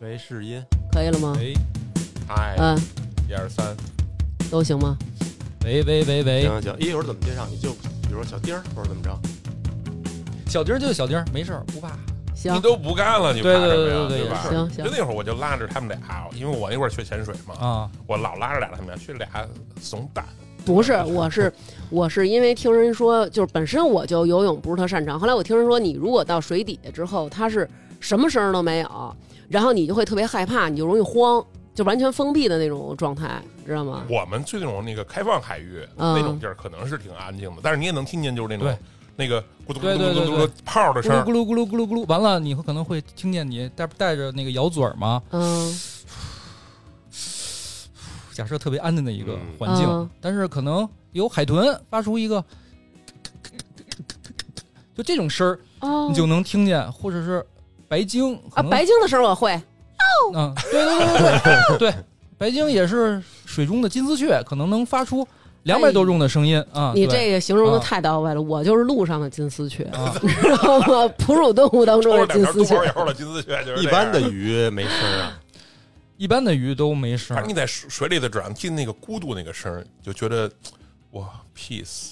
喂，试音，可以了吗？喂，哎，嗯，一二三，都行吗？喂喂喂喂，行行，一会儿怎么介绍你就，比如说小丁儿或者怎么着，小丁儿就小丁儿，没事儿，不怕。行你，都不干了，你怕对对什对么呀？对对吧？行行就那会儿我就拉着他们俩，因为我那会儿学潜水嘛，啊，我老拉着俩他们俩去俩怂蛋，不是，我是我是因为听人说，就是本身我就游泳不是特擅长，后来我听人说，你如果到水底下之后，它是什么声儿都没有，然后你就会特别害怕，你就容易慌，就完全封闭的那种状态，知道吗？我们去那种那个开放海域、嗯那种地儿，可能是挺安静的，但是你也能听见就是那种对那个咕嘟咕嘟对咕对嘟对咕嘟泡的咕声噜儿咕。噜咕噜咕噜咕噜，完了你会可能会听见你带带着那个咬嘴儿嘛，嗯，假设特别安静的一个嗯环境，嗯但是可能有海豚发出一个，就这种声儿哦你就能听见，或者是白鲸可啊，能白鲸的声儿我会，嗯，对对对对对，对，白鲸也是水中的金丝雀，可能能发出两百多种的声音啊。你对这个形容的啊太到位了，我就是陆上的金丝雀， 啊，知道吗？哺乳动物当中抽的着两金条丝肚雀包。油了，金丝雀就是一这般样的，鱼没声儿啊，一般的鱼都没声反儿正。你在水水里头只要听那个咕嘟那个声儿，就觉得哇，peace。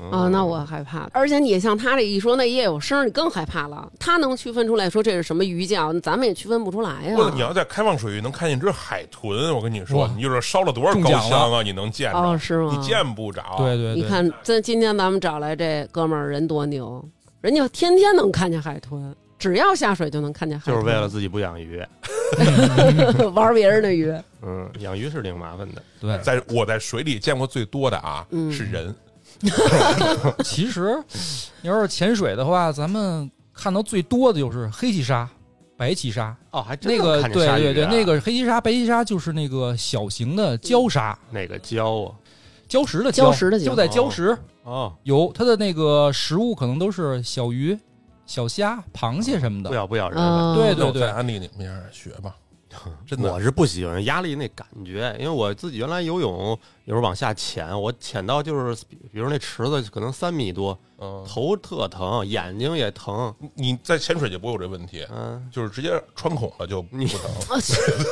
嗯啊、那我害怕。而且你像他这一说，那也有声儿，你更害怕了。他能区分出来说这是什么鱼叫，咱们也区分不出来呀。不是，你要在开放水域能看见一只海豚，我跟你说，哇你就是烧了多少中高奖香啊，你能见着哦，？是吗？你见不着。嗯对对对，你看，这今天咱们找来这哥们儿人多牛，人家天天能看见海豚，只要下水就能看见海就豚，是为 了自己不养鱼，了玩别人的鱼。嗯，养鱼是挺麻烦的，对，在我在水里见过最多的啊，嗯是人。其实你要是潜水的话，咱们看到最多的就是黑鳍鲨、白鳍鲨。哦，还那个对啊对对，那个黑鳍鲨、白鳍鲨就是那个小型的礁鲨，哪个礁啊？礁石的礁石的礁就在礁石哦，有它的那个食物可能都是小鱼、小虾、螃蟹什么不的。咬不咬人了。啊，对那我对再安利你们一下，学 吧，真的我。是不喜欢压力那感觉，因为我自己原来游泳有时候往下潜，我潜到就是，比比如那池子可能三米多，嗯，头特疼，眼睛也疼，你在潜水就不会有这问题，嗯，就是直接穿孔了就不你疼。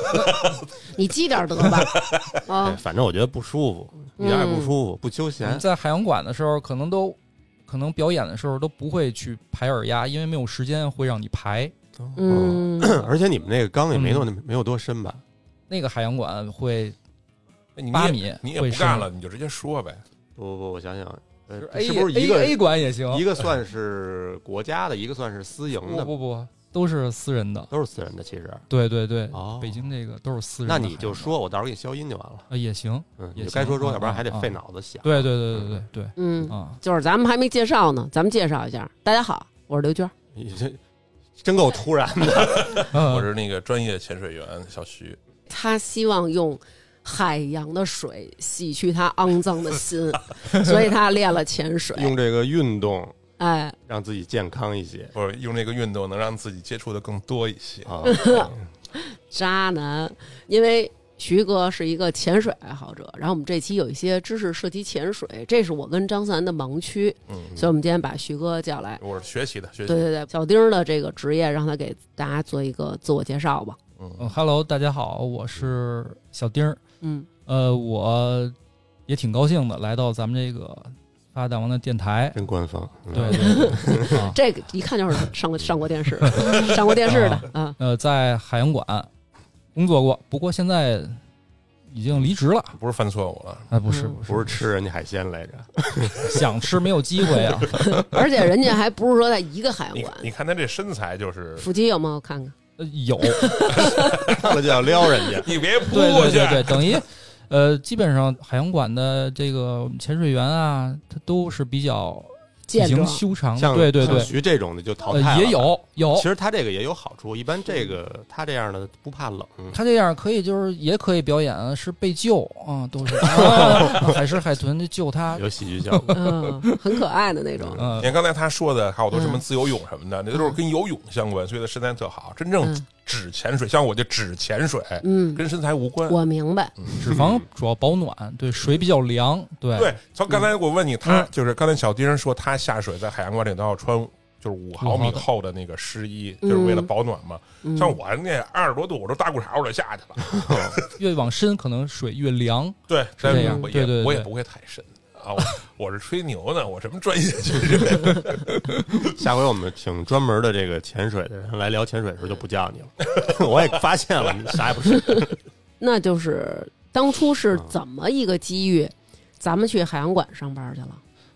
你记点儿得吧。哎，啊，反正我觉得不舒服，嗯一点也不舒服，不休我们闲。在海洋馆的时候，可能都可能表演的时候都不会去排耳压，因为没有时间会让你排。嗯，嗯， 而且你们那个缸也没嗯多没有多深吧？那个海洋馆会哎你八也米，你也会不深干了，你就直接说呗。不不不，我想想，呃就是，这 A 是不是一个 A A 馆也行？一个算是国家的，一个算是私营不的，不不，都是私人的。都是私人的其实。对对对，哦北京这个都是私人那的海洋馆。你就说，我到时候给你消音就完了。啊也行。嗯，也你就该说说，行要不然还得啊费脑子想。对对对对对对 嗯，啊！就是咱们还没介绍呢，咱们介绍一下。大家好，我是刘娟。你这 真够突然的。我我是那个专业潜水员小徐，他希望用海洋的水洗去他肮脏的 心，所以他练了潜水。用这个运动哎，让自己健康一些我用这个运动能让自己接触的更多一些。 啊。渣男，因为徐哥是一个潜水爱好者，然后我们这期有一些知识涉及潜水，这是我跟张三的盲区，嗯，所以我们今天把徐哥叫来。我是学习的，学习对的。对对，小丁儿的这个职业，让他给大家做一个自我介绍吧。嗯嗯， ，Hello，大家好，我是小丁儿。嗯呃，我也挺高兴的来到咱们这个发大王的电台。真官方。嗯对，对对啊，这个一看就是 上过上过电视，上过电视的啊。呃，在海洋馆工作过，不过现在已经离职了。不是犯错误了，哎，不是嗯不 是不是吃人家海鲜来着，想吃没有机会 啊！而且人家还不是说在一个海洋你馆，你看他这身材 就是，腹肌有吗？我看看。呃有，看了就要撩人 家。你别扑对对过去对。对，等于呃，基本上海洋馆的这个潜水员啊，他都是比较体健型壮，修长的，像对对对像，徐这种的就淘呃汰了。也，有有其，实他这个也有好处。一般这个他这样的不怕冷，他这样可以就是也可以表演是被救啊，都 是啊海狮海豚就救他，有喜剧效果。嗯，很可爱的那种。嗯你，看刚才他说的，还有好多什么自由泳什么的，那都是跟游泳相关，所以他身材特好。真正嗯只潜水，像我就只潜水，嗯，跟身材无关。我明白。脂嗯肪主要保暖，对水比较凉，对对，从刚才我问你，他嗯就是刚才小丁说他下水在海洋馆里都要穿就是五毫米5毫的厚的那个湿衣，就是为了保暖嘛。嗯像我那二十多度，我都大裤衩我就下去嗯了。越往深可能水越凉，对，这但是样我也对对对我也不会太深啊。我我是吹牛呢，我什么专业军人？ 下回我们请专门的这个潜水的人来聊潜水的时候就不叫你了。 我也发现了，你啥也不是。 那就是当初是怎么一个机遇，咱们去海洋馆上班去了？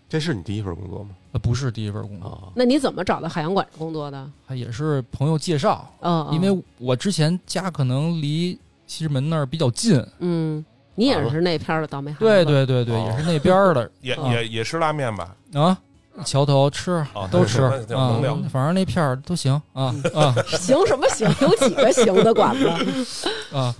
这是你第一份工作吗？呃，不是第一份工作，啊，那你怎么找到海洋馆工作的？它也是朋友介绍，嗯，嗯因为我之前家可能离西直门那儿比较近，嗯，你也是那片儿的倒霉孩子，对，对对对，哦也是那边儿的也啊也也吃拉面吧？啊，桥头吃哦啊，都吃那啊那能聊。，反正那片儿都行啊嗯啊行什么行？有几个行的馆 子？啊，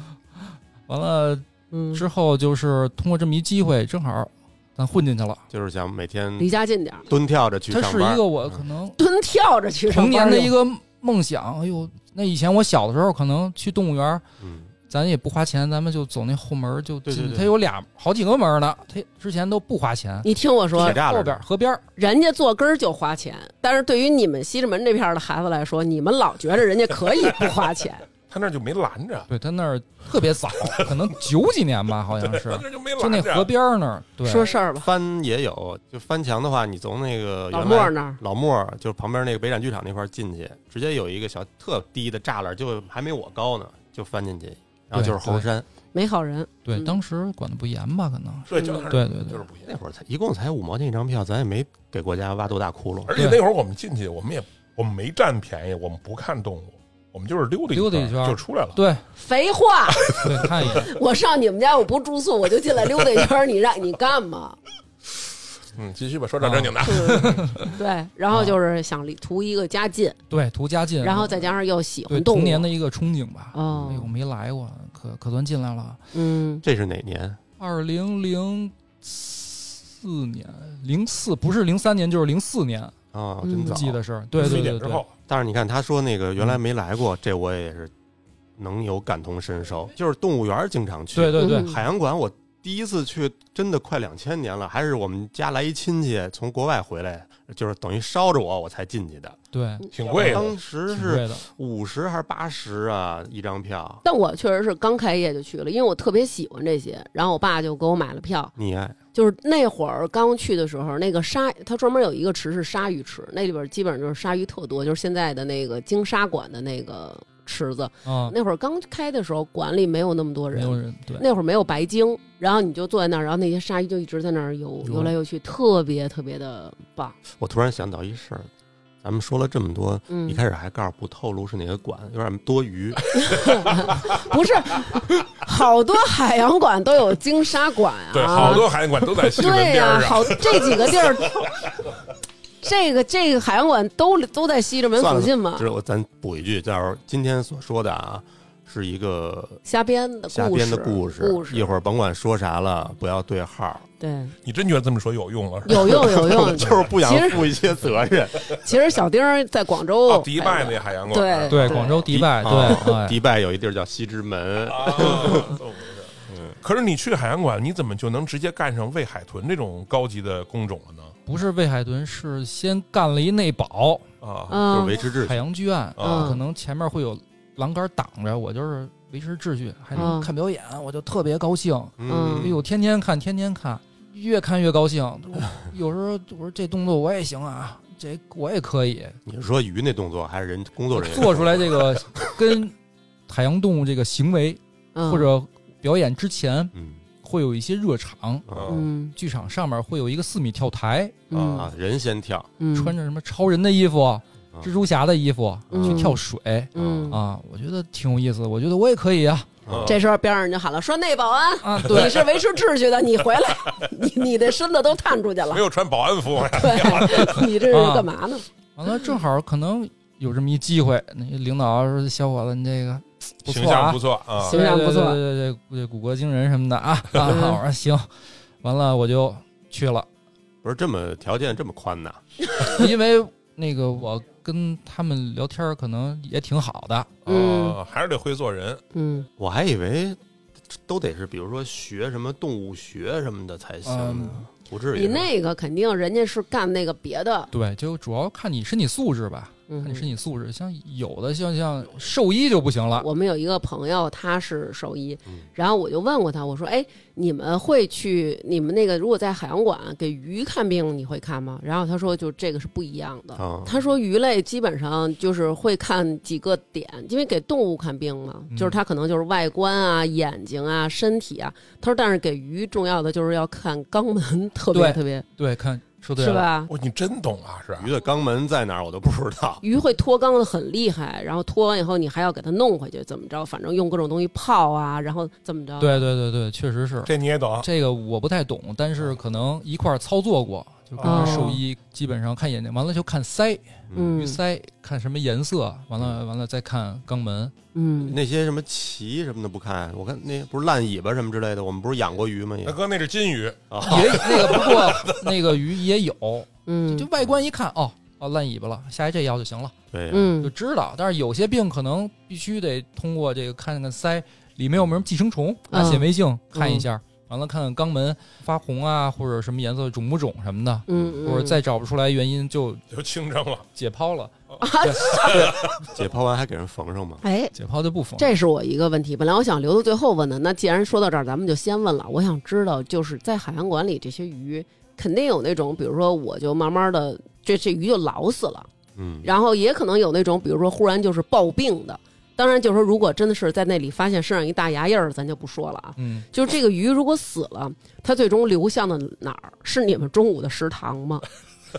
完了嗯，之后就是通过这么一机会，正好咱混进去了。就是想每天离家近点儿，蹲跳着去它上是班嗯一个我可能蹲跳着去上童班年的一去个梦想。哎呦，那以前我小的时候可能去动物园儿，嗯，咱也不花钱，咱们就走那后门儿就对对进去。对它有俩好几个门儿呢，它之前都不花钱。你听我说铁，栅栏后边儿河边儿人家坐根儿就花钱，但是对于你们西直门这片儿的孩子来说，你们老觉着人家可以不花钱，他那儿就没拦着，对他那儿特别早，可能九几年吧，好像 是他，那儿就没就那拦河着。边儿那儿。对，说事儿吧。翻也有，就翻墙的话，你从那个老原莫来那儿，老莫儿就是旁边那个北展剧场那块儿进去，直接有一个小特低的栅栏，就还没我高呢，就翻进去，然后就是猴山，没好人，对，嗯当时管的不严吧，可能。对，就那儿嗯对对对就是不行。嗯那会儿才一共才五毛钱一张票，咱也没给国家挖多大窟窿。而且对那会儿我们进去，我们也我们没占便宜，我们不看动物，我们就是溜达溜达一一圈儿就出来了。对废话，对，看一眼， 我上你们家我不住宿，我就进来溜达一圈儿，你让你干嘛？嗯，继续吧，说正正经的。啊嗯对，然后就是想离图一个家近，对，图家近，然后再加上又喜啊对欢动物，童年的一个憧憬吧。哦哎呦，没来过，可可算进来了。嗯，这是哪年？二零零四年，零四不是零三年就是零四年，哦，嗯真早。记得是对非对典对之对，后，但是你看他说那个嗯原来没来过，这我也是能有感同身受。就是动物园儿经常去，对对对嗯海洋馆我第一次去，真的快两千年了，还是我们家来一亲戚从国外回来，就是等于捎着我我才进去的。对，挺贵的嗯当时挺是贵的。五十还是八十啊一张票？但我确实是刚开业就去了，因为我特别喜欢这些，然后我爸就给我买了票。你爱就是那会儿刚去的时候，那个鲨，它专门有一个池是鲨鱼池，那里边基本上就是鲨鱼特多，就是现在的那个鲸鲨馆的那个池子。啊，那会儿刚开的时候，馆里没有那么多没有人，人对，那会儿没有白鲸，然后你就坐在那儿，然后那些鲨鱼就一直在那儿游游游来游去，特别特别的棒。我突然想到一事儿，咱们说了这么多，嗯，一开始还告诉不透露是哪个馆，有点多余。不是， 好多海洋馆都有鲸鲨馆啊，对，好多海洋馆都在西直门对啊边呀、儿啊上。好这几个地儿，这个这个海洋馆都都在西直门算了附近嘛就，是我咱补一句，到时候今天所说的啊，是一个瞎编的故事，瞎编的故事，一会儿甭管说啥了，不要对号，对你真觉得这么说有用了？是 吧有用 有 用。就是不想其实负一些责任。其实小丁儿在广州、哎哦，迪拜那海洋馆。对对广州迪哦拜对，啊哎迪拜有一地儿叫西直门，啊，这么回事嗯可是你去海洋馆，你怎么就能直接干上喂海豚这种高级的工种了呢？不是魏海豚，是先干了一内保啊就是嗯维持秩序。海洋剧院，嗯啊！可能前面会有栏杆挡着，我就是维持秩序，还能嗯看表演，我就特别高兴。嗯哎呦，天天看，天天看，越看越高兴。我有时候我说这动作我也行啊，这我也可以你是说鱼那动作还是人工作人员做出来这个跟海洋动物这个行为嗯或者表演之前嗯会有一些热场，啊嗯剧场上面会有一个四米跳台，嗯啊，人先跳，嗯穿着什么超人的衣啊服、蜘蛛侠的衣服嗯去跳水嗯啊，我觉得挺有意思的，我觉得我也可以啊啊这时候边上人就喊了：“说那保安，啊，对你是维持秩序的，你回来，你你的身子都探出去了没，有穿保安服嗯呀，对， 你这是啊干嘛呢？ 完了正好可能有这么一机会，那领导说小伙子你这个不形错啊象不错啊形象不错对对对对对，骨骼惊人什么 的啊啊！嗯我说行，完了我就去了，不是这么条件这么宽呐？因为那个我跟他们聊天儿可能也挺好的，嗯啊，还是得会做人。嗯，我还以为都得是比如说学什么动物学什么的才行呢。不至于。嗯你那个肯定人家是干那个别的，对，就主要看你身体素质吧，嗯看你身体素质。像有的像像兽医就不行了，我们有一个朋友，他是兽医，嗯然后我就问过他，我说：“哎，你们会去你们那个如果在海洋馆给鱼看病，你会看吗？”然后他说：“就这个是不一样的。嗯啊，他说：“鱼类基本上就是会看几个点，因为给动物看病嘛，嗯就是它可能就是外观啊、眼睛啊、身体啊。他说，但是给鱼重要的就是要看肛门，特别对特别，对，看说对是了，吧？哇，你真懂啊，是啊嗯鱼的肛门在哪儿我都不知道。鱼会脱肛的很厉害，然后脱完以后你还要给它弄回去，怎么着？反正用各种东西泡啊，然后怎么着？对对对对，确实是。这你也懂，这个我不太懂，但是可能一块儿操作过，就跟着兽医基本上看眼睛，完了就看鳃，哦嗯鱼鳃看什么颜色，完了完了再看肛门。嗯，那些什么鳍什么的不看，我看那不是烂尾巴什么之类的，我们不是养过鱼嗯吗？也大哥那是金鱼，啊，也那个不过那个鱼也有，嗯，就外观一看哦哦烂尾巴了，下一这药就行了，对呀，就嗯知道。但是有些病可能必须得通过这个看看鳃里面有没有寄生虫，拿嗯显微镜看一下，完了看看肛门发红啊或者什么颜色肿不肿什么的，嗯，或者再找不出来原因就就清蒸了。解剖了，啊解剖完还给人缝上吗？哎，解剖就不缝。这是我一个问题，本来我想留到最后问的，那既然说到这儿，咱们就先问了。我想知道，就是在海洋馆里这些鱼，肯定有那种，比如说我就慢慢的这这鱼就老死了，嗯，然后也可能有那种，比如说忽然就是暴病的。当然，就是说如果真的是在那里发现身上一大牙印儿，咱就不说了啊。嗯，就是这个鱼如果死了，它最终流向的哪儿？是你们中午的食堂 吗？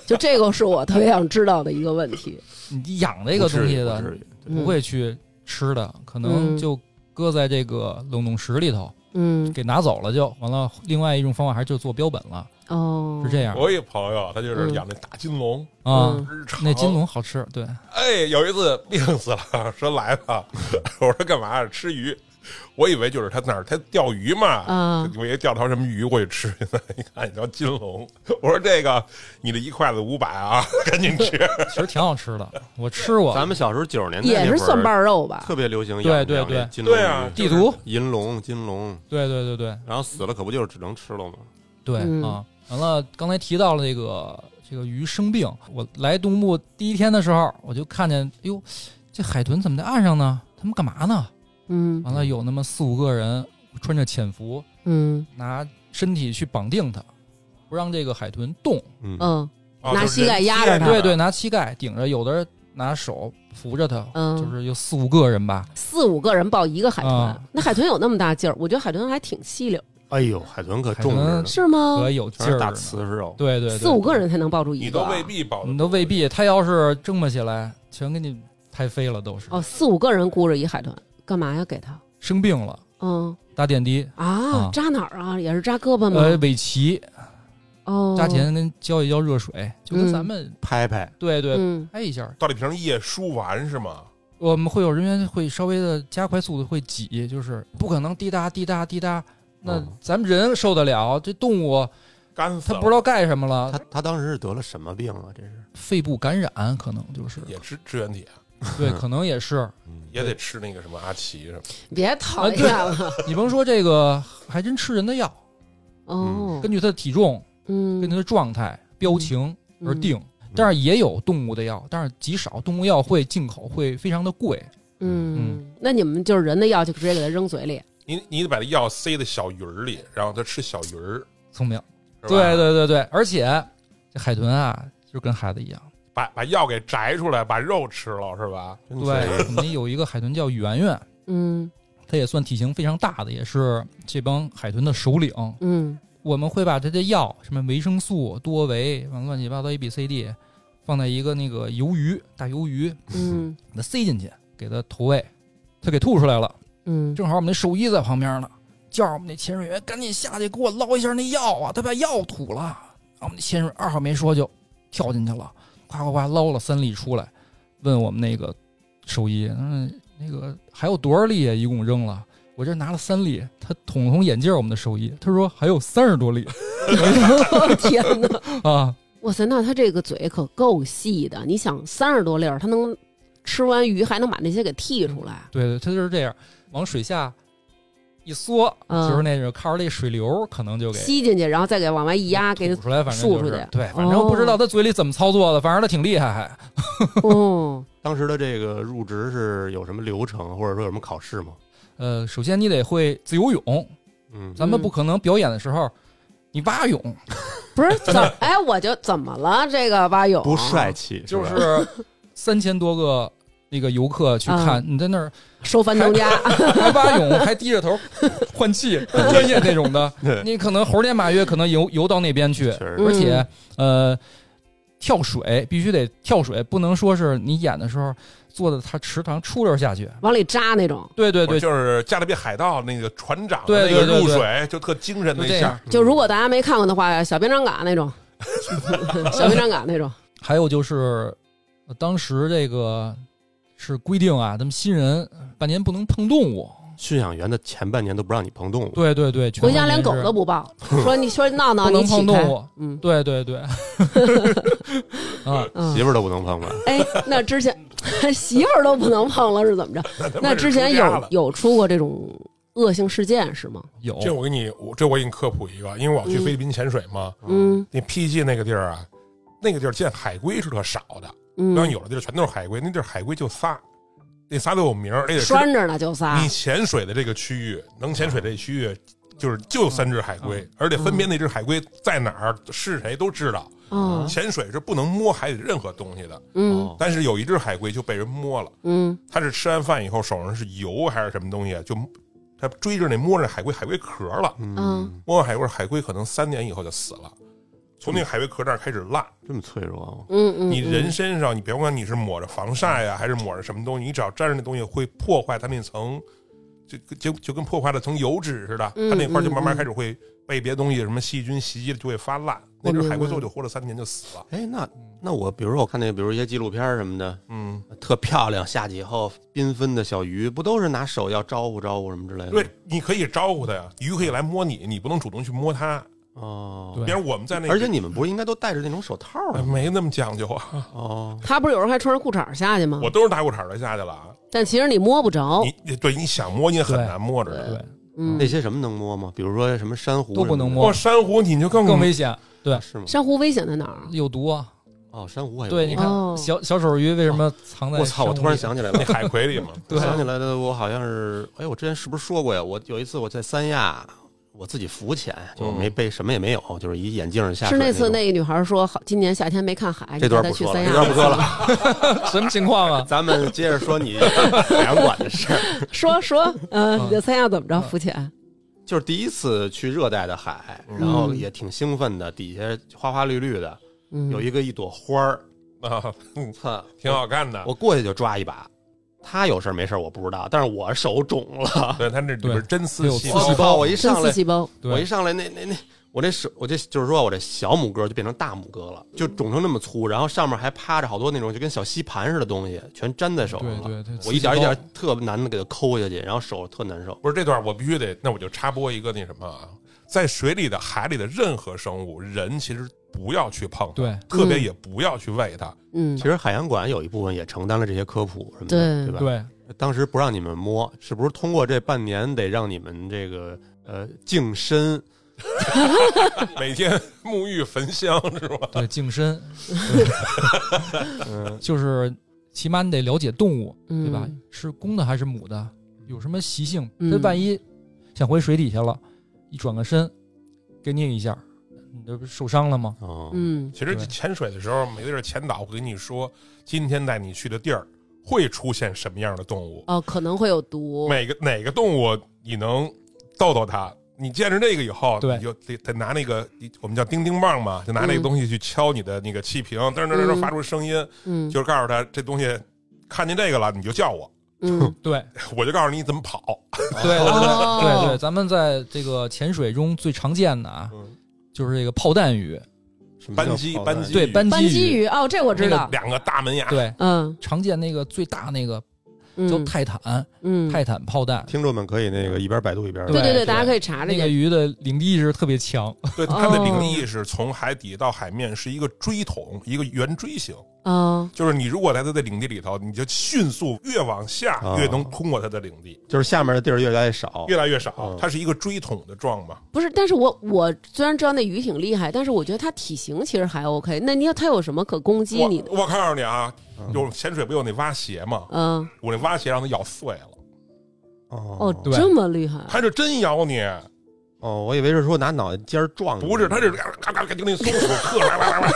就这个是我特别想知道的一个问题。你养这不个东至于西的 不，至于嗯不会去吃的，可能嗯就搁在这个冷冻室里头，嗯，给拿走了就完了。另外一种方法还是就做标本了，哦，是这样我有一朋友，他就是养那大金龙，啊。嗯日常那金龙好吃， 对，哎，有一次病死了， 说来了，我说干嘛？吃鱼。我以为就是他那儿他钓鱼嘛，啊我以为钓条什么鱼过去吃，一看一条金龙， 我说这个你这一筷子五百啊， 赶紧吃。其实挺好吃的，我吃过。咱们小时候九十年代也那是会儿蒜瓣肉吧？特别流行养，对对养那对金龙对啊，鱼地图，银龙、金龙，对对对对然后死了可不就是只能吃了吗？对、嗯啊。完了，刚才提到了这个这个鱼生病，我来独木第一天的时候，我就看见，哟，这海豚怎么在岸上呢？他们干嘛呢？嗯完了，有那么四五个人穿着潜伏，嗯拿身体去绑定它，不让这个海豚动。嗯，嗯啊 拿膝盖压着它对对，，拿膝盖顶着，有的人拿手扶着它，嗯就是有四五个人吧。四五个人抱一个海豚，啊那海豚有那么大劲儿？我觉得海豚还挺细溜，哎呦，海豚可重着海呢豚，是吗可？有劲全是儿大呢，瓷实肉，对对对，嗯四五个人才能抱住一你个都啊，未必保得住，你都未必。他要是挣吧起来，全给你拍飞了，都是、哦，四五个人箍着一海豚，干嘛呀？给它？生病了，嗯打点滴。啊啊，扎哪儿啊？也是扎胳膊呃，吗？尾鳍哦，扎前跟浇一浇热水，就跟嗯咱们、拍拍，对对、嗯拍一下。到底平夜输完是吗？我们会有人员会稍微的加快速度，会挤，就是不可能滴答滴答滴答。那嗯咱们人受得了，这动物干死它了不知道干什么了，他他当时是得了什么病啊？这是，肺部感染可能就是，也吃支原体，对，可能也 是。嗯也得吃那个什么阿奇什么。呃别讨厌啊了。你甭说这个，还真吃人的药，哦，根据它的体重、嗯，根据它的状态、标情嗯而定。但是也有动物的药，但是极少，动物药会进口会非常的贵。嗯，那你们就是人的药就直接给它扔嘴里，你你得把这药塞到小鱼儿里，然后它吃小鱼儿，聪明，是吧对，对对对，而且这海豚啊，就跟孩子一样。把把药给摘出来，把肉吃了是吧？真是对，我们有一个海豚叫圆圆，嗯它也算体型非常大的，也是这帮海豚的首领。嗯我们会把它的药，什么维生素、多维，完了乱七八糟 A、B、C、D，放在一个那个鱿鱼大鱿鱼，嗯给它塞进去，给它投喂，它给吐出来了。 嗯，正好我们那兽医在旁边呢，叫我们那潜水员赶紧下去给我捞一下那药啊，他把药吐了。然后我们那潜水二号没说就跳进去了，夸夸夸捞了三粒出来，问我们那个兽医，嗯，那个还有多少粒啊？一共扔了。我这拿了三粒，他捅了捅眼镜儿，我们的兽医，他说还有三十多粒 天哪！ 啊，哇塞，那他这个嘴可够细的。你想，三十多粒儿，他能吃完鱼还能把那些给剔出来，对对，他就是这样，往水下一缩，嗯就是那种靠着那水流，可能就给吸进去，然后再给往外一压，给吐出来，反正竖就出是去对，反正不知道他嘴里怎么操作的，反正他挺厉害，还哦，当时的这个入职是有什么流程，或者说有什么考试吗？呃，首先你得会自由泳，嗯，咱们不可能表演的时候你蛙泳，不 是怎哎，我就怎么了？这个蛙泳不帅，气，就是吧是 三千多个那个游客去嗯看，你在那儿收樊登 家，还蛙泳，还低着头换 气，很专业那种的，对，你可能猴年马月可能游游到那边确去，实嗯是而且呃，跳水必须得跳水，不能说是你演的时候坐在他池塘出溜下去。往里扎那种。对对对，就是《加勒比海盗》那个船长对那对个对入对水就特精神那就一这下样，就嗯如果大家没看过的话，小兵张嘎 那种，小兵张嘎那种，还有就是，呃当时这个是规定啊，咱们新人半年不能碰动物。驯养员的前半年都不让你碰动物，对对对，全回家连狗国民是都不抱， 说你说闹闹不你能起碰动开，物。嗯对对对，啊，嗯媳。妇儿都不能碰吧？哎，那之前 媳妇儿都不能碰了，是怎么着？他 那妈是之前出家有了有出过这种恶性事件是吗？有这我给你，我这我给你科普一个，因为我要去菲律宾潜水嘛，嗯那 PG 那个地儿啊，那个地儿见海龟是特少的，嗯，然后有的地儿全都是海龟，那地儿海龟就仨，那仨都有名儿，那得是拴着呢就仨你潜水的这个区域，能潜水这区域。就是就三只海龟，而且分别那只海龟在哪儿是谁都知道。啊，潜水是不能摸海里任何东西的，嗯哦，但是有一只海龟就被人摸了，嗯它是吃完饭以后手上是油还是什么东西啊，就它追着那摸着海龟海龟壳了，嗯，摸完海龟海龟可能三年以后就死了，从那个海龟壳那儿开始烂。这么脆弱，啊嗯嗯，你人身上，你别管你是抹着防晒呀、还是抹着什么东西，你只要沾上那东西，会破坏它那层，就就就跟破坏了层油脂似的，嗯它那块就慢嗯慢嗯开始会被别的东西什么细菌袭击了，就会发烂。我那只明海龟最后白就活了三年就死了。哎，那那我比如说我看那比如一些纪录片儿什么的，嗯，特漂亮，下去以后缤纷的小鱼，不都是拿手要招呼招呼什么之类的？对，，你可以招呼它呀，鱼可以来摸你，你不能主动去摸它。哦，对嗯比如我们在那个，而且你们不是应该都戴着那种手套哎吗？没那么讲究啊，哦，他不是有时候还穿着裤衩下去吗我？都是大裤衩儿的下去了啊。但其实你摸不着，你你对你想摸你也很对难摸着哦对的。对嗯那，些什么能摸吗？比如说什么珊瑚都不什么的能摸摸珊瑚你就更更危险，啊是吗？珊瑚危险在哪儿啊？有毒啊！哦，珊瑚还有对，你看哦小小手鱼为什么藏在？我操！我突然，想起来了那，海葵里嘛。对想起来的我好像是，哎，我之前是不是说过呀？我有一次我在三亚，我自己浮潜，就没被什么也没有，就是一眼镜下是水那次种那个女孩说，好，今年夏天没看海，这你带段她不去说三了，亚，这段不说了， 什么情况啊？咱们接着说你海洋馆的事儿。 说说，嗯，嗯你在三亚怎么着浮潜？就是第一次去热带的海，嗯然后也挺兴奋的，底下花花绿绿的，嗯，有一个一朵花儿，啊，操，挺好干的。我过去就抓一把。他有事儿没事儿我不知道，但是我手肿 了，对，它这里边对真丝细有我刺激，胞靠！我一真上丝来细胞，我一对，上来那那那，我这手我这就是说我这小拇哥就变成大拇哥了，就肿成那么粗，然后上面还趴着好多那种就跟小吸盘似的东西，全粘在手上了。对对对我一点一点特难的给它抠下去，然后手特难嗯受。不是这段，我必须得，那我就插播一个那什么啊，在水里的、海里的任何生物，人其实不要去碰它，对特别嗯也不要去喂它。嗯其，实海洋馆有一部分也承担了这些科普什么的，对对吧？对，当时不让你们摸，是不是通过这半年得让你们这个呃净身？每天 沐浴焚香是吧？对，净身，嗯，就是起码你得了解动物，对对吧？是公的还是母的？有什么习性？嗯那万一想回水底下了，一转个身，给拧一下，你这不是受伤了吗？哦，嗯，其实对潜水的时候，每个人潜导会跟你说，今天带你去的地儿会出现什么样的动物，哦，可能会有毒，每个哪个动物你能逗逗它。你见着这个以后，对你就得得拿那个我们叫叮叮棒嘛，就拿那个嗯东西去敲你的那个气瓶，噔噔噔噔嗯发出声音，嗯，就是告诉他这东西看见这个了，你就叫我，嗯，对，我就告诉你怎么跑。对对对哦对对，咱们在这个潜水中最常见的啊，嗯就是这个炮弹鱼，什么叫班机，炮弹班机，对，扳班机机，鱼，哦，这我知道，两个大门牙，对，嗯常见那个最大那个叫嗯泰坦，嗯，泰坦炮弹，听众们可以那个一边百度一边对对，对对大家可以查这那个鱼的领地意识特别强，对，它的哦领地是从海底到海面是一个锥筒，一个圆锥形，嗯，就是你如果在它的领地里头，你就迅速越往下啊越能通过它的领地，就是下面的地儿越来越少，越来越啊少。它是一个锥桶的状嘛，不是，但是我我虽然知道那鱼挺厉害，但是我觉得它体型其实还 OK。那你要它有什么可攻击我你的？我告诉你啊，就是潜水不有那蛙鞋吗？嗯，我那蛙鞋让它咬碎了，哦哦，对这么厉害，啊它是真咬你，哦，我以为是说拿脑袋尖儿撞你，不是，它是嘎嘎嘎就给你松鼠 克，哇哇哇哇，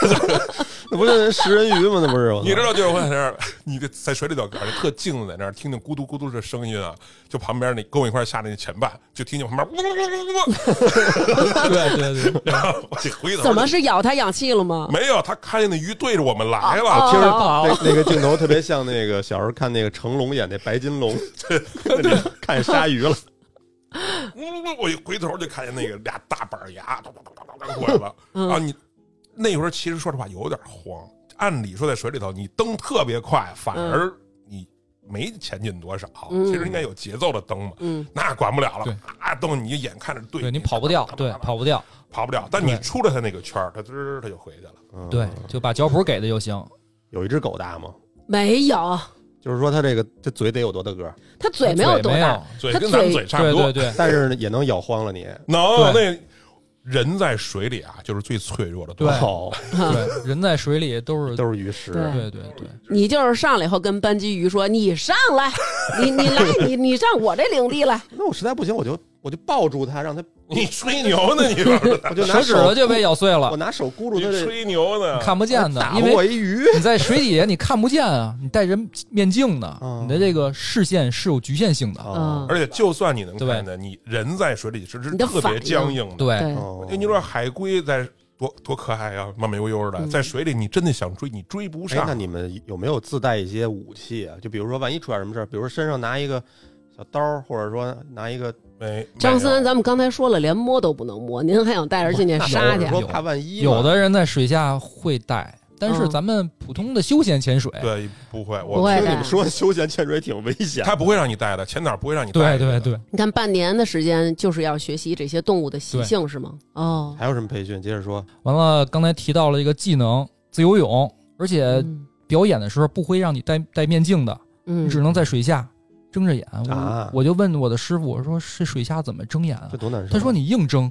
那不是食人鱼吗？那不是，我操你知道就是我在那儿， 你这在水里头感觉特静，在那儿听听咕嘟咕嘟的声音啊，就旁边那跟我一块儿下那前伴，就听见旁边呜呜呜呜呜，对对对，然后我就回头怎么是咬它氧气了吗？没有？他看见那鱼对着我们来了，啊听着啊那那个镜头特别像那个小时候看那个成龙演那白金 龙， 看鲨鱼了。嗯呜呜呜，我一回头就看见那个俩大板牙咚咚咚咚咚过来了。嗯啊，你那会儿其实说实话有点慌，按理说在水里头你蹬特别快，反而你没前进多少，嗯其实应该有节奏的蹬嘛。嗯，那管不了对了，啊，蹬你眼看着对，对你跑不掉，对，跑不掉，跑不了。但你对出了他那个圈儿，他滋儿他就回去了。嗯对，就把脚蹼给的就行。有一只狗大吗？没有，就是说它这个这嘴得有多大个儿，它嘴没有多大，嘴它跟咱们嘴嘴差不对多对，对，但是呢也能咬慌了你。能那对人在水里啊，就是最脆弱的东对西。哦， 对，人在水里都是，都是鱼食。对对对对，你就是上来以后跟班级鱼说：“你上来，你你来，你你上我这领地来。那我实在不行，我就我就抱住它，让它， 你吹牛呢？你玩儿我就拿手指头就被咬碎我了，拿手箍住你它这，吹啊牛呢？看不见的，打因过我为一鱼。你在水底下你看不见啊，你戴着面镜呢嗯，你的这个视线是有局限性的。哦嗯而且就算你能对看见，你人在水里是是你的特反别应僵硬的。”，对对，哦就你说海龟在多多可爱啊，慢慢悠悠的，在水里你真的想追，你追不哎，那上。你们有没有自带一些武器啊？就比如说，万一出点什么事儿，比如说身上拿一个小刀儿，或者说拿一个，没张没有森，咱们刚才说了，连摸都不能摸，您还想带着进去杀去啊我？说怕万一嘛有的人在水下会带，但是嗯咱们普通的休闲潜水，对不会，不我会听的你们说休闲潜水挺危险的，他不会让你带的，前导不会让你带对的。对对，你看半年的时间就是要学习这些动物的习性是吗？哦，还有什么培训？接着说，完了，刚才提到了一个技能自由泳，而且嗯表演的时候不会让你戴戴面镜的，你只嗯，能在水下睁着眼。我、啊我就问我的师傅，我说是水下怎么睁眼啊这？多难受。他说你硬睁，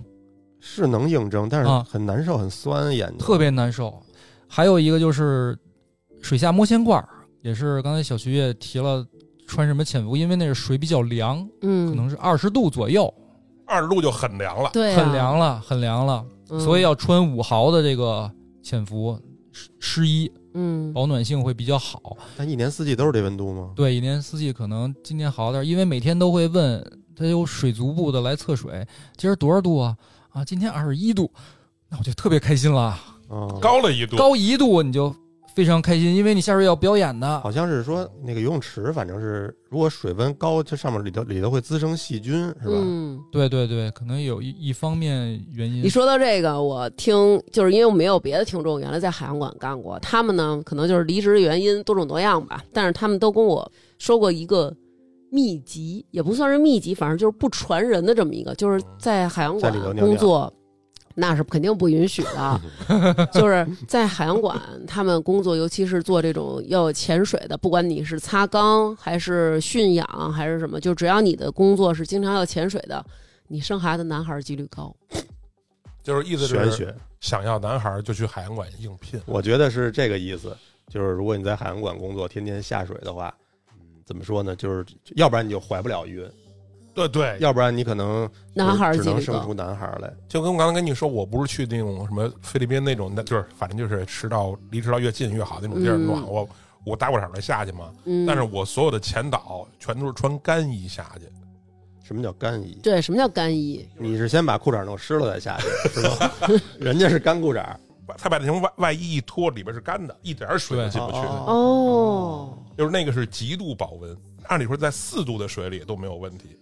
是能应征，但是啊很难受，很酸眼睛，特别难受。还有一个就是水下摸仙罐儿，也是刚才小徐也提了，穿什么潜伏，因为那个水比较凉，可嗯，能是二十度左右，二十度就很凉了。对啊，很凉了，很凉了，嗯所以要穿五毫的这个潜伏湿湿衣，嗯保暖性会比较好。但一年四季都是这温度吗？对，一年四季可能今年好点儿，因为每天都会问他有水族部的来测水，今儿多少度啊？啊，今天二十一度，那我就特别开心了。啊，高了一度，高一度你就非常开心，因为你下水要表演的。好像是说那个游泳池，反正是如果水温高，这上面里头里头会滋生细菌，是吧？嗯。对对对，可能有一一方面原嗯因。你说到这个，我听就是因为我们也有别的听众原来在海洋馆干过，他们呢可能就是离职的原因多种多样吧，但是他们都跟我说过一个秘籍，也不算是秘籍，反正就是不传人的这么一个，就是在海洋馆嗯在里头尿尿工作。那是肯定不允许的， 就是在海洋馆，他们工作，尤其是做这种要有潜水的，不管你是擦缸还是驯养还是什么，就只要你的工作是经常要潜水的，你生孩子男孩儿几率高。就是意思玄是学，想要男孩儿就去海洋馆应聘。我觉得是这个意思。就是如果你在海洋馆工作，天天下水的话，嗯，怎么说呢？就是要不然你就怀不了孕，对对，要不然你可能男孩儿只几能率生高出。男孩儿来。就跟我刚才跟你说，我不是去那种什么菲律宾那种，那就是反正就是赤道离赤道越近越好那种地儿嗯暖和。我打过场的下去嘛，嗯，但是我所有的前导全都是穿干衣下去，什么叫干衣？对，什么叫干衣？你是先把裤衩弄湿了再下去，是吧？ 人家是干裤衩儿，他把那层外外衣一脱，里边是干的，一点儿水都对进不去，哦哦就是那个是极度保温。按理说在四度的水里都没有问题，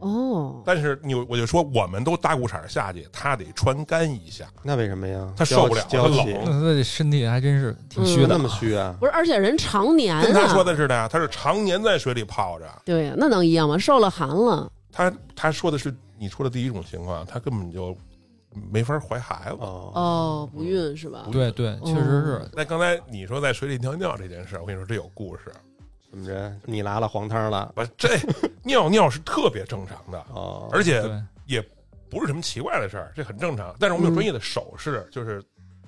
哦，但是你我就说我们都搭裤衩下去，他得穿干衣下，那为什么呀？他受不了娇气他冷那这身体还真是挺虚就的那。么虚啊？不是，而且人常年跟他说啊，的似的呀，他是常年在水里泡着，对呀，那能一样吗？受了寒了，他他说的是你说的第一种情况，他根本就没法怀孩子。哦，哦，嗯不孕是吧？对对，确实是。那刚才你说在水里尿尿这件事儿，我跟你说这有故事。怎么着？你拉了黄汤了？不，这尿尿是特别正常的，哦，而且对，也不是什么奇怪的事儿，这很正常。但是我们有专业的手势，就是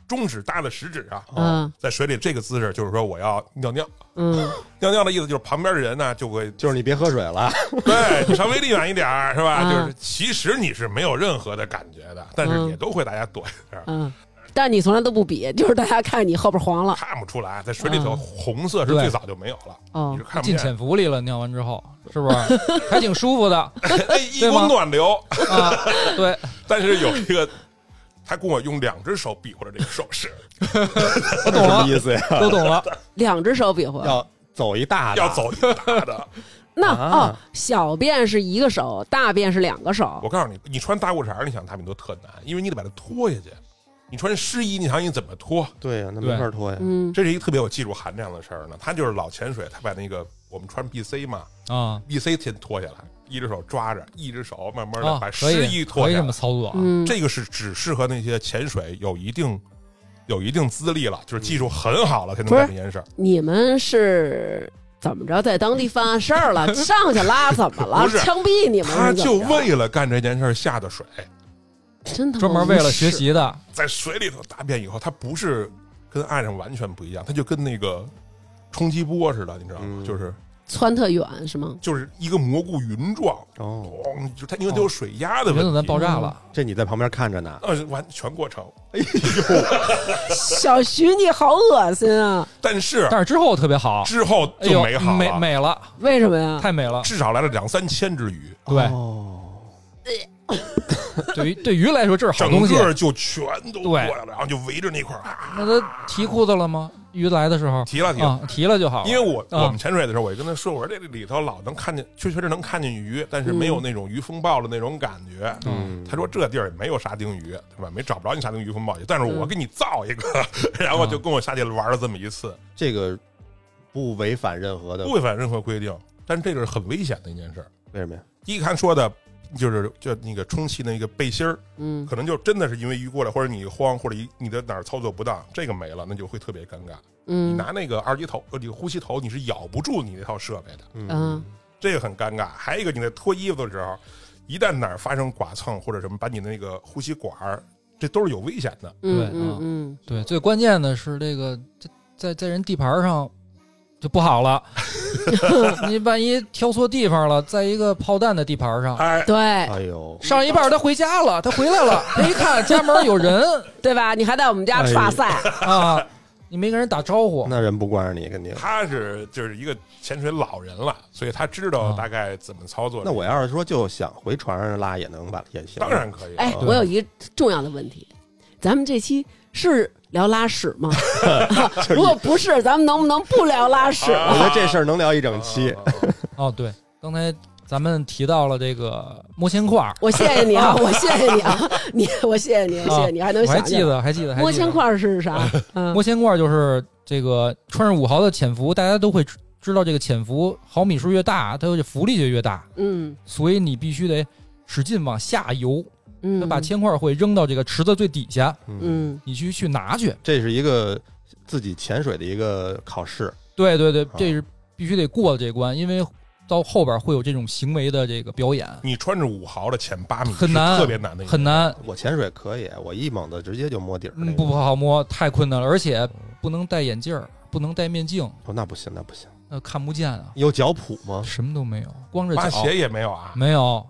中指搭在食指上，嗯在水里这个姿势，就是说我要尿尿。嗯，尿尿的意思就是旁边的人呢就会就是你别喝水了。对你稍微离远一点儿，是吧？啊就是其实你是没有任何的感觉的，但是嗯也都会大家躲一下，嗯，但你从来都不比，就是大家看你后边黄了看不出来，在水里头嗯红色是对最早就没有了，你哦是看不进见。潜伏里了，尿完之后是不是 还挺舒服的哎，一对吗股暖流，啊？对，但是有一个，他跟我用两只手比划着这个手 势，我这懂什么了，意思呀？ 都懂了。两只手比划。要走一啊大的要走一大的。 那啊哦，小便是一个手，大便是两个手我。告诉你，你穿大裤衩儿，你想他们都特难，因为你得把它脱下去。你穿湿衣，你想你怎么脱？嗯对呀，那没法脱呀。嗯这是一个特别有技术含量的事儿呢。他就是老潜水，他把那个我们穿 BC 嘛啊，BC 先脱下来，一只手抓着，一只手慢慢的啊把，可湿衣以脱可以下这来么。操作啊。嗯，这个是只适合那些潜水有一定有一定资历了，就是技术很好了才能不是干这件事儿。你们是怎么着在当地犯案事儿 了？上去拉怎么了不？是枪毙你们他是怎就么着？为了干这件事儿下的水，真他妈专门为了学无耻。习的，在水里头大便以后，它不是跟岸上完全不一样，它就跟那个冲击波似的，你知道吗？嗯就是窜特远是吗？就是一个蘑菇云状，哦，咣，就它因为它有水压的原问子弹题，爆炸了，嗯这你在旁边看着呢。呃，完全过程。哎 小徐，你好恶心啊！但是但是之后特别好，之后哎就呦，没好美了，嗯美了，为什么呀？太美了。至少来了两三千只鱼，对，哦，对于对鱼来说这是好整东西。个就全都对过来了，然后就围着那块儿啊，那他提裤子了吗？鱼来的时候提了提了。啊，提了就好了。因为我、啊我们潜水的时候，我就跟他说，我说这里头老能看见，确确实能看见鱼，但是没有那种鱼风暴的那种感觉。嗯他说这地儿也没有沙丁鱼，对吧？没找不着你沙丁鱼风暴去，但是我给你造一个， 然后就跟我下去玩了这么一次，这个不违反任何的不，违反任何规定。但是这个是很危险的一件事儿。为什么呀？第一看说的就是就那个充气那个背心儿，嗯可能就真的是因为鱼过来，或者你慌，或者一你的哪儿操作不当，这个没了，那就会特别尴尬。你嗯拿那个二级头，呃，你呼吸头，你是咬不住你那套设备的。嗯这个很尴尬。还有一个，你在脱衣服的时候，一旦哪儿发生剐蹭或者什么，把你那个呼吸管儿，这都是有危险的。嗯对啊嗯嗯，对，最关键的是这个这在在人地盘上就不好 了，你万一挑错地方了，在一个炮弹的地盘上，哎，对啊哎呦，上一半儿他回家了，他回来 了，他一看家门有人对吧？你还在我们家哎耍赛，啊，你没跟人打招呼，那人不惯着你，肯定。他是就是一个潜水老人了，所以他知道啊大概怎么操作。那我要是说就想回船上拉，也能把也行。当然可以。哎，对我有一个重要的问题，咱们这期是聊拉屎 吗？如果不是，咱们能不能不聊拉 屎我啊了？觉得这事儿能聊一整期。啊，啊哦，对，刚才咱们提到了这个摸铅块儿，我谢谢你啊，我谢谢你啊，你我谢谢你，我谢谢你，还能啊我还想记起来得，还记得，啊还摸记得铅，块是啥？嗯摸铅块儿就是这个穿上五毫的潜伏，大家都会知知道这个潜伏毫米数越大，它的浮力就越大，嗯所以你必须得使劲往下游，它嗯，把铅块儿会扔到这个池子最底下，嗯你去去拿去。这是一个自己潜水的一个考试。对对对啊，这是必须得过这关，因为到后边会有这种行为的这个表演，你穿着五毫的潜八米，很难是特别难的一个，很难，我潜水可以，我一猛子直接就摸底儿那种。嗯，不不好摸，太困难了，而且不能戴眼镜儿，不能戴面镜，哦，那不行，那不行。那看不见啊，有脚蹼吗？什么都没有，光着挖脚鞋也没有啊。没有，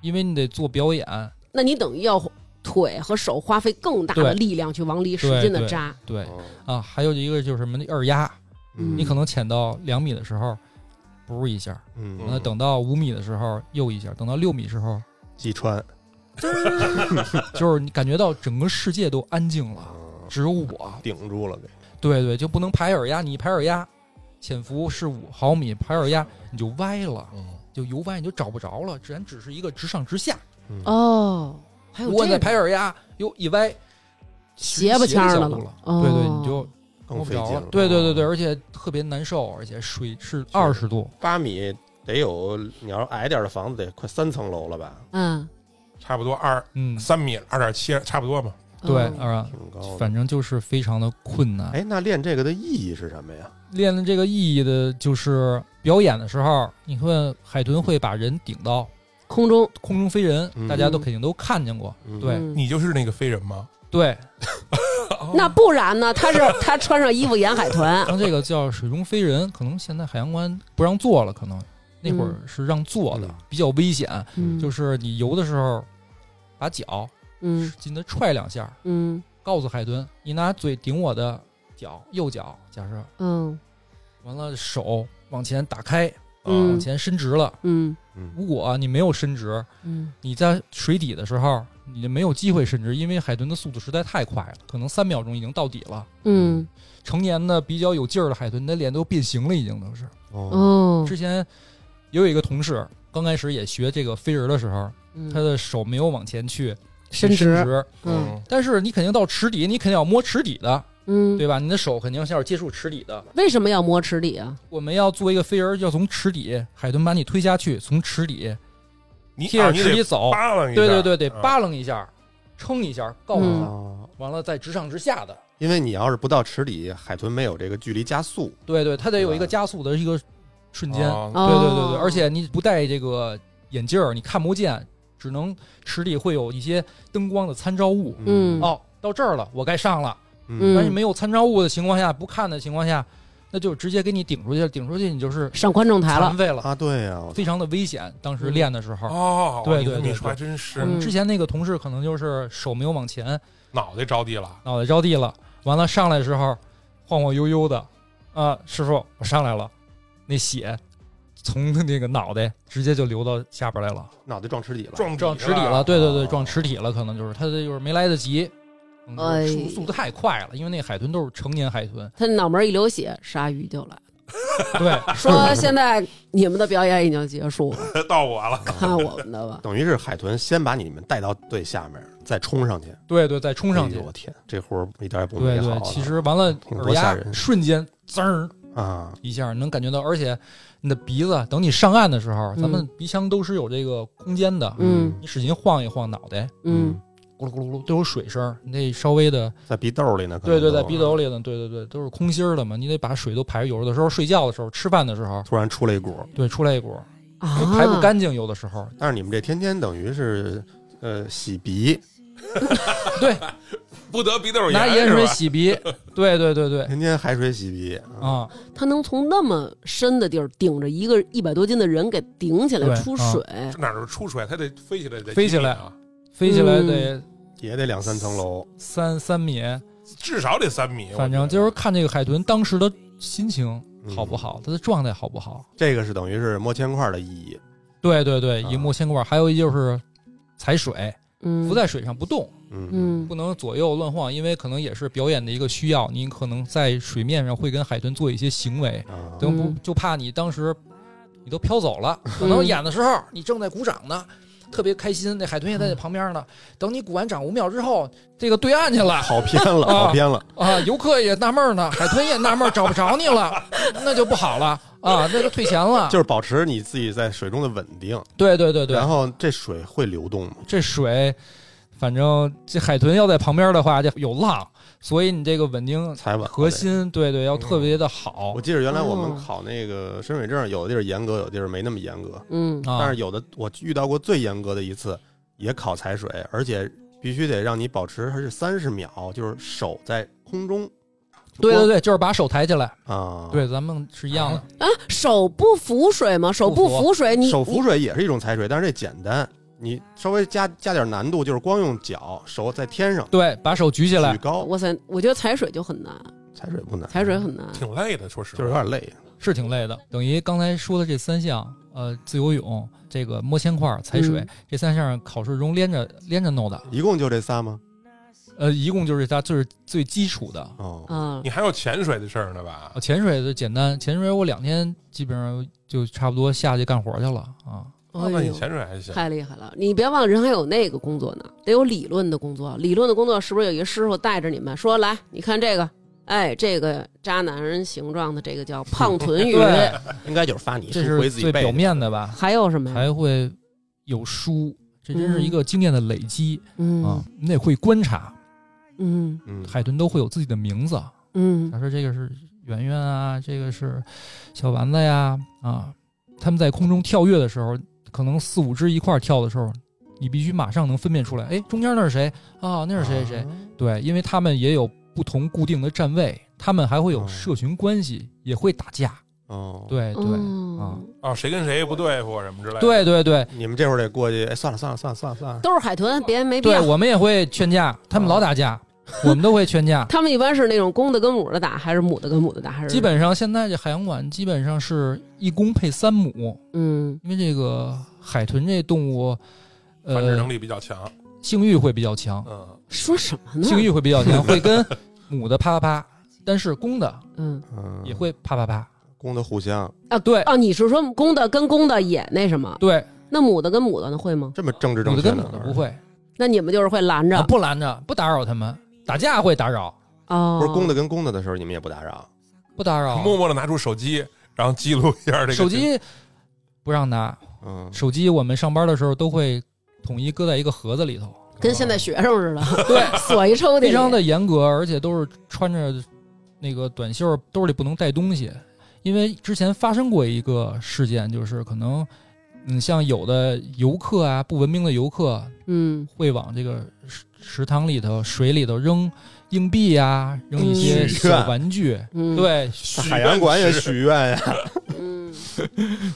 因为你得做表演，那你等于要腿和手花费更大的对力量去往里使对劲的对扎，对哦啊，还有一个就是什么那二压，嗯你可能潜到两米的时候，不是一下，嗯那等到五米的时候又一下，等到六米时候，击穿。 就是你感觉到整个世界都安静了，嗯只有我顶住了给。对对，就不能排耳压，你一排耳压，潜伏是五毫米，排耳压你就歪了，嗯，就由歪你就找不着了，只然只是一个直上直下。哦，还有如果你这在个排耳压，哟一歪，斜巴腔儿的斜角度了了，哦对对，你就摸更不费着劲了了。。对对对对，，而且特别难受，而且水是二十度，八米得有，你要是矮点儿的房子得快三层楼了吧？嗯，差不多二嗯，三米，二点七，差不多嘛。对嗯啊，挺高的。反正就是非常的困难。哦哎，那练这个的意义是什么呀？练的这个意义的就是表演的时候，你看海豚会把人顶到空中空中飞人，嗯大家都肯定都看见过。嗯对嗯你就是那个飞人吗？对，那不然 呢？他是他穿上衣服演海豚，当这个叫水中飞人，可能现在海洋馆不让做了，可能那会儿是让做的，嗯比较危险。 嗯就是你游的时候，把脚嗯使劲的踹两下，嗯告诉海豚，你拿嘴顶我的脚，右脚，假设嗯完了手往前打开，往嗯前伸直了。嗯嗯如果你没有伸直，嗯你在水底的时候，你就没有机会伸直，因为海豚的速度实在太快了，可能三秒钟已经到底了。嗯成年的比较有劲儿的海豚，那脸都变形了，已经都是。哦，哦，之前也有一个同事，刚开始也学这个飞人的时候，嗯他的哦手没有往前去伸直，直，嗯但是你肯定到池底，你肯定要摸池底的，嗯，对吧？你的手肯定是要接触池底的。为什么要摸池底啊？我们要做一个飞人，要从池底，海豚把你推下去，从池底你贴啊着你池底得走，扒拉一下，对对对，得啊扒楞一下，撑一下，告诉嗯他。哦完了再直上直下的，因为你要是不到池底，海豚没有这个距离加速，对对，它得有一对个吧加速的一个瞬间，啊对哦对对对，而且你不戴这个眼镜儿，你看不见，只能池里会有一些灯光的参照物。嗯哦，到这儿了，我该上了。嗯但是嗯没有参照物的情况下，不看的情况下，那就直接给你顶出去了，顶出去你就是上观众台残了，废了，啊，对呀，我非常的危险。当嗯时练的时候，哦，嗯对你对这么对一说还对真是我们嗯之前那个同事可能就是手没有往前，脑袋着地了，脑袋着地了。完了上来的时候，晃晃悠悠的，啊，师傅，我上来了，那血从那个脑袋直接就流到下边来了，脑袋撞池底了，撞撞池池底了。，对对对，哦撞池底了，可能就是他这就是没来得及，嗯哎，速速度太快了，因为那海豚都是成年海豚 他脑门一流血，鲨鱼就来了 对，说现在你们的表演已经结 束了， 到我了，看我们的吧。等于是海豚先把你们带到最下面，再冲上去，对对，再冲上去哎呦，我天，这活儿一点也不对美好对了。，其实完了挺耳多吓压人瞬间滋儿啊，一下能感觉到，而且你的鼻子，等你上岸的时候，嗯咱们鼻腔都是有这个空间的，嗯你使劲晃一晃脑袋，嗯，咕噜咕噜咕噜都有水声儿，你得稍微的，在鼻窦里呢，可对能对，都在鼻斗里呢，对对对，都是空心儿的嘛，你得把水都排。有的时候睡觉的时候、吃饭的时候，突然出了一股。对，出来一股，啊就，排嗯不干净。有的时候，但是你们这天天等于是呃洗鼻，对，不得鼻窦拿炎盐是水吧？洗鼻，对对对对，天天海水洗鼻啊，啊，他能从那么深的地儿顶着一个一百多斤的人给顶起来对出啊水，这哪儿出水，它得飞起来，得飞起几米来啊，飞起嗯来得也得两三层楼。三三米，至少得三米。反我正觉得就是看这个海豚当时的心情嗯好不好，它的状态好不好。这个是等于是摸铅块的意义，对对对，啊一摸仙罐，还有一就是踩水，嗯，浮在水上不动。嗯嗯不能左右乱晃，因为可能也是表演的一个需要。你可能在水面上会跟海豚做一些行为，啊，等不嗯就怕你当时你都飘走了，可能演的时候你正在鼓掌呢。特别开心，那海豚也在你旁边呢。等你鼓完掌五秒之后，这个对岸去了跑偏 了，啊跑偏了，啊，游客也纳闷呢，海豚也纳闷找不着你了，那就不好了啊，那就退钱了。就是保持你自己在水中的稳定。对对对对，然后这水会流动吗？这水，反正这海豚要在旁边的话，这有浪，所以你这个稳定才稳。核。心，对对，要特别的好我记得原来我们哦考那个深水证，有的地儿严格，有的地儿没那么严格。嗯啊。但是有的我遇到过最严格的一次，也考踩水，而且必须得让你保持还是三十秒，就是手在空中对对对，就是把手抬起来，啊。，对，咱们是一样的。啊，手不浮水吗？手不浮水，你手浮水也是一种踩水，但是这简单，你稍微加加点难度，就是光用脚手在天上对，把手举起举来，高，哇塞，我觉得踩水就很难，踩水不难，踩水很难。挺累的，说实话，就是有点累。是挺累的。等于刚才说的这三项，呃，自由泳、这个摸铅块、踩水、嗯这三项考试中连着连着弄的，一共就这仨吗？呃，一共就是它就是最基础的。哦，啊你，还有潜水的事儿呢吧呃？潜水就简单，潜水我两天基本上就差不多下去干活去了啊。啊哎那你呦潜水还行，太厉害了！你别忘了，人还有那个工作呢，得有理论的工作。理论的工作是不是有一个师傅带着你们说来？你看这个，哎，这个渣男人形状的这个叫胖臀鱼，对应该就是发你这书回是自己最背嗯表面的吧？还有什么呀？还会有书，这真是一个经验的累积啊嗯！你得会观察，嗯嗯，海豚都会有自己的名字，嗯假设这个是圆圆啊，这个是小丸子呀啊，他们在空中跳跃的时候，可能四五只一块儿跳的时候，你必须马上能分辨出来，哎，中间那是谁啊？那是谁谁谁？对，因为他们也有不同固定的站位，他们还会有哦社群关系，也会打架。哦，，对对、啊哦，啊，谁跟谁不对付啊什么之类的。对对对你们这会儿得过去，哎，算了算了算了算了算了，都是海豚，别没必对，要。。我们也会劝架，他们老打架，我们都会劝架他们一般是那种公的跟母的打，还是母的跟母的 打？还是基本上现在这海洋馆基本上是一公配三母，嗯因为这个海豚这动物，繁殖呃能，力比较强，性欲会比较强，嗯，说什么呢？性欲会比较 强，会跟母的啪啪啪，但是公的嗯嗯，也会啪啪啪。公的互相啊对啊，你是说公的跟公的也那什么？对，那母的跟母的呢会吗？这么政治正母的确跟呢母的不，会，那你们就是会拦着啊不拦着，不打扰他们。打架会打扰，哦，不是公的跟公的的时候，你们也不打扰，不打扰。默默的拿出手机，然后记录一下这个哦手机不让拿，嗯，手机我们上班的时候都会统一搁在一个盒子里头，跟现在学生似的，对， 锁一抽屉里。非常的严格，而且都是穿着那个短袖，兜里不能带东西，因为之前发生过一个事件，就是可能，嗯，像有的游客啊，不文明的游客嗯会往这个食食堂里头、水里头扔硬币呀、扔一些嗯许小愿玩具，嗯，对，许愿海洋馆也池许愿 呀，嗯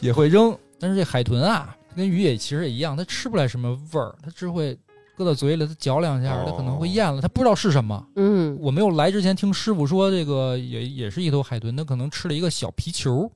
也会扔。但是这海豚啊，跟鱼也其实也一样，它吃不来什么味儿，它只会搁到嘴里，它嚼两下，它可能会咽了，它不知道是什么。嗯我没有来之前听师傅说，这个也也是一头海豚，它可能吃了一个小皮球，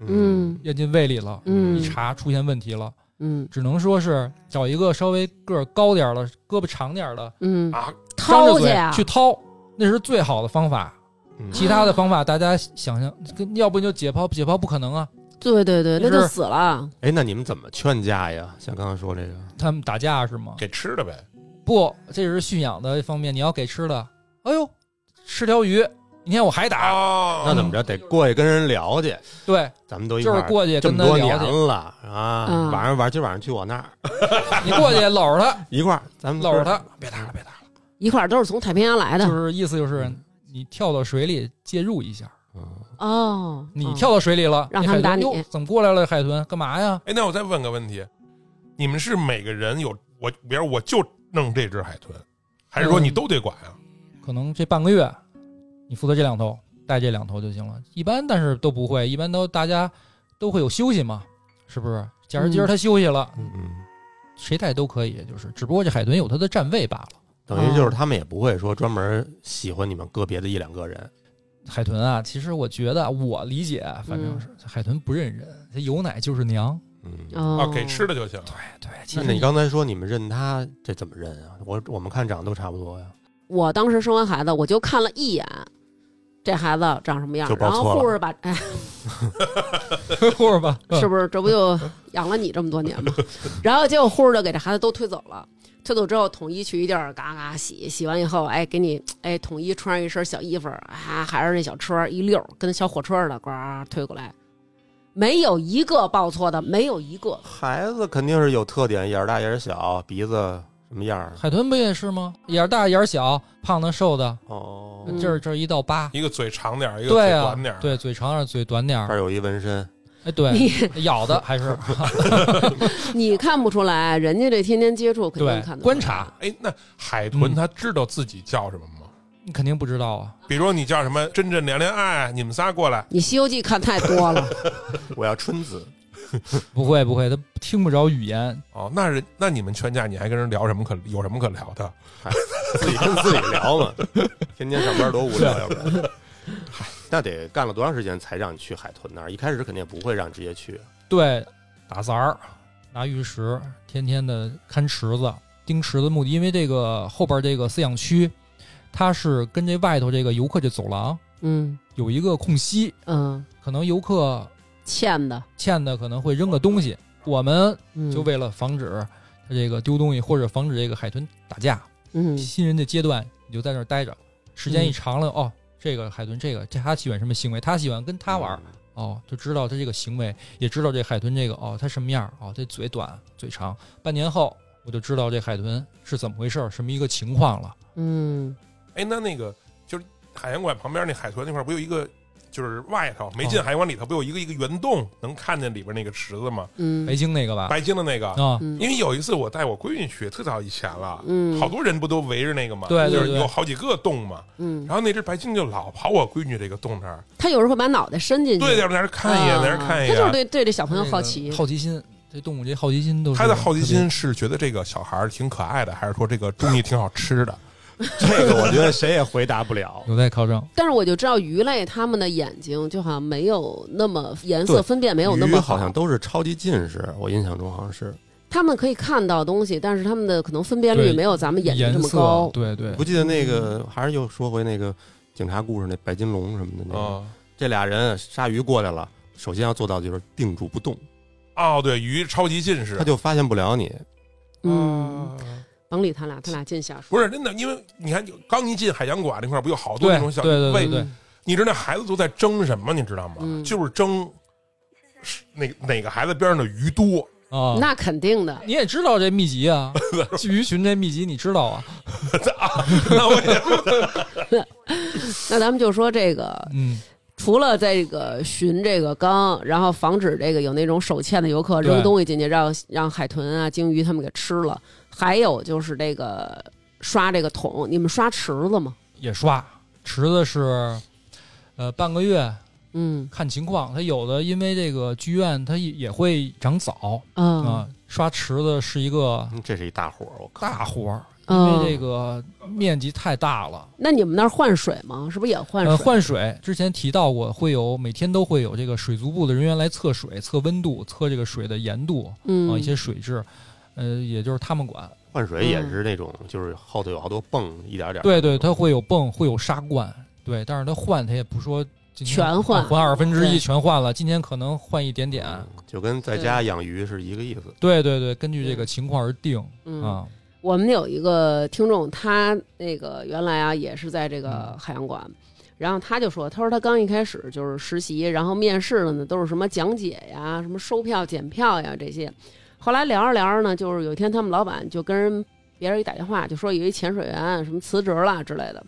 嗯咽进胃里了，嗯一查出现问题了，嗯只能说是找一个稍微个儿高点儿的、胳膊长点儿的，嗯，啊，张掏着去嘴啊，去掏，那是最好的方法。嗯其他的方法大家想想，跟要不就解剖，解剖不可能啊，对对对，那就就是死了。哎，那你们怎么劝架呀？像刚刚说这个，他们打架是吗？给吃的呗，不，这是驯养的方面，你要给吃的，哎呦，吃条鱼，明天我还打，啊那怎么着得过去跟人聊去，对，咱们都一块就是儿过去这跟么他多聊年去，了嗯啊，晚上玩今晚上去我那儿你过去搂着他，一块儿，咱们搂着他，别打了，别打了，一块儿都是从太平洋来的就是意思就是你跳到水里介入一下，嗯哦。你哦跳到水里了，让他们打你海豚哟怎么过来了？海豚干嘛呀？哎，那我再问个问题，你们是每个人有我，比如我就弄这只海豚，还嗯是说你都得管啊？可能这半个月你负责这两头，带这两头就行了。一般但是都不会，一般都大家都会有休息嘛，是不是？假如今儿他休息了，嗯，谁带都可以，就是只不过这海豚有它的站位罢了。等于就是他们也不会说专门喜欢你们个别的一两个人，海豚啊，其实我觉得我理解，啊反正是海豚不认人，它有奶就是娘。嗯。哦啊，，给吃的就行。哎，对，其那实你刚才说你们认他，这怎么认啊？我我们看长得都差不多呀。我当时生完孩子，我就看了一眼这孩子长什么样就，报然错了后护士把，哎， 会儿吧，嗯是不是这不 就养了你这么多年吗？ 然后结果护士就给这孩子都推走了。推走之后，统一去一地儿，嘎嘎洗，洗完以后，哎，给你，哎，统一穿上一身小衣服，啊，还是那小车一溜儿，跟小火车似的，呱推过来，没有一个报错的，没有一 个。孩子肯定是有特点，眼儿大眼儿小，鼻子什么样儿？海豚不也是吗？眼儿大眼儿小，胖的瘦的，哦，嗯这儿这儿一道疤。一个嘴长点儿，一个嘴对啊短点，儿，对，嘴长点儿，嘴短点这儿儿，有一纹身，哎，对，你咬的 还是你看不出来，人家这天天接触肯定对看得出来观察，，哎，那海嗯豚它知道自己叫什么吗？你肯定不知道啊。比如你叫什么真真恋恋爱，你们仨过来，你《西游记》看太多了， 我要春子。 不会不会，他听不着语言，哦，那人那你们劝架，你还跟人聊什么可有什么可聊的？自己跟自己聊 嘛，天天上班多无聊，要不然。嗨，那得干了多长时间才让你去海豚那儿？一开始肯定也不会让你直接去。对， 打杂儿，拿玉石，天天的看池子、盯池子目的，因为这个后边这个饲养区，它是跟这外头这个游客这走廊嗯有一个空隙，嗯，可能游客欠的，欠的可能会扔个东西，我们嗯，就为了防止它这个丢东西或者防止这个海豚打架，嗯新人的阶段你就在那儿待着，时间一嗯长了，哦，这个海豚这个这它喜欢什么行为，它喜欢跟它玩嗯儿。哦，就知道它这个行为，也知道这海豚这个哦，它什么样儿哦，这嘴短嘴长。半年后我就知道这海豚是怎么回事儿，什么一个情况了。嗯，哎，那那个就是海洋馆旁边那海豚那块儿不有一个，就是外头没哦进海洋馆里头不有一个一个圆洞，能看见里边那个池子吗？嗯白鲸那个吧，白鲸的那个。啊，嗯哎因为有一次我带我闺女去，特早以前了，嗯好多人不都围着那个嘛，对对就是对有好几个洞嘛。嗯，然后那只白鲸就老跑我闺女这个洞那儿，他有时候会把脑袋伸进去，对，在那儿看一眼，啊在那儿看一嗯他就是眼。对对这小朋友那个好奇，好奇心，对动物这好奇心都是他的好奇特别心是觉得这个小孩儿挺可爱的，还是说这个东西挺好吃的？ 这个我觉得谁也回答不了。有待考证。但是我就知道鱼类它们的眼睛就好像没有那么颜色对分 辨没有那鱼么好像都是超级近视，我印象中好像是，他们可以看到东西，但是他们的可能分辨率对没有咱们眼睛这颜么色高。啊对对，不记得那个还是又说回那个警察故事那白金龙什么的那个，哦嗯，这俩人啊鲨鱼过来了，首先要做到就是定住不动，哦，对，鱼超级近视他，就发现不了你。嗯，啊甭理他俩，他俩见下属。不是真的，因为你看，刚一进海洋馆那块儿，不有好多对那种小对对喂对，对，你知道那孩子都在争什么？你知道吗？嗯就是争是哪哪个孩子边上的鱼多。啊，那肯定的，你也知道这秘籍 啊，鱼群这秘籍你知道啊？那我也那咱们就说这个，嗯，除了这个寻这个缸，然后防止这个有那种手欠的游客对扔东西进去，让让海豚啊、鲸鱼他们给吃了，还有就是这个刷这个桶，你们刷池子吗？也刷池子是，呃，半个月嗯看情况，它有的因为这个剧院它也也会长藻嗯啊，刷池子是一个嗯这是一大伙儿，我靠！大活儿，因嗯，为这个面积太大了。那你们那儿换水吗？是不是也换水？呃，换水之前提到过，会有每天都会有这个水族部的人员来测水、测温度、测这个水的盐度啊、嗯，一些水质，呃，也就是他们管。换水嗯也是那种，就是后头有好多泵，一点点。对对，它会有泵，会有沙罐，对，但是它换它也不说今天全换啊换二分之对一全换了，今天可能换一点点。嗯，就跟在家养鱼是一个意思。对对对，根据这个情况而定嗯啊。我们有一个听众，他那个原来啊也是在这个海洋馆，然后他就说，他说他刚一开始就是实习，然后面试的呢都是什么讲解呀、什么收票、检票呀这些。后来聊着聊着呢，就是有一天他们老板就跟人别人一打电话，就说有一潜水员什么辞职了之类的。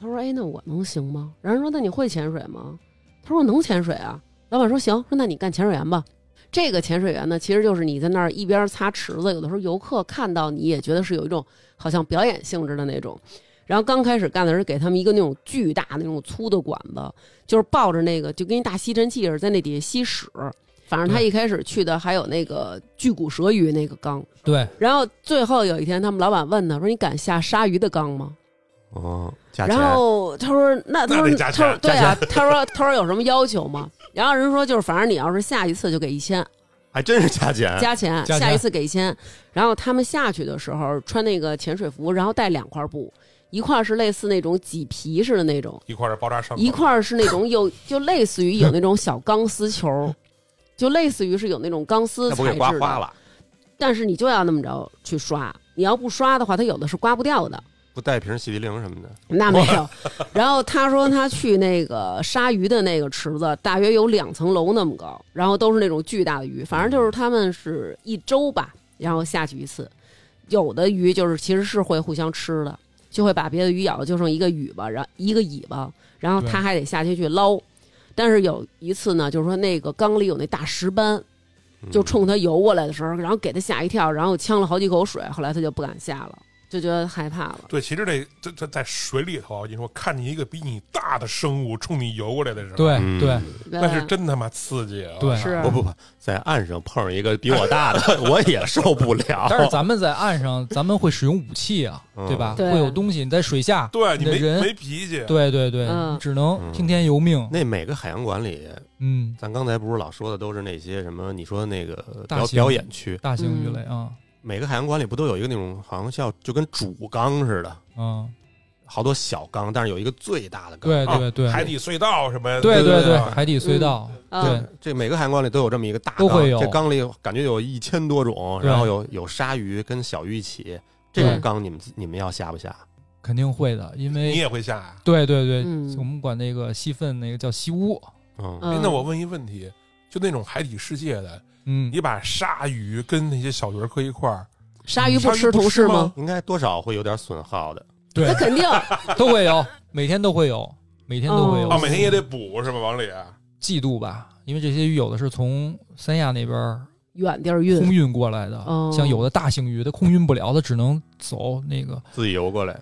他说：“哎，那我能行吗？”然后人说：“那你会潜水吗？”他说：“我能潜水啊。”老板说：“行，说那你干潜水员吧。”这个潜水员呢，其实就是你在那儿一边擦池子，有的时候游客看到你也觉得是有一种好像表演性质的那种。然后刚开始干的时候，给他们一个那种巨大那种粗的管子，就是抱着那个就跟一大吸尘器似的，在那底下吸屎。反正嗯他对一开始去的还有那个巨骨舌鱼那个缸，对，然后最后有一天，他们老板问他说：“你敢下鲨鱼的缸吗？”哦，加钱然。后他说：“那他说那得他加说钱对啊，他说他说有什么要求吗？”然后人说：“就是反正你要是下一次就给一千，还真是啊加钱。加钱，加钱下一次给一千。”然后他们下去的时候穿那个潜水服，然后带两块布，一块是类似那种麂皮似的那种，一块儿爆炸伤口一块是那 种有就类似于有那种小钢丝球，就类似于是有那种钢丝那不材给质刮的花了，但是你就要那么着去刷，你要不刷的话，它有的是刮不掉的。不带瓶洗涤灵什么的，那没有。 然后他说他去那个鲨鱼的那个池子，大约有两层楼那么高，然后都是那种巨大的鱼，反正就是他们是一周吧，然后下去一次。有的鱼就是其实是会互相吃的，就会把别的鱼咬的就剩一个尾巴，然后一个尾巴，然后他还得下去去捞。但是有一次呢，就是说那个缸里有那大石斑，嗯就冲他游过来的时候，然后给他吓一跳，然后呛了好几口水，后来他就不敢下了，就觉得害怕了。对，其实这这这在水里头啊，我跟你说，看见一个比你大的生物冲你游过来的时候，，对嗯啊对那是真他妈刺激啊！对。是不不不，在岸上碰上一个比我大 的，我也受不了。但是咱们在岸上， 咱们会使用武器啊，嗯对吧？对会有东西，你在水下，对你你的没人没脾气，对对对，嗯你只能听天由命。那每个海洋馆里，嗯，咱刚才不是老说的都是那些什么？你说那个大表型表演区，大型鱼类嗯啊，每个海洋馆里不都有一个那种好像叫就跟主缸似的，啊，好多小缸，但是有一个最大的缸。对啊对对，海底隧道什么，对对对，啊海底隧道，嗯对，这每个海洋馆里都有这么一个大都缸，会有这缸里感觉有一千多种，对然后有有鲨鱼跟小鱼一起，这种缸你们你们要下不下？肯定会的，因你为也会下啊呀？对对对，嗯我们管那个吸粪那个叫吸污，嗯，嗯哎那我问一问题，就那种海底世界的，嗯你，把鲨鱼跟那些小鱼儿搁一块儿，鲨鱼不鲨鱼吃不同吃事吗吗？应该多少会有点损耗的。 那肯 定，都会有，每天都会有，每天都会有哦啊，每天也得补是吧？往里啊季度吧，因为这些鱼有的是从三亚那边儿远地儿空运，运过来的，哦像有的大型鱼它空运不了，它只能走那个，自己游过来，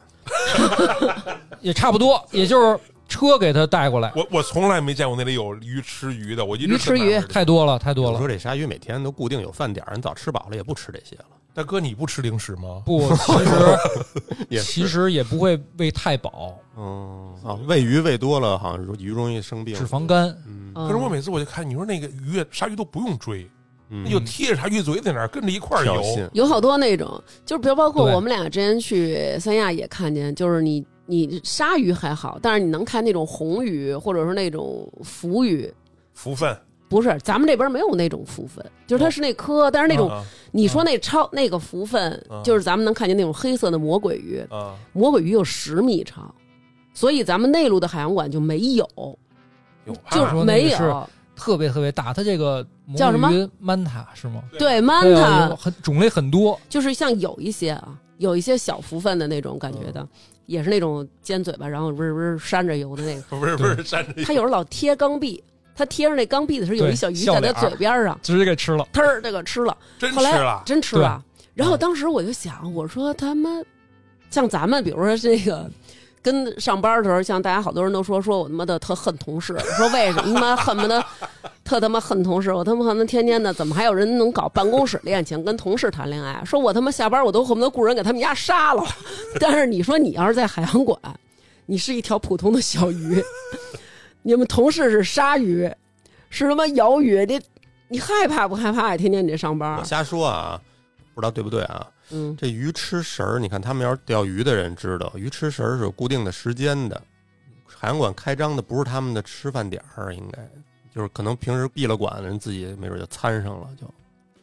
也差不多，也就是车给它带过来，我我从来没见过那里有鱼吃鱼的，我一直鱼吃鱼是这么太多了，太多我了说。这鲨鱼每天都固定有饭点儿，你早吃饱了也不吃这些了，大哥，你不吃零食吗？不，其实也是其实也不会喂太饱，嗯啊，喂鱼喂多了，好像鱼容易生病。脂肪啊肝。嗯，可可是我每次我就看，你说那个鱼啊鲨鱼都不用追，嗯那就贴着鲨鱼嘴在那儿跟着一块儿挑游。衅，啊有好多那种，就是比如包括对我们俩之前去三亚也看见，就是你你鲨鱼还好，但是你能看那种红鱼或者是那种浮鱼，福分，不是咱们这边没有那种浮粉，就是它是那颗，但是那种、哦啊你说那超、那个浮粉，嗯就是咱们能看见那种黑色的魔鬼鱼，啊，魔鬼鱼有十米长，所以咱们内陆的海洋馆就没有，有就啊是说那没个有。特别特别大，它这个魔叫什么鱼曼塔是吗？对对啊， ，manta 有很种类很多，就是像有一些啊，有一些小浮粉的那种感嗯觉的，也是那种尖嘴巴，然后不是不是扇着游的 那个。不是不是山里它有时候老贴钢壁，它贴着那钢壁的时候，有哎对一小鱼笑在它脸儿嘴边上，直接给吃了。嘚儿这个吃了，真吃后来了，真吃了。然后当时我就想，我说他们像咱们，比如说这个。跟上班的时候，像大家好多人都说，说我他妈的特恨同事，说为什么他妈 恨不得特他妈恨同事，我他妈恨他天天的，怎么还有人能搞办公室恋情，跟同事谈恋爱？说我他妈下班我都恨不得雇人给他们家杀了。但是你说你要是在海洋馆，你是一条普通的小鱼， 你们同事是鲨鱼，是他妈鳐鱼，你你害怕不害怕呀？啊天天你这上班我，瞎说啊，不知道对不对啊？嗯，这鱼吃食儿，你看他们要是钓鱼的人知道，鱼吃食儿是有固定的时间的。海洋馆开张的不是他们的吃饭点儿，应该就是可能平时闭了馆的人自己没准就掺上了，就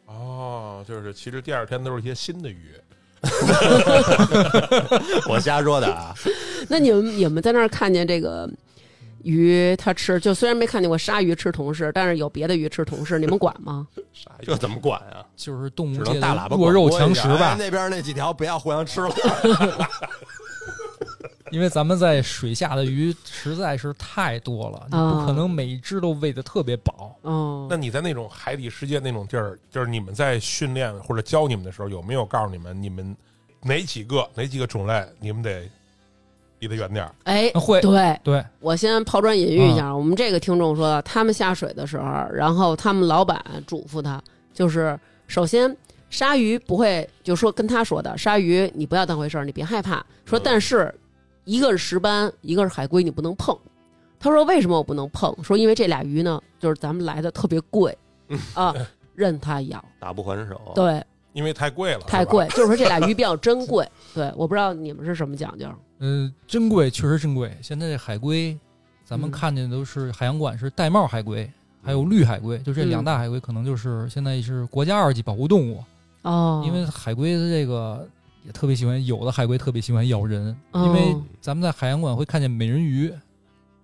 哦，就是其实第二天都是一些新的鱼，我瞎说的啊。 那你们你们在那儿看见这个鱼，它吃就虽然没看见过鲨鱼吃同事，但是有别的鱼吃同事，你们管吗？鲨鱼这怎么管啊？就是动只物能界大的喇叭弱肉强食广播一下哎吧，那边那几条不要互相吃了。因为咱们在水下的鱼实在是太多了，你啊不可能每一只都喂得特别饱。哦那，你在那种海底世界那种地儿，就是你们在训练或者教你们的时候，有没有告诉你们你们哪几个哪几个种类你们得离得远点儿？哎，会对对，我先抛砖引玉一下，我们这个听众说，他们下水的时候，然后他们老板嘱咐他，就是首先。鲨鱼不会，就说跟他说的，鲨鱼你不要当回事儿，你别害怕。说嗯但是，一个是石斑，一个是海龟，你不能碰。他说为什么我不能碰？说因为这俩鱼呢，就是咱们来的特别贵啊，任它咬。打不还手，对，因为太贵了，太是吧贵，就是说这俩鱼比较珍贵。对，我不知道你们是什么讲究。嗯、珍贵确实珍贵。现在这海龟，咱们嗯看见的都是海洋馆是玳瑁海龟，还有绿海龟，就这嗯两大海龟，可能就是现在是国家二级保护动物，哦因为海龟的这个。也特别喜欢，有的海龟特别喜欢咬人，哦因为咱们在海洋馆会看见美人鱼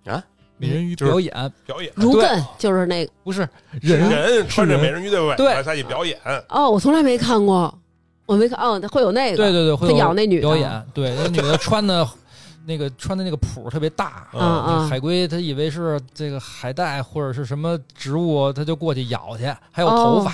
啊，美人鱼就是表演、表演。如对艮就是那个不是是人人穿着人美人鱼的尾巴对下去表演，哦，我从来没看过，我没看哦，会有那个，对对对，会他有咬那女的啊表演，对，那女的穿的那个穿的那个谱儿特别大。嗯嗯海龟它以为是这个海带或者是什么植物，它就过去咬去，还有头发。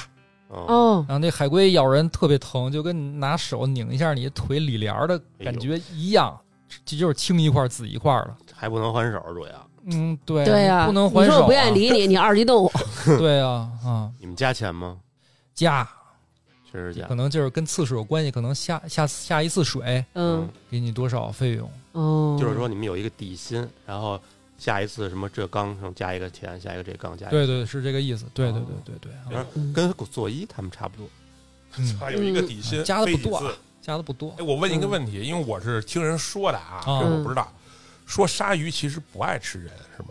哦，哦，然后那海龟咬人特别疼，就跟你拿手拧一下你腿里帘儿的感觉一样，这就是青一块儿紫一块儿了。还不能还手，主要嗯，对，对呀，不能还你手、啊。说我不愿意 理你，你二级动物。对啊，啊，你们加钱吗？加确实加可。能就是跟次数有关系，可能下下下一次水嗯，给你多少费用。哦，就是说你们有一个底薪，然后下一次什么这缸上加一个钱，下一个这缸加一个，对对，是这个意思。对对对对对，啊然后嗯，跟佐伊他们差不多。嗯还有一个底薪，加的不飞几多次啊嗯加的不多哎，。我问一个问题，因为我是听人说的啊，啊这我不知道。说鲨鱼其实不爱吃人是吗？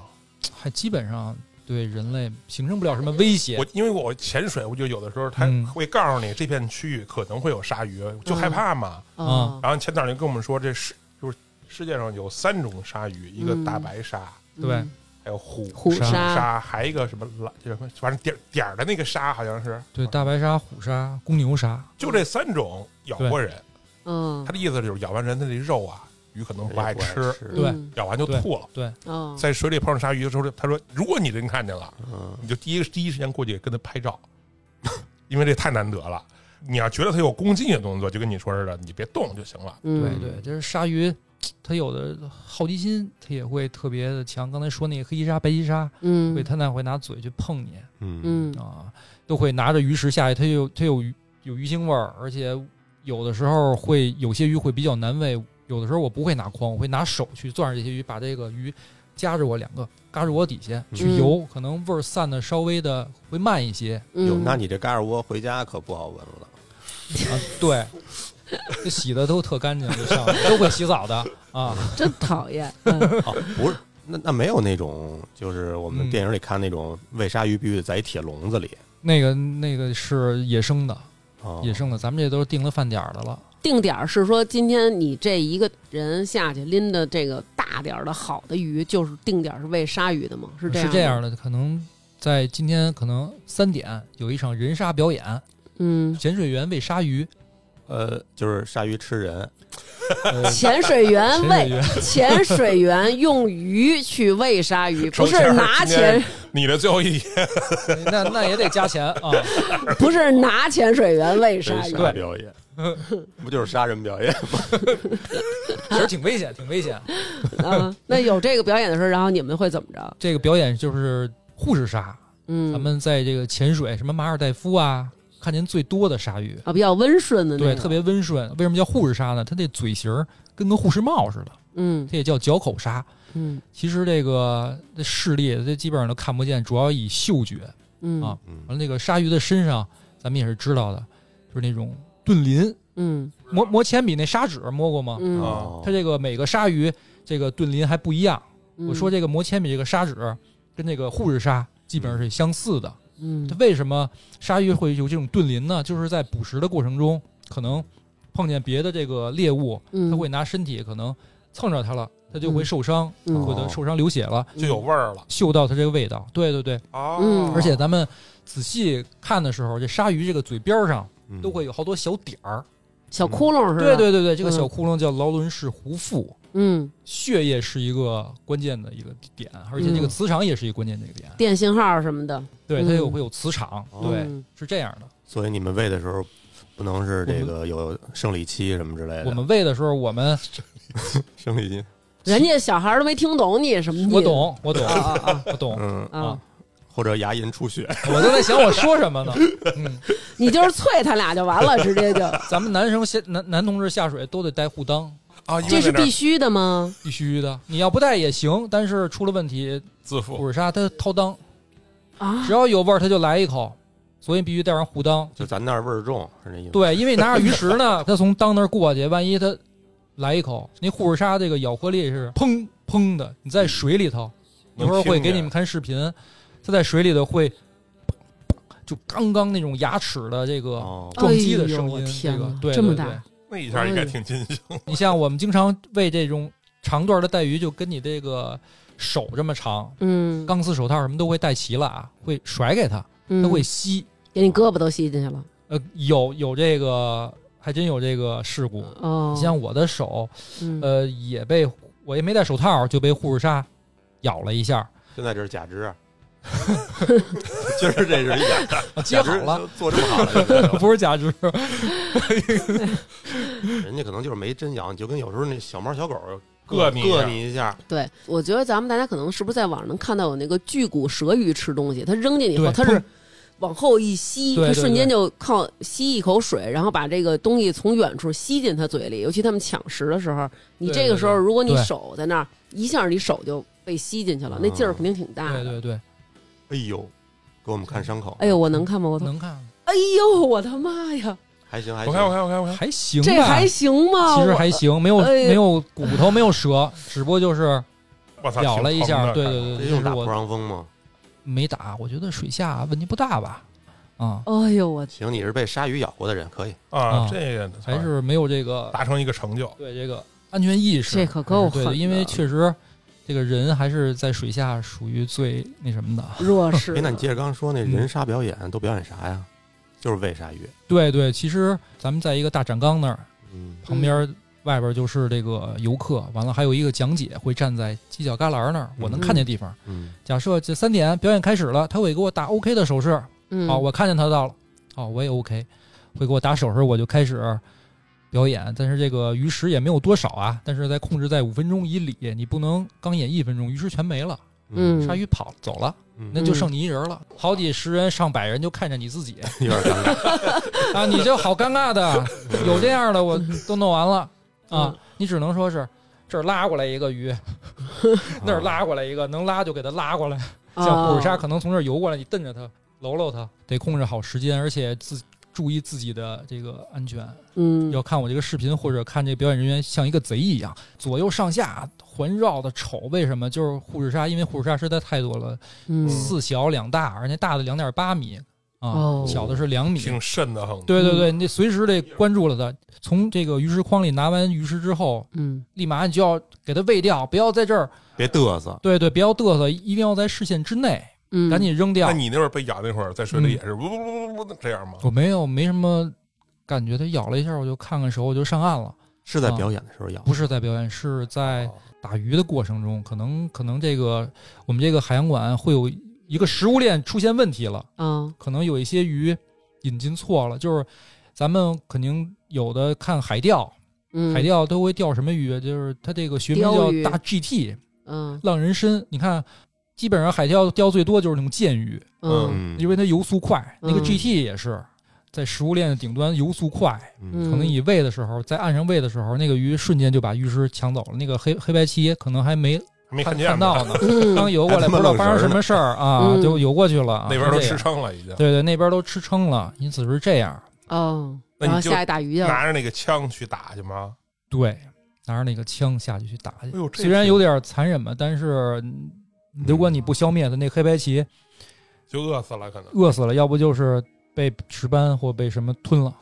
还基本上对人类形成不了什么威胁我。因为我潜水，我就有的时候它嗯会告诉你这片区域可能会有鲨鱼，就害怕嘛。哦，然后前导就跟我们说，这是就是世界上有三种鲨鱼，一个大白鲨，嗯对，还还有虎虎鲨鲨鲨，还一个什么蓝，叫什么，反正点儿点儿的那个鲨好像是，对，大白鲨、虎鲨、公牛鲨，就这三种咬过人，嗯他，的意思就是咬完人的这肉啊，鱼可能人不家爱不爱吃，吃，对嗯咬完就吐了。对，哦，在水里碰上鲨鱼的时候，他说：“如果你真看见了，嗯，你就第一第一时间过去跟他拍照， 因为这太难得了。你要觉得它有攻击你的动作，就跟你说似的，你别动就行了。嗯对对，就是鲨鱼，它有的好奇心，它也会特别的强。刚才说那个黑鳍鲨、白鳍鲨，嗯会它那会拿嘴去碰你嗯嗯啊，都会拿着鱼食下去，它有它有鱼有鱼腥味儿，而且有的时候会有些鱼会比较难喂，有的时候我不会拿筐，我会拿手去攥着这些鱼，把这个鱼夹着我两个，嘎着我底下去嗯游，可能味儿散的稍微的会慢一些，嗯，有，那你这嘎吱窝回家可不好闻了。啊，对， 这洗的都特干净，就上来都会洗澡的啊，真讨厌。嗯哦，不是，那那没有那种，就是我们嗯电影里看那种喂鲨鱼必须得在一铁笼子里。那个那个是野生的，哦，野生的，咱们这都是定了饭点儿的了，定点儿是说，今天你这一个人下去拎的这个大点儿的好的鱼，就是定点儿是喂鲨鱼的吗？是这是样，这样，的，可能在今天可能三点有一场人鲨表 演，嗯，潜水员喂鲨鱼，呃，就是鲨鱼吃人， 呃潜水员潜水喂员潜水员用鱼去喂鲨 鱼，不抽是签儿拿今天潜，你的最后一 天，那那也得加钱啊， 不是拿潜水员喂鲨 鱼。鲨表 演，不就是杀人 表演？其实挺危险，挺危险。啊，那有这个表演的时候，然后你们会怎么着？这个表演就是护士鲨，嗯，咱们在这个潜水什么马尔代夫啊，看见最多的鲨鱼，啊比较温顺的那对，种特别温顺。为什么叫护士鲨呢？它这嘴型儿跟个护士帽似的，嗯它也叫嚼口鲨。嗯其实这个这视力这基本上都看不见，主要以嗅觉。嗯啊嗯，完了，那个鲨鱼的身上，咱们也是知道的，就是那种钝鳞，嗯磨磨铅笔那砂纸摸过吗？嗯啊哦它这个每个鲨鱼这个钝鳞还不一样。嗯，我说这个磨铅笔这个砂纸，跟那个护士鲨基本上是相似的。嗯它为什么鲨鱼会有这种钝鳞呢？就是在捕食的过程中，可能碰见别的这个猎物，嗯它会拿身体可能蹭着它了，它就会嗯受伤，哦嗯或者受伤流血了，就有味儿了。嗅到它这个味道。对对对，哦嗯，而且咱们仔细看的时候，这鲨鱼这个嘴边儿上嗯都会有好多小点儿。小窟窿是吧？对对对对，这个嗯小窟窿叫劳伦氏胡腹。嗯，血液是一个关键的一个点，而且这个嗯磁场也是一个关键的一个点。电信号什么的，对，它有嗯会有磁场，哦对，嗯是这样的。所以你们喂的时候不能是这个有生理期什么之类的。我们喂的时候，我们生理期，人家小孩儿都没听懂你什么意思。我懂，我懂啊，啊啊我懂，嗯，啊！或者牙龈出血，我都在想我说什 么呢。嗯，你就是啐他俩就完了，直 接就，咱们男生下男男同志下水都得带护裆，啊，因这为是在那必儿须的吗？必须的。你要不带也行，但是出了问题，自负虎耳鲨它掏裆，啊只，要有味儿它就来一口，所以必须带上护裆。就咱那儿味儿重，是那意思。，对，因为拿着鱼食呢，它从裆那儿过去，万一它来一口，那护士鲨这个咬合力是砰砰的。你在水里头，嗯一会儿会给你们看视频，它在水里头会砰砰，就刚刚那种牙齿的这个哦，撞击的声哎呦我音，天这哪个对这么对大对那一下嗯应该挺尽兴。 你像我们经常喂这种长段的带鱼，就跟你这个手这么长，嗯，钢丝手套什么都会戴齐了啊，会甩给它，它嗯会吸。给你胳膊都吸进去了。呃，有有这个，还真有这个事故。哦，你像我的手，嗯，呃，也被我也没戴手套，就被护士鲨咬了一下，现在这是假 肢，啊今儿这是一假肢啊接假好肢了，做这么好了， 不是假肢，人家可能就是没真痒，就跟有时候那小猫小狗硌你你一下硌你一下，对，我觉得咱们大家可能是不是在网上能看到有那个巨骨舌鱼吃东西，它扔进去以后，对，它砰是往后一吸，对它对瞬间就靠吸一口水，然后把这个东西从远处吸进它嘴里。尤其他们抢食的时候，你对这个时候对对如果你对手在那儿，一下你手就被吸进去了，那劲儿肯定挺大嗯对的。对对，哎呦，给我们看伤口，哎呦，我能看吗？我操！能看哎呦，我他妈呀，还行还行，我看，我看，我看，我看，还嗯行这吧还，行吗？其实还行，没有哎呀没有骨头，没有折，只不过就是我操，咬了一下，挺疼的对看着对对，这这用是打破我伤风吗？没打，我觉得水下问题不大吧，啊，我。哎呦，我行，你是被鲨鱼咬过的人，可以。啊啊，这个还是没有这个达成一个成就。对这个安全意识，这可够狠对的对，因为确实这个人还是在水下属于最那什么的。弱势哎，那你接着刚刚说那嗯人鲨表演都表演啥呀？就是喂鲨鱼。对对，其实咱们在一个大展缸那儿，嗯旁边外边就是这个游客，完了还有一个讲解会站在犄角旮旯那儿，我能看见地方。嗯，假设这三点表演开始了，他会给我打 OK 的手势，哦嗯，啊好，我看见他到了，好，我也 OK，会给我打手势，我就开始表演。但是这个鱼食也没有多少啊，但是在控制在五分钟以里，你不能刚演一分钟，鱼食全没了，嗯鲨鱼跑了走了，嗯那就剩你一人了，好几十人上百人就看着你自己有点尴尬。啊，你这好尴尬 的，有这样的我都弄完了啊嗯，你只能说是。这儿拉过来一个鱼， 那儿啊拉过来一个，能拉就给它拉过来。哦像布尔鲨可能从这儿游过来，你瞪着它，搂搂它，得控制好时间，而且自注意自己的这个安全。嗯要看我这个视频或者看这表演人员像一个贼一样，左右上下环绕的瞅。为什么？就是护士鲨，因为护士鲨实在太多了，嗯四小两大，而且大的两点八米啊，哦小的是两米。挺瘆得慌的。对对对，你得随时得关注了它。从这个鱼食筐里拿完鱼食之后，嗯立马你就要给它喂掉，不要在这儿，别嘚瑟，对对，不要嘚瑟，一定要在视线之内，嗯，赶紧扔掉。那你那会儿被咬那会儿，在水里也是呜呜呜呜这样吗？啊嗯我没有，没什么感觉。它咬了一下，我就看看手，我就上岸了。是在啊表演的时候咬。不是在表演，是在打鱼的过程中，可能可能这个我们这个海洋馆会有一个食物链出现问题了，啊，可能有一些鱼引进错了，就是咱们肯定有的看海钓，嗯，海钓都会钓什么鱼？啊就是它这个学名鲷叫鱼大 GT 嗯浪人参，你看。基本上海钓钓最多就是那种剑鱼，嗯嗯，因为它游速快。那个嗯 GT 也是在食物链的顶端游速快，嗯可能嗯你喂的时候，在岸上喂的时候，那个鱼瞬间就把鱼食抢走了。那个黑黑白鳍可能还没没看看见到吧 呢，嗯刚游过还他来，不妈知道愣发生神什儿么事儿啊，嗯就游过去了啊。那边都是这吃样撑了已经。对对，那边都吃撑了，因此是这样。哦，那然后你就下去打鱼去了，拿着那个枪去打去吗？对，拿着那个枪下去去打去哎呦，这虽然是有点残忍吧，但是嗯如果你不消灭它，那黑白鳍就饿死了，可能饿死了，要不就是被石斑或被什么吞了，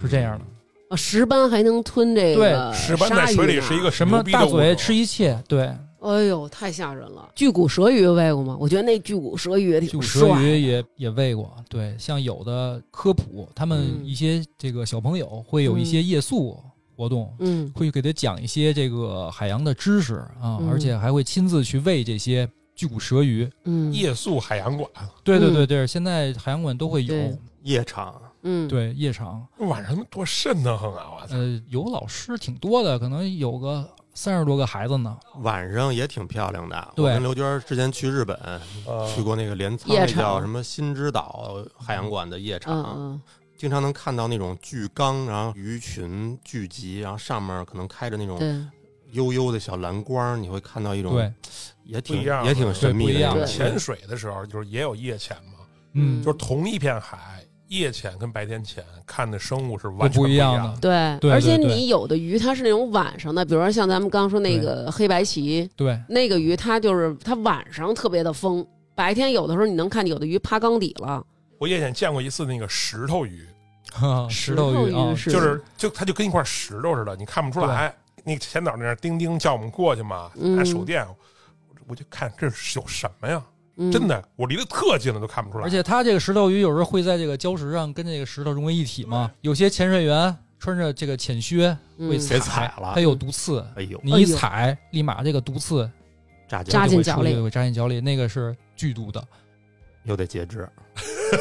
是这样的。啊石斑还能吞这个石斑在水鲨鱼里呢是一个什么牛逼的大物嘴种吃一切，对，哎呦，太吓人了！巨骨舌鱼喂过吗？我觉得那巨骨舌鱼也就挺帅蛇的。鱼也也喂过，对，像有的科普，他们嗯一些这个小朋友会有一些夜宿活动，嗯会给他讲一些这个海洋的知识啊，嗯而且还会亲自去喂这些巨骨舌鱼。嗯嗯夜宿海洋馆，对对对对，现在海洋馆都会有，对夜场，嗯，对夜场，晚上他妈多瘆得慌啊！我操，呃，有老师挺多的，可能有个三十多个孩子呢。晚上也挺漂亮的。对我跟刘娟儿之前去日本，嗯啊去过那个镰仓，夜那场叫什么新之岛海洋馆的夜嗯场，嗯经常能看到那种巨缸，然后鱼群聚集，然后上面可能开着那种嗯对，悠悠的小蓝光，你会看到一种对，也挺不一样也挺神秘对不的一那样种潜水的时候就是也有夜潜嘛，嗯，就是同一片海，夜潜跟白天潜看的生物是完全都不一样样对的。对而且对对你有的鱼它是那种晚上的，比如说像咱们刚刚说那个黑白鳍，对，那个鱼它就是它晚上特别的疯，白天有的时候你能看见有的鱼趴缸底了，我夜潜见过一次那个石头鱼，石头鱼啊，是就是就它就跟一块石头似的，你看不出来。那个前导那样叮叮叫我们过去嘛，嗯拿手电，我就看这是有什么呀？嗯真的，我离得特近了都看不出来。而且它这个石头鱼有时候会在这个礁石上跟这个石头融为一体嘛。有些潜水员穿着这个潜靴嗯会给踩了它有毒刺，哎呦，你一踩，立马这个毒刺炸鸡扎进就会脚出去里会扎进脚里，那个是剧毒的，又得截肢，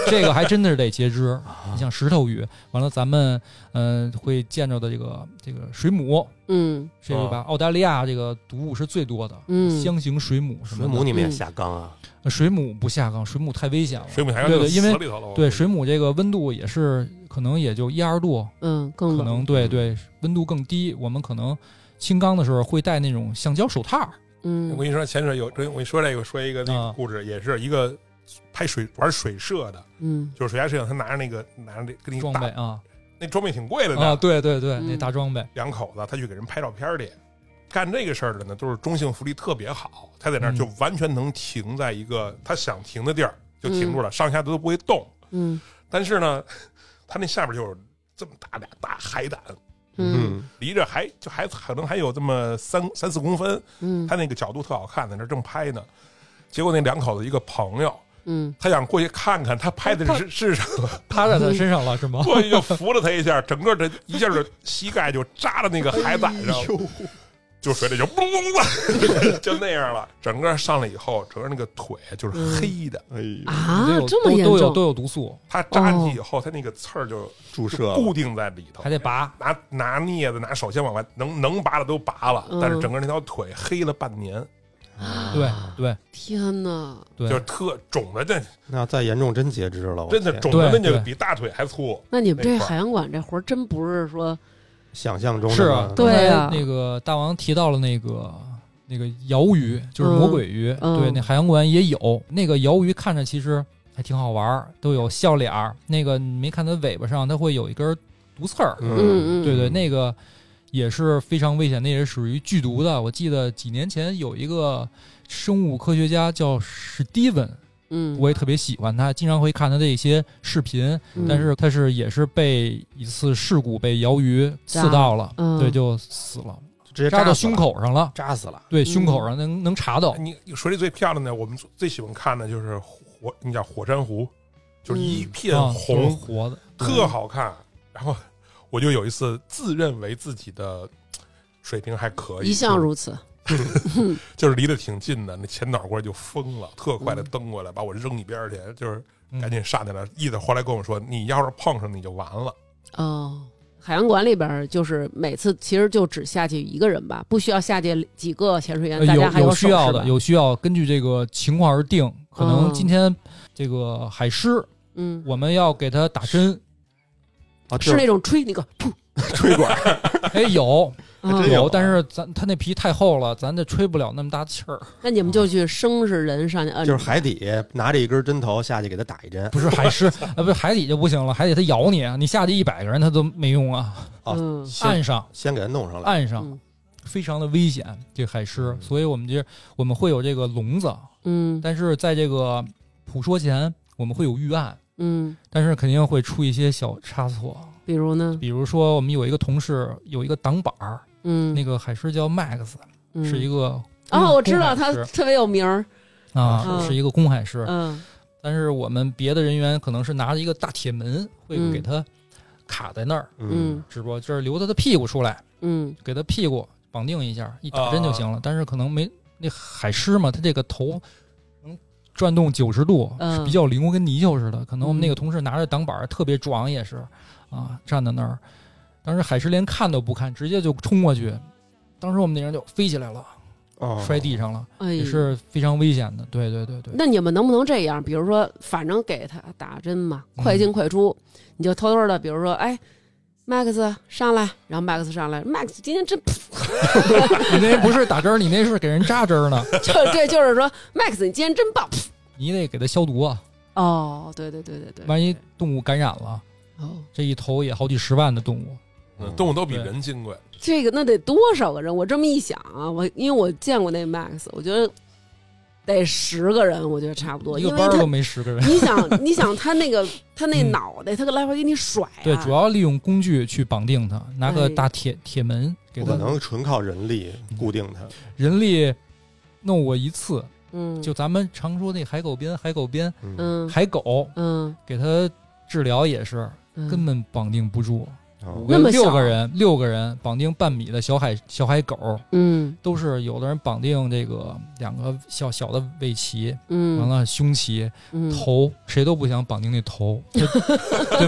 这个还真的是得截肢。你像石头鱼，完了咱们嗯、呃会见着的这个这个水母，嗯这个吧，澳大利亚这个毒物是最多的。嗯箱型水母什么水的，母你们也嗯下缸啊？呃水母不下缸，水母太危险了。水母还对对因为死里头了。对水母这个温度也是可能也就一二度，嗯更可冷能对对温度更低，我们可能清缸的时候会戴那种橡胶手套儿。嗯我跟你说，潜水有真，我跟你说这个，说一个那个啊故事，也是一个拍水玩水射的，嗯就是水下摄影，他拿着那个拿着那跟你装打备啊那装备挺贵的呢，啊，对对对，嗯那大装备，两口子他去给人拍照片儿去。干这个事儿的呢，都是中性浮力特别好，他在那儿嗯就完全能停在一个他想停的地儿就停住了，上下都不会动。嗯但是呢，他那下边就有这么大俩大海胆，嗯嗯，离着还就还可能还有这么三三四公分，嗯他那个角度特好看，在那儿正拍呢。结果那两口子一个朋友，嗯，他想过去看看他拍的是是什么，趴在他身上了是吗？过去就扶了他一下，整个这一下就膝盖就扎到那个海胆上，就水里就嘣嘣 嘣，就那样了。整个上来以后，整个那个腿嗯就是黑的，哎呦，都啊有，这么都严都有重都有毒素，他扎进去以后，他那个刺儿就注射就了固定在里头，哦还得拔。拿拿镊子拿手先往外能能拔的都拔了，嗯但是整个那条腿黑了半年，啊对对天哪，就是对，特肿的那那再严重真截肢了，我真的天肿的那对就对哦比大腿还粗。那你们这那块儿海洋馆这活儿真不是说想象中的是啊那，对啊刚才那个大王提到了那个那个鳐鱼，就是魔鬼鱼，嗯嗯对，那海洋馆也有那个鳐鱼，看着其实还挺好玩儿，都有笑脸儿。那个你没看它尾巴上，它会有一根毒刺儿，嗯嗯对对，那个也是非常危险，那也是属于剧毒的。我记得几年前有一个生物科学家叫史蒂文，嗯，我也特别喜欢他，经常会看他的一些视频。嗯但是他是也是被一次事故被鳐鱼刺到了，嗯对，就死了，直接扎死到了胸，口上了。扎死了。对，胸口嗯上能能查到，你水里最漂亮的，我们最喜欢看的就是火，你叫火珊瑚，就是一片啊，就是红，活的，特好看。然后我就有一次自认为自己的水平还可以，一嗯向如此，就是离得挺近的，那前脑瓜就疯了，特快的蹬过来，把我扔一边儿去，就是嗯赶紧上去了。意思后来跟我说，你要是碰上你就完了。哦，海洋馆里边儿就是每次其实就只下去一个人吧，不需要下去几个潜水员，呃嗯大家还有手需势要的，吧有需要根据这个情况而定。可能嗯今天这个海狮，嗯，我们要给它打针，啊，就是那种吹那个噗，吹管，哎，有真嗯有但是咱它那皮太厚了，咱这吹不了那么大气儿。那你们就去生是人上去呃摁就着，是海底拿着一根针头下去给他打一针，不是海狮， 啊，不是海底就不行了，海底它咬你，你下去一百个人它都没用啊。啊嗯先岸上，先给他弄上来，岸上嗯非常的危险，这海狮，所以我们这我们会有这个笼子，嗯但是在这个捕捉前，我们会有预案，嗯，但是肯定会出一些小差错，比如呢，比如说我们有一个同事有一个挡板儿，嗯，那个海狮叫 Max，嗯是一个公哦，我知道公他海狮特别有名儿，啊，嗯是一个公海狮，嗯但是我们别的人员可能是拿着一个大铁门会嗯给它卡在那儿，嗯嗯只不过就是留它的屁股出来。嗯给它屁股绑定一下，一打针就行了。但是可能没那海狮嘛，它这个头能转动九十度，嗯是比较灵活，跟泥鳅似的。可能我嗯们那个同事拿着挡板儿特别壮，也是啊，站在那儿，当时海狮连看都不看，直接就冲过去。当时我们那人就飞起来了，哦摔地上了，哎，也是非常危险的。对对对对，那你们能不能这样？比如说，反正给他打针嘛，嗯快进快出，你就偷偷的，比如说，哎，Max 上来，然后 Max 上来，Max 今天真 你那不是打针儿，你那是给人扎针儿呢，就对，就是说，Max 你今天真 棒。你得给它消毒啊，哦，对对对对对，万一对动物感染了，哦，这一头也好几十万的动物。嗯动物都比对人金贵，这个那得多少个人？我这么一想啊，我因为我见过那 Max，我觉得得十个人，我觉得差不多，一因个为班儿他都没十个人。你想，你想他那个他那嗯脑袋，他个来回给你甩、啊，对，主要利用工具去绑定它，拿个哎大铁铁门给不它可能纯靠人力固定它，人力弄我一次，嗯，就咱们常说那海狗鞭，海狗鞭，嗯海狗嗯给它治疗也是嗯根本绑定不住，哦那么六小个人六个人绑定半米的小海小海狗，嗯都是有的人绑定这个两个小小的尾鳍，嗯，完了胸鳍、嗯头，谁都不想绑定那头，就 对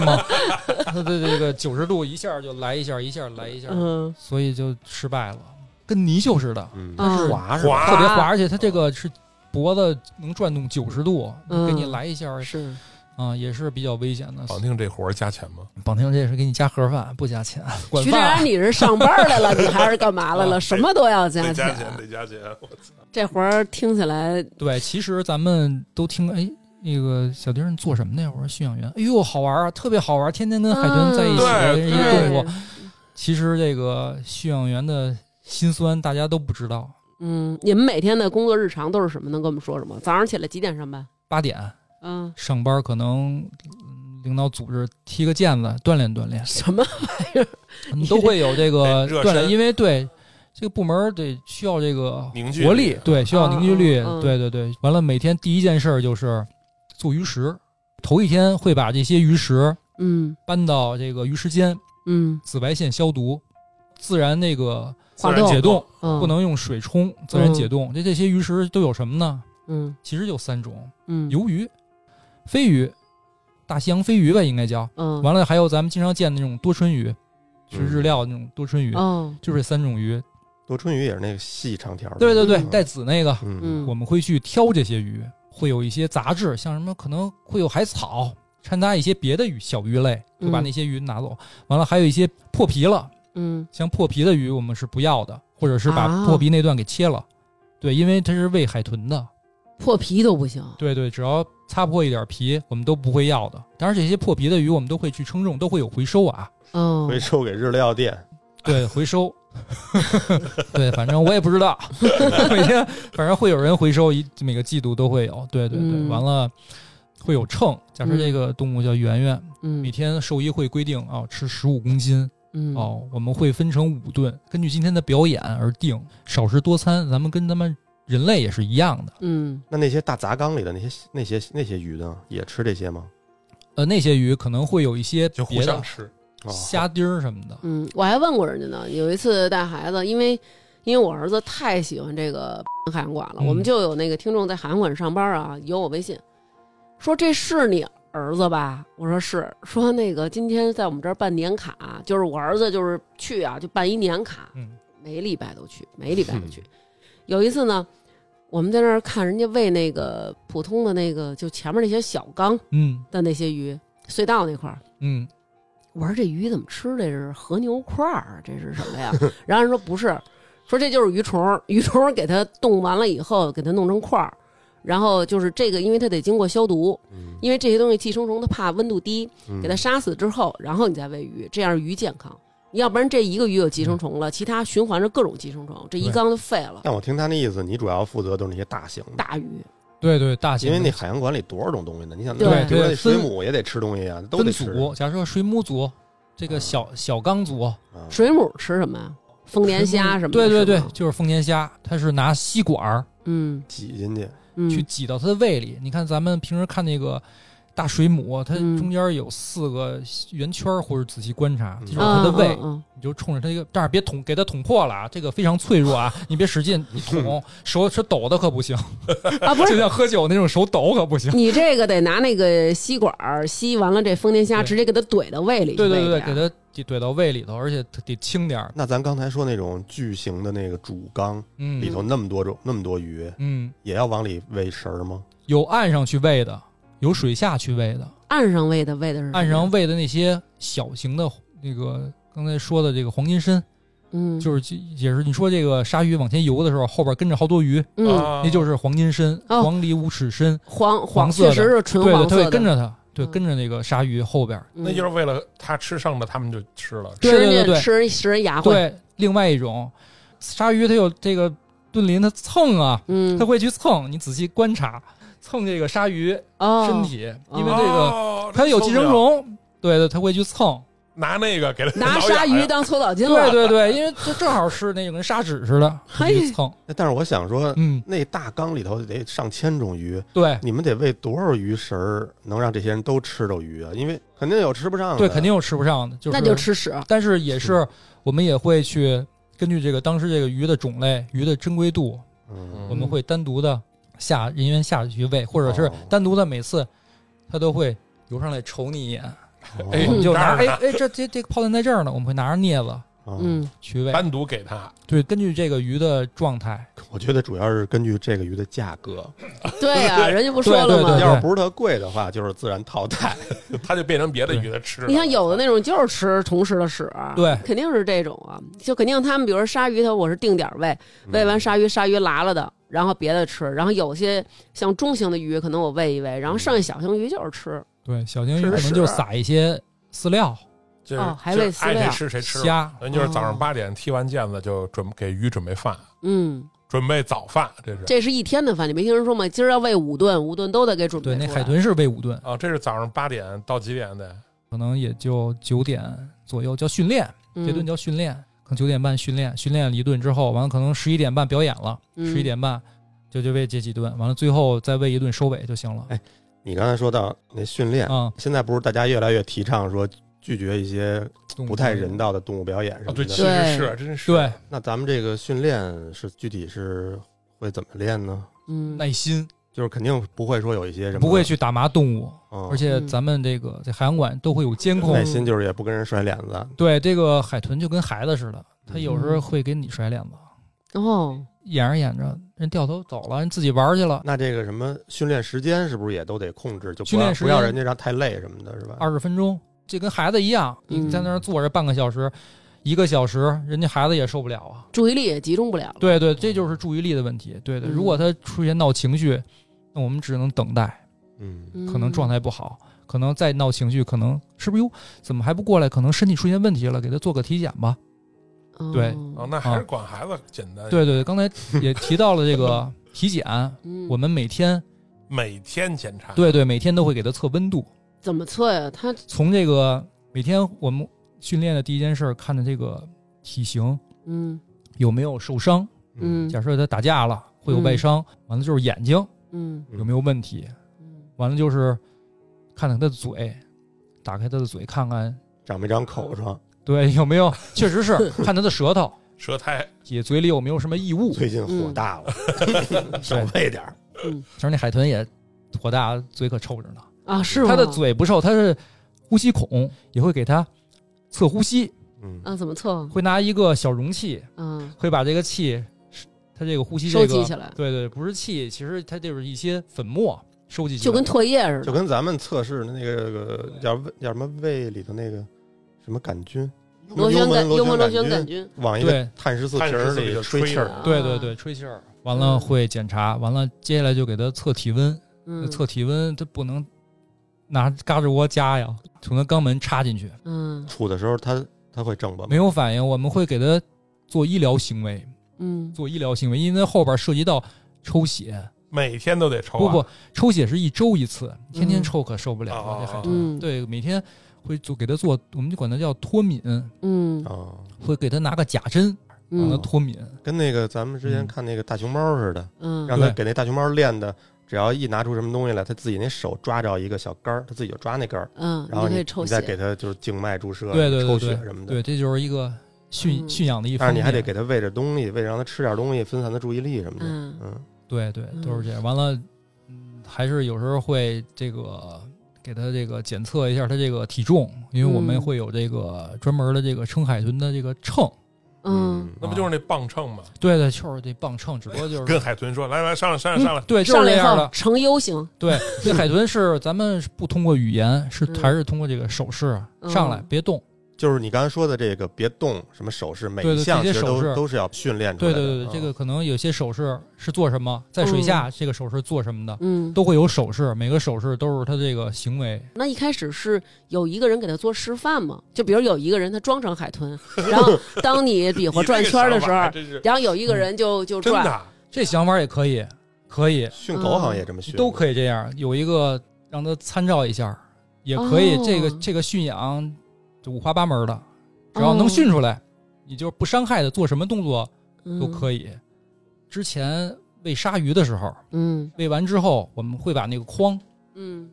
吗？它的这个九十度一下就来一下，一下来一下，嗯所以就失败了，跟泥鳅似的，嗯，啊是滑是滑吧？特别滑，而且它这个是脖子能转动九十度，嗯给你来一下啊、是也是比较危险的。绑定这活儿加钱吗？哦绑定这是给你加盒饭，不加钱，管徐志饭安，你是上班来了，你还是干嘛来啊了？什么都要加得钱加，钱，得加钱。我操！这活儿听起来对，其实咱们都听哎。那个小丁儿，你做什么的呀？我说驯养员。哎呦，好玩儿啊，特别好玩儿，天天跟海豚在一起，嗯跟一个对动物。其实这个驯养员的辛酸，大家都不知道。嗯，你们每天的工作日常都是什么？能跟我们说说吗？早上起来几点上班？八点嗯上班，可能嗯领导组织踢个毽子锻炼锻炼，什么？你都会有这个哎热锻炼，身因为对这个部门得需要这个凝聚活力啊力，对，需要凝聚力，嗯嗯嗯对对对。完了，每天第一件事儿就是做鱼食，头一天会把这些鱼食嗯搬到这个鱼食间，嗯，紫外线消毒，自然那个化自然解解冻冻，不不，能用水冲，自然解冻。这这些鱼食都有什么呢？嗯其实就三种：嗯，鱿鱼、飞鱼、大西洋飞鱼吧，应该叫。嗯，完了，还有咱们经常见的那种多春鱼，就是日嗯料那种多春鱼，哦，就这三种鱼。多春鱼也是那个细长条的，对对对，嗯带籽那个，嗯嗯，我们会去挑这些鱼，会有一些杂质，像什么可能会有海草，掺杂一些别的鱼小鱼类，会把嗯那些鱼拿走。完了，还有一些破皮了，嗯像破皮的鱼我们是不要的，或者是啊把破皮那段给切了。对，因为它是喂海豚的。破皮都不行，对对，只要擦破一点皮，我们都不会要的。当然，这些破皮的鱼我们都会去称重，都会有回收啊。嗯，回收给日料店，对，回收。 对，反正我也不知道， 每天反正会有人回收，一每个季度都会有。对对对，嗯完了会有秤。假设这个动物叫圆圆，嗯每天兽医会规定啊、吃十五公斤，嗯哦，我们会分成五顿，根据今天的表演而定，少食多餐，咱们跟咱们人类也是一样的。嗯那那些大杂缸里的那些那些那些鱼呢，也吃这些吗？呃，那些鱼可能会有一些就互别相的吃，哦，虾丁儿什么的，嗯，我还问过人家呢，有一次带孩子，因为因为我儿子太喜欢这个海洋馆了，嗯我们就有那个听众在海洋馆上班啊，有我微信，说这是你儿子吧？我说是，说那个今天在我们这儿办年卡，就是我儿子就是去啊，就办一年卡，嗯每礼拜都去，每礼拜都去。有一次呢，我们在那儿看人家喂那个普通的那个，就前面那些小缸嗯的那些鱼，隧道那块儿。嗯，我说这鱼怎么吃？这是和牛块儿啊，这是什么呀？ 然后人说不是，说这就是鱼虫儿，鱼虫儿给它冻完了以后，给它弄成块儿，然后就是这个，因为它得经过消毒，嗯，因为这些东西寄生虫它怕温度低，嗯给它杀死之后，然后你再喂鱼，这样鱼健康。要不然这一个鱼有寄生虫了，其他循环着各种寄生虫，这一对缸就废了。但我听他那意思，你主要负责都是那些大型的，大鱼，对对，大型因为那的海洋馆里多少种东西呢？你想，对比如说对那水分母也得吃东西啊，都分得吃嗯组，假设水母组，这个小小缸组，啊水母吃什么呀？丰年虾什么的？对对对是吗，就是丰年虾，它是拿吸管儿嗯挤进去，嗯，去挤到它的胃里。你看咱们平时看那个。大水母，它嗯中间有四个圆圈儿，或者仔细观察，嗯这就是它啊的胃。嗯嗯你就冲着它一个，但是别捅，给它捅破了啊！这个非常脆弱啊，你别使劲一捅，手手抖的可不行，嗯啊，不是就像喝酒那种手抖可不 行。你这个得拿那个吸管儿吸完了这丰年虾，对直接给它怼到胃里去啊对对喂对，它给它得怼到胃里头，而且它得轻点儿。那咱刚才说那种巨型的那个主缸里嗯头那么多种、那么多鱼，嗯，也要往里喂食儿吗？有岸上去喂的，有水下去喂的。岸上喂的，喂的是什么岸上，喂的那些小型的那个刚才说的这个黄金参，嗯，就是这也是你说这个鲨鱼往前游的时候，后边跟着好多鱼，嗯啊那就是是黄金参，哦黄鹂五尺参，黄黄色确的实是纯对的，黄色它会的，跟着它，对，嗯跟着那个鲨鱼后边。嗯那就是为了他吃剩的，他们就吃了。对吃对对人家对吃人吃人牙慧，对，另外一种鲨鱼，它有这个盾鳞，它蹭啊，嗯它，会去蹭。你仔细观察，蹭这个鲨鱼哦，身体，哦因为这个哦它有寄生，虫，对对，它会去蹭。拿那个给他拿鲨鱼当搓澡巾对了，对对，因为它正好是那个跟砂纸似的，它嘿去蹭。那但是我想说，嗯，那大缸里头得上千种鱼，对你们得喂多少鱼食儿，能让这些人都吃着鱼啊？因为肯定有吃不上的，对，肯定有吃不上的，就是那就吃哦屎，但是也是我们也会去根据这个当时这个鱼的种类、鱼的珍贵度，嗯，我们会单独的下人员下去喂，或者是哦单独的每次它都会游上来瞅你一眼，哎我们就拿当然哎了哎这这这个炮弹在这儿呢，我们会拿着镊子哦，嗯，去喂。单独给他，对，根据这个鱼的状态，我觉得主要是根据这个鱼的价格，对呀，人家不说对了嗯对对吗？要是不是特贵的话，就是自然淘汰。他就变成别的鱼的吃了。你看有的那种就是吃同时的屎，对肯定是这种啊，就肯定他们比如说鲨鱼，它我是定点儿喂，嗯嗯喂完鲨鱼，鲨鱼拉了的，然后别的吃，然后有些像中型的鱼可能我喂一喂，然后剩下小型鱼就是吃，对小型鱼是可能是就撒一些饲料、就是哦还喂就是饲爱料谁吃谁吃吧。虾，人就是早哦上八点踢完毽子就准给鱼准备饭，嗯，准备早饭，这是这是一天的饭，你没听人说吗？今儿要喂五顿，五顿都得给准备对，出来。那海豚是喂五顿，啊，这是早上八点到几点的？可能也就九点左右叫训练，嗯这顿叫训练，可能九点半训练，训练了一顿之后，完了可能十一点半表演了，嗯十一点半就就喂这几顿，完了最后再喂一顿收尾就行了。哎你刚才说到那训练，啊，现在不是大家越来越提倡说拒绝一些不太人道。道的动物表演什啊，哦么对，的？其实对是，真是对，那咱们这个训练是具体是会怎么练呢？嗯，耐心，就是肯定不会说有一些什么，不会去打骂动物，嗯，而且咱们这个在海洋馆都会有监控耐。心就是也不跟人甩脸子，对，这个海豚就跟孩子似的，它有时嗯候会给你甩脸子，哦，演着演着人掉头走了，人自己玩去了，那这个什么训练时间是不是也都得控制？就不训练要时不间要人家让太累什么的，是吧？二十分钟，这跟孩子一样，嗯你在那儿坐着半个小时、一个小时，人家孩子也受不了啊。注意力也集中不了了。对对，这就是注意力的问题。对对，嗯如果他出现闹情绪，那我们只能等待，嗯，嗯，可能状态不好，可能再闹情绪，可能是不是哟？怎么还不过来？可能身体出现问题了，给他做个体检吧。哦对啊，那还是管孩子简单。，对对，对刚才也提到了 这个体检，嗯我们每天每天检查。对对每天都会给他测温度，怎么测呀？他从这个每天我们训练的第一件事儿看的这个体型嗯有没有受伤，嗯假设他打架了会有外伤，完了就是眼睛嗯嗯有没有问题，嗯完了就是看看他的嘴，打开他的嘴看看长没长口疮，对有没有，确实是 看他的舌头。舌苔也嘴里有没有什么异物？最近火大 了， 少喂点儿。其实那海豚也火大，嘴可臭着呢。嗯啊，是吗？它的嘴不受，它是呼吸孔，也会给它测呼吸，嗯，啊，怎么测？会拿一个小容器，啊，会把这个气，它这个呼吸这个收集起来对对，不是气，其实它就是一些粉末收集起来，就跟唾液似就的。跟咱们测试的那个叫胃叫什么胃里头那个什么杆菌，螺旋杆、幽幽门门螺螺旋旋杆杆菌，往一个对碳十四瓶碳十儿四里里头吹气吹儿啊。对对对，吹气儿，完了嗯会检查，完了接下来就给它测体温，嗯，测体温它不能拿嘎吱窝夹呀，从它肛门插进去，嗯杵的时候它它会正吧没？有反应，我们会给它做医疗行为，嗯做医疗行为，因为后边涉及到抽血，每天都得抽、不啊，不，抽血是一周一次，天嗯天抽可受不了了。哦这海嗯豚，对，每天会做给它做，我们就管它叫脱敏，嗯啊，会给它拿个假针让它嗯脱敏。跟那个咱们之前嗯看那个大熊猫似的，嗯让它对给那大熊猫练的，只要一拿出什么东西来，它自己那手抓着一个小杆儿，它自己就抓那杆儿，嗯，然后你可以你抽你血再，给它就是静脉注射、对对抽对血对什么的。对，这就是一个驯嗯驯养的一嗯但方是面。你还得给它喂点东西，喂让它吃点东西，分散它注意力什么的。嗯嗯，对对嗯，都是这样。完了，嗯，还是有时候会这个给它这个检测一下它这个体重，因为我们嗯会有这个专门的这个称海豚的这个秤。嗯，那不就是那磅秤吗？对对，就是这磅秤，只不过就是嗯 跟海豚说，来来，上来上来上来，对，就上是这来以样的后。呈 U 型，对，这海豚是咱们是不通过语言，是嗯还是通过这个手势嗯上来，别动。就是你刚才说的这个别动，什么手势，每对一对项这其些实手都势都是要训练出来对的。嗯对对对，这个可能有些手势是做什么，在水下这个手势做什么的，嗯，都会有手势，每个手势都是它这个行为。那一开始是有一个人给他做示范嘛？就比如有一个人他装成海豚， 然后当你比你划转这个圈的想时法还候，真是然后有一个人就就真转啊的，啊这想法也可以，可以训狗好像也这嗯么训，都可以这样，有一个让它参照一下，也可以。哦这个这个驯养就五花八门的，只哦要能训出来，你就不伤害的做什么动作都以，可以。之前喂鲨鱼的时候，嗯喂完之后，我们会把那个筐嗯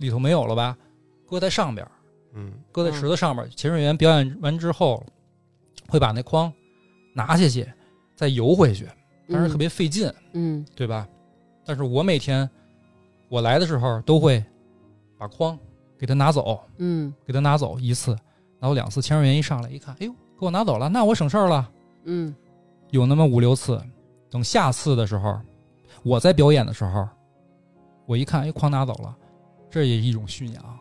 里头没有了吧，搁在上边儿，嗯，搁在池子上边儿。潜水员表演完之后，会把那筐拿下去，再游回去，当然特别费劲，嗯对吧？但是我每天我来的时候都会把筐给他拿走，嗯给他拿走一次，拿走两次。潜水员一上来一看，哎呦，给我拿走了，那我省事儿了。嗯有那么五六次，等下次的时候，我在表演的时候，我一看，哎，筐拿走了，这也是一种驯养。啊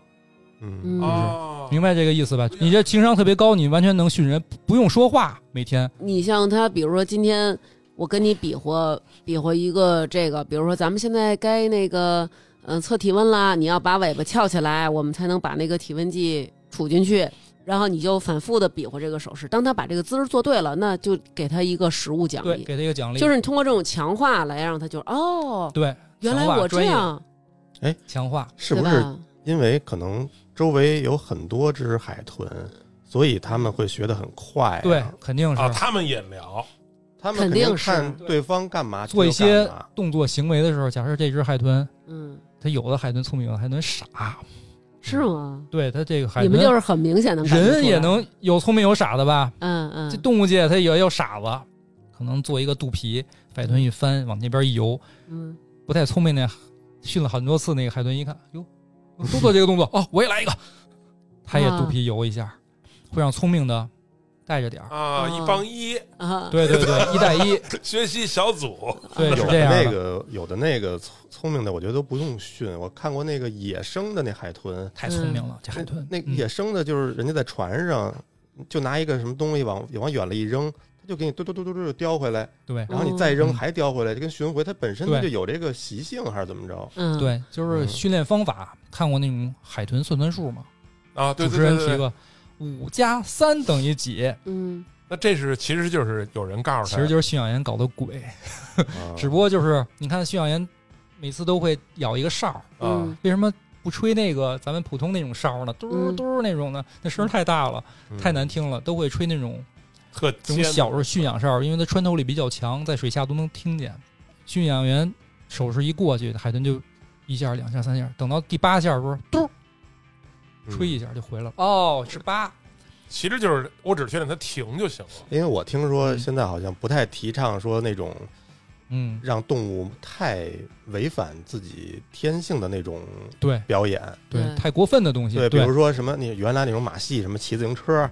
嗯嗯，哦，明白这个意思吧？你这情商特别高，你完全能训人，不不用说话，每天你像他，比如说今天我跟你比划比划一个这个，比如说咱们现在该那个嗯、呃测体温啦，你要把尾巴翘起来，我们才能把那个体温计杵进去。然后你就反复的比划这个手势。当他把这个姿势做对了，那就给他一个实物奖对，励，给他一个奖励，就是你通过这种强化来让他就哦，对，原来强化我这专业样，强化，是对不吧？是因为可能周围有很多只海豚，所以他们会学得很快、对，，肯定啊，是他们也聊，他们肯定是看对方干嘛做一些就干嘛动作行为的时候，假设这只海豚，嗯，它有的海豚聪明，有的海豚傻，是吗？对它这个海你豚，们就是很明显的人也，能有聪明有傻的吧？嗯嗯，这动物界它也有傻子，可能做一个肚皮，海豚一翻往那边一游，嗯不太聪明那训了很多次那个海豚一看，哟，我都做这个动作嗯哦，我也来一个，它也肚皮游一下，会让聪明的带着点嗯儿。哦啊，一帮一 啊，对对 对，一带一，学习小组，对是有这的样那的。个有的那个聪聪明的，我觉得都不用训。我看过那个野生的那海豚，太聪明了，这海豚。那那嗯野生的，就是人家在船上就拿一个什么东西往往远了一扔，它就给你嘟嘟嘟嘟嘟就叼回来，对然后你再扔嗯还叼回来，就跟巡回，它本身它对就有这个习性还是怎么 着？嗯，对，就是嗯训练方法。看过那种海豚算算术吗？啊，对主对持人对提对对，个五加三等于几，嗯那这是其实就是有人告诉其他，实就是驯养员搞的鬼。啊只不过就是你看驯养员每次都会咬一个哨儿，啊嗯，为什么不吹那个咱们普通那种哨儿呢？嘟儿嗯嘟儿那种呢？那声儿太大了，嗯太难听了，都会吹那种特这种尖小时候驯养哨儿，因为它穿透力比较强，在水下都能听见。驯养员手势一过去，海豚就一下、两下、三下，等到第八下的时候，嘟儿嗯吹一下就回来了。哦，是八，其实就是我只确定他停就行了。因为我听说嗯现在好像不太提倡说那种嗯，让动物太违反自己天性的那种对表演，对，对太过分的东西，对，比对如说什么你原来那种马戏，什么骑自行车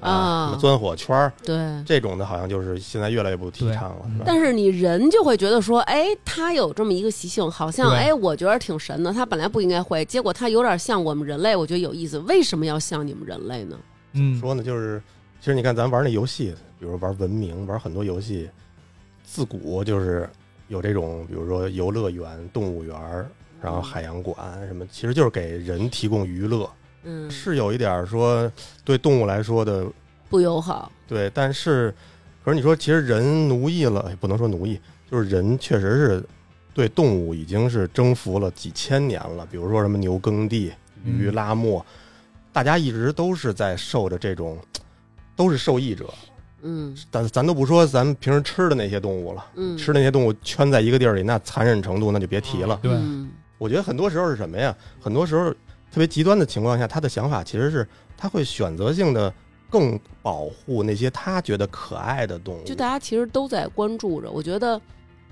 啊什么钻火圈儿对。这种的，好像就是现在越来越不提倡了对，是吧？但是你人就会觉得说，哎，他有这么一个习性，好像对哎，我觉得挺神的。他本来不应该会，结果他有点像我们人类，我觉得有意思。为什么要像你们人类呢？嗯，说呢，就是其实你看咱玩那游戏，比如玩文明，玩很多游戏，自古就是有这种，比如说游乐园、动物园儿，然后海洋馆啊什么，其实就是给人提供娱乐，嗯，是有一点儿说对动物来说的不友好。对，但是可是你说其实人奴役了，哎也不能说奴役，就是人确实是对动物已经是征服了几千年了，比如说什么牛耕地、嗯鱼拉磨，大家一直都是在受着这种。都是受益者，嗯咱咱都不说咱们平时吃的那些动物了，嗯，吃那些动物圈在一个地儿里，那残忍程度那就别提了。对，嗯我觉得很多时候是什么呀？很多时候特别极端的情况下，他的想法其实是他会选择性的更保护那些他觉得可爱的动物。就大家其实都在关注着。我觉得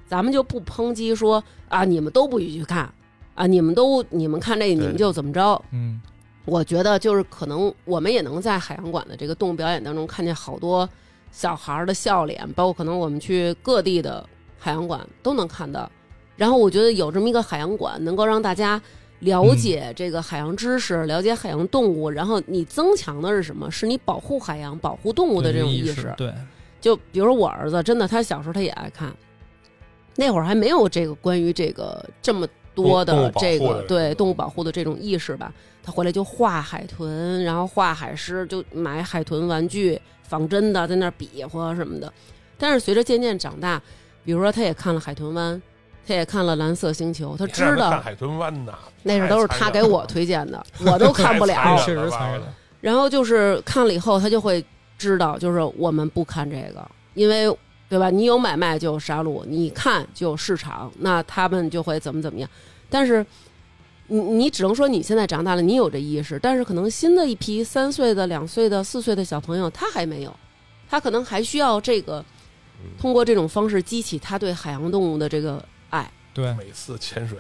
咱们就不抨击说啊，你们都不许去看啊，你们都你们看这个你们就怎么着。嗯，我觉得就是可能我们也能在海洋馆的这个动物表演当中看见好多小孩儿的笑脸，包括可能我们去各地的海洋馆都能看到。然后我觉得有这么一个海洋馆，能够让大家了解这个海洋知识，了解海洋动物。然后你增强的是什么？是你保护海洋、保护动物的对这种意识。对，就比如我儿子，真的，他小时候他也爱看，那会儿还没有这个关于这个这么多动的动物保护这的个这对种动物保护的这种意识吧。他回来就画海豚，然后画海狮，就买海豚玩具，仿真的，在那儿比划什么的。但是随着渐渐长大，比如说他也看了《海豚湾》，他也看了《蓝色星球》，他他知看道海豚湾呐，那是都是太他残给忍我了推荐的，我都看不太残了忍。确实了吧残忍了。然后就是看了以后，他就会知道，就是我们不看这个，因为对吧？你有买卖就有杀戮，你看就有市场，那他们就会怎么怎么样。但是你你只能说你现在长大了，你有这意识，但是可能新的一批三岁的、两岁的、四岁的小朋友，他还没有，他可能还需要这个嗯通过这种方式激起他对海洋动物的这个爱。对，每次潜水，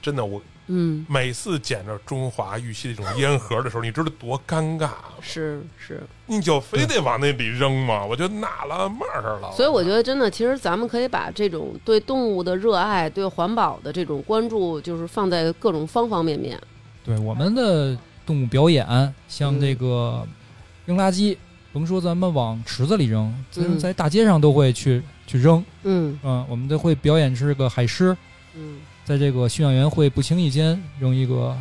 真的我嗯，每次捡着中华玉溪这种烟盒的时候，你知道多尴尬吗？是是。你就非得往那里扔吗？我就纳了闷儿了。所以我觉得，真的，其实咱们可以把这种对动物的热爱、对环保的这种关注，就是放在各种方方面面。对我们的动物表演，像嗯这个扔垃圾，甭说咱们往池子里扔，咱嗯在大街上都会去去扔。嗯嗯，我们的会表演是个海狮，嗯在这个驯养员会不经意间扔一个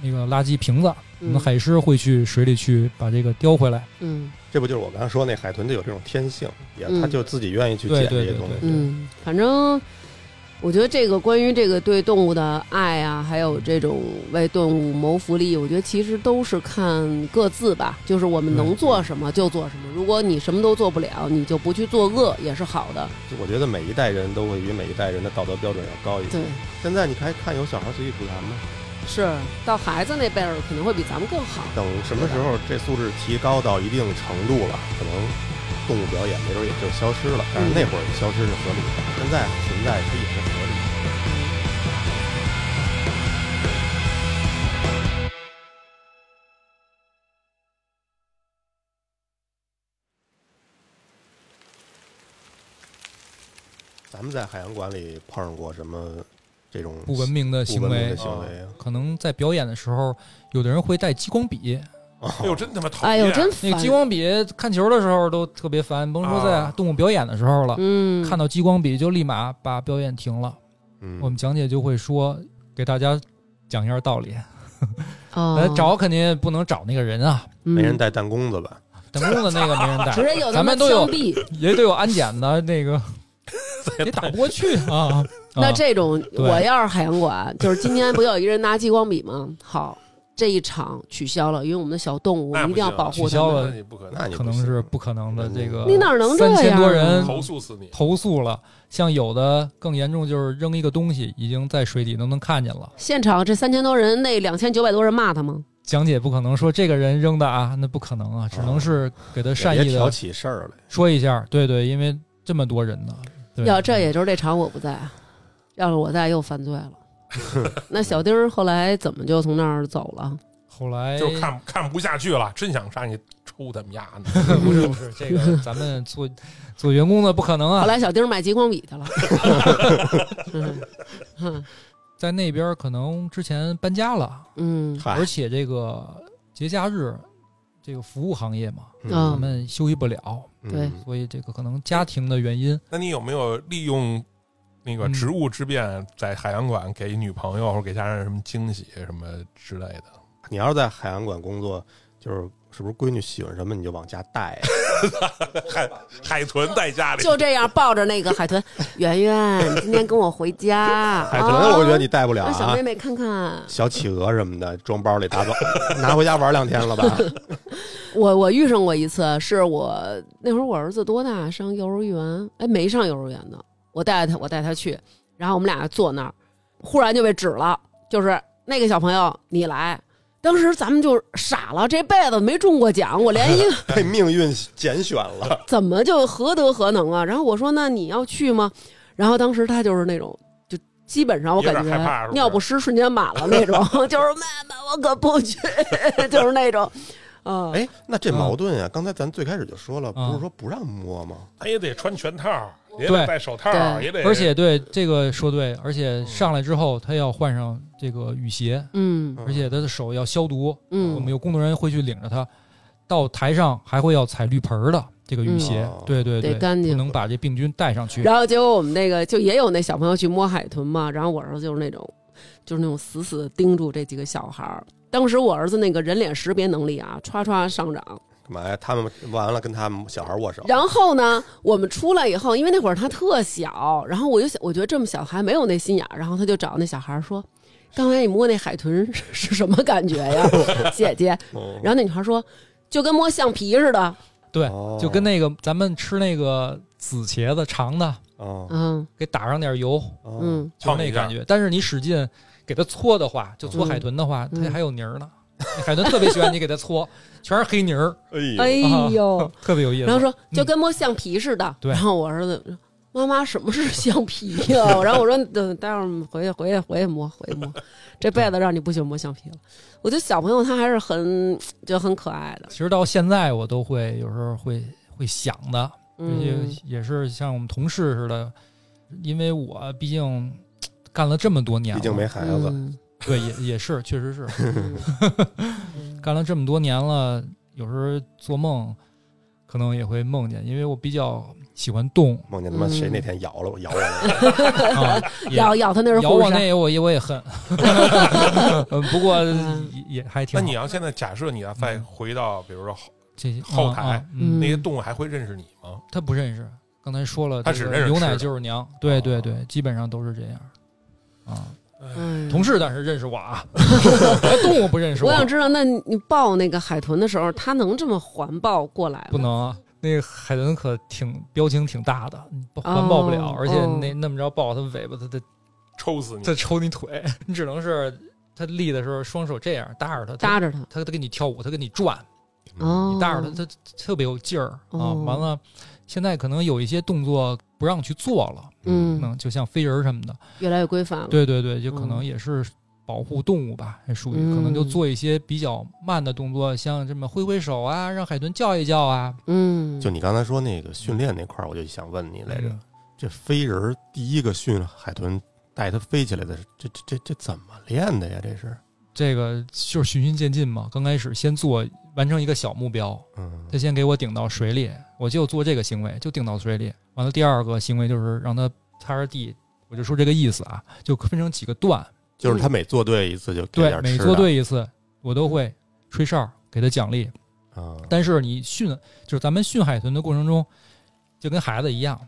那个垃圾瓶子，我们嗯海狮会去水里去把这个叼回来。嗯这不就是我刚才说那海豚就有这种天性，也嗯它就自己愿意去对捡对这些对东西。对嗯，反正我觉得这个关于这个对动物的爱啊，还有这种为动物谋福利，我觉得其实都是看各自吧，就是我们能做什么就做什么。如果你什么都做不了，你就不去作恶也是好的。就我觉得每一代人都会比每一代人的道德标准要高一些。对，现在你还看有小孩随地吐痰吗？是到孩子那辈儿可能会比咱们更好。等什么时候这素质提高到一定程度了，可能动物表演没准也就消失了。但是那会儿消失是合理的，现在存在它也是合理的。咱们在海洋馆里碰上过什么这种不文明的行不文明为哦的，行为啊？可能在表演的时候，有的人会带激光笔，哎呦，真他妈讨厌！哎呦，真烦那个激！光笔看球的时候都特别烦，甭说在啊动物表演的时候了。嗯，看到激光笔就立马把表演停了。嗯，我们讲解就会说，给大家讲一下道理。哦呃，找肯定不能找那个人啊，没人嗯带弹弓子吧？弹弓的那个没 人带，直接有他咱妈们都枪有啊毙。也得有安检的那个，也打不过去啊。那啊这种，对我要是海洋馆，就是今天不有一个人拿激光笔吗？好，这一场取消了，因为我们的小动物，我那们不一定要行保护取它消们。了那你不可能那你可不能行是不可能的。这个你哪能这三样啊？千多人投诉死你！投诉了，像有的更严重就是扔一个东西已经在水底都能看见了。现场这三千多人，那两千九百多人骂他吗？讲解不可能说这个人扔的啊，那不可能啊，只能是给他善也意挑的起事儿来。说一下。对对，因为这么多人呢，对要这也就是这场我不在，啊要是我在又犯罪了。那小丁儿后来怎么就从那儿走了？后来就看看不下去了，真想上去抽他们丫呢！不是不是这个， 咱们做做员工的不可能后啊，来小丁儿买激光笔去了。嗯嗯在那边可能之前搬家了，嗯嗨而且这个节假日，这个服务行业嘛，嗯咱们休息不了，嗯对所以这个可能家庭的原因，那你有没有利用那嗯个职务之便，在海洋馆给女朋友或者给家人什么惊喜什么之类的？你要是在海洋馆工作，就是是不是闺女喜欢什么你就往家带啊 呀？海海豚在家里，就这样抱着那个海豚， 圆圆，你今天跟我回家。海豚哦我觉得啊你带不了让小啊妹，妹看看。小企鹅什么的装包里打包，拿回家玩两天了 吧？我我遇上过一次，是我那会儿我儿子多大，上幼儿园，哎，没上幼儿园呢。我带他，我带他去，然后我们俩坐那儿，忽然就被指了，就是那个小朋友你来。当时咱们就傻了，这辈子没中过奖，我连一 个被命运拣选 了，怎么就何德何能啊？然后我说那你要去吗？然后当时他就是那种。就基本上我感有点害怕觉是不是尿不湿瞬间满了那种， 就是妈妈我可不去， 就是那种， 嗯，哎，那这矛盾呀、刚才咱最开始就说了，嗯不是说不让摸吗？他也得穿全套，也对得戴手套，对也得而且对这个说对，而且上来之后他要换上这个雨鞋，嗯嗯而且他的手要消毒，嗯，我们有工作人员会去领着他。到台上还会要踩绿盆儿的这个雨鞋，嗯对对得干净不能把这病菌带上去。然后结果我们那个就也有那小朋友去摸海豚嘛，然后我儿子就是那种，就是那种死死地盯住这几个小孩儿。当时我儿子那个人脸识别能力啊，歘歘上涨。干嘛呀？他们完了跟他们小孩握手，然后呢，我们出来以后，因为那会儿他特小，然后我就想，我觉得这么小还没有那心眼儿，然后他就找那小孩儿说：“刚才你摸那海豚是是什么感觉呀， 姐姐嗯？”然后那女孩说：“就跟摸橡皮似的。对，哦就跟那个咱们吃那个紫茄子长的，哦”嗯给打上点油，哦嗯，就烫那一下感觉。但是你使劲给它搓的话，就搓海豚的话，嗯它还有泥儿呢。那海豚特别喜欢你给它搓， 全是黑泥儿，啊哎哎呦， 特别有意思。然后说嗯就跟摸橡皮似的。对然后我儿子说：“妈妈，什么是橡皮呀、 然后我说：“等待会儿我们回去，回去，回去摸，回去摸。这辈子让你不许摸橡皮了。”我觉得小朋友他还是很就很可爱的。其实到现在我都会有时候会会想的，这嗯些也是像我们同事似的，因为我毕竟干了这么多年毕了，竟没孩子，嗯对，也也是，确 实是嗯干了这么多年了，有时候做梦可能也会梦见，因为我比较喜欢 动梦见他妈嗯谁那天咬了我，咬我了，啊， 也咬咬他那是咬护我士啊那，个我也我也 恨，嗯不过也也还挺那好。你要现在假设你要再回到，比如说后这些后台啊啊嗯那些动物还会认识你吗？他不认识，刚才说了，他这只个认识牛吃奶的就是娘，对对哦嗯对，基本上都是这样。啊，哎同事但是认识我啊， 动物不认识我想知道，那你抱那个海豚的时候，它能这么环抱过来吗？不能啊。那个海豚可挺标情挺大的，你不环抱不了，哦而且哦嗯那那么着抱它尾巴，它它抽死你！它抽你腿， 你只能是它立的时候双手这样搭着它，它搭着它。它它跟你跳舞，它跟你转，哦，你搭着它它它特别有劲儿啊。哦完了，现在可能有一些动作不让去做了，嗯，嗯，就像飞人儿什么的，越来越规范了。，对对对，就可嗯能也是保护动物吧，还属于可能就嗯做一些比较慢的动作，像这么挥挥手啊，让海豚叫一叫啊。嗯，就你刚才说那个训练那块儿，我就想问你来着，嗯这飞人儿第一个训海豚带它飞起来的，这这这这怎么练的呀？这是，这个就是循序渐进嘛，刚开始先做完成一个小目标，嗯他先给我顶到水里，我就做这个行为，就顶到水里。完了，第二个行为就是让它踏着地，我就说这个意思啊，就分成几个段，就是他每做对一次就给对点，吃每的做对一次，我都会吹哨给它奖励，啊，但是你训，就是咱们训海豚的过程中，就跟孩子一样，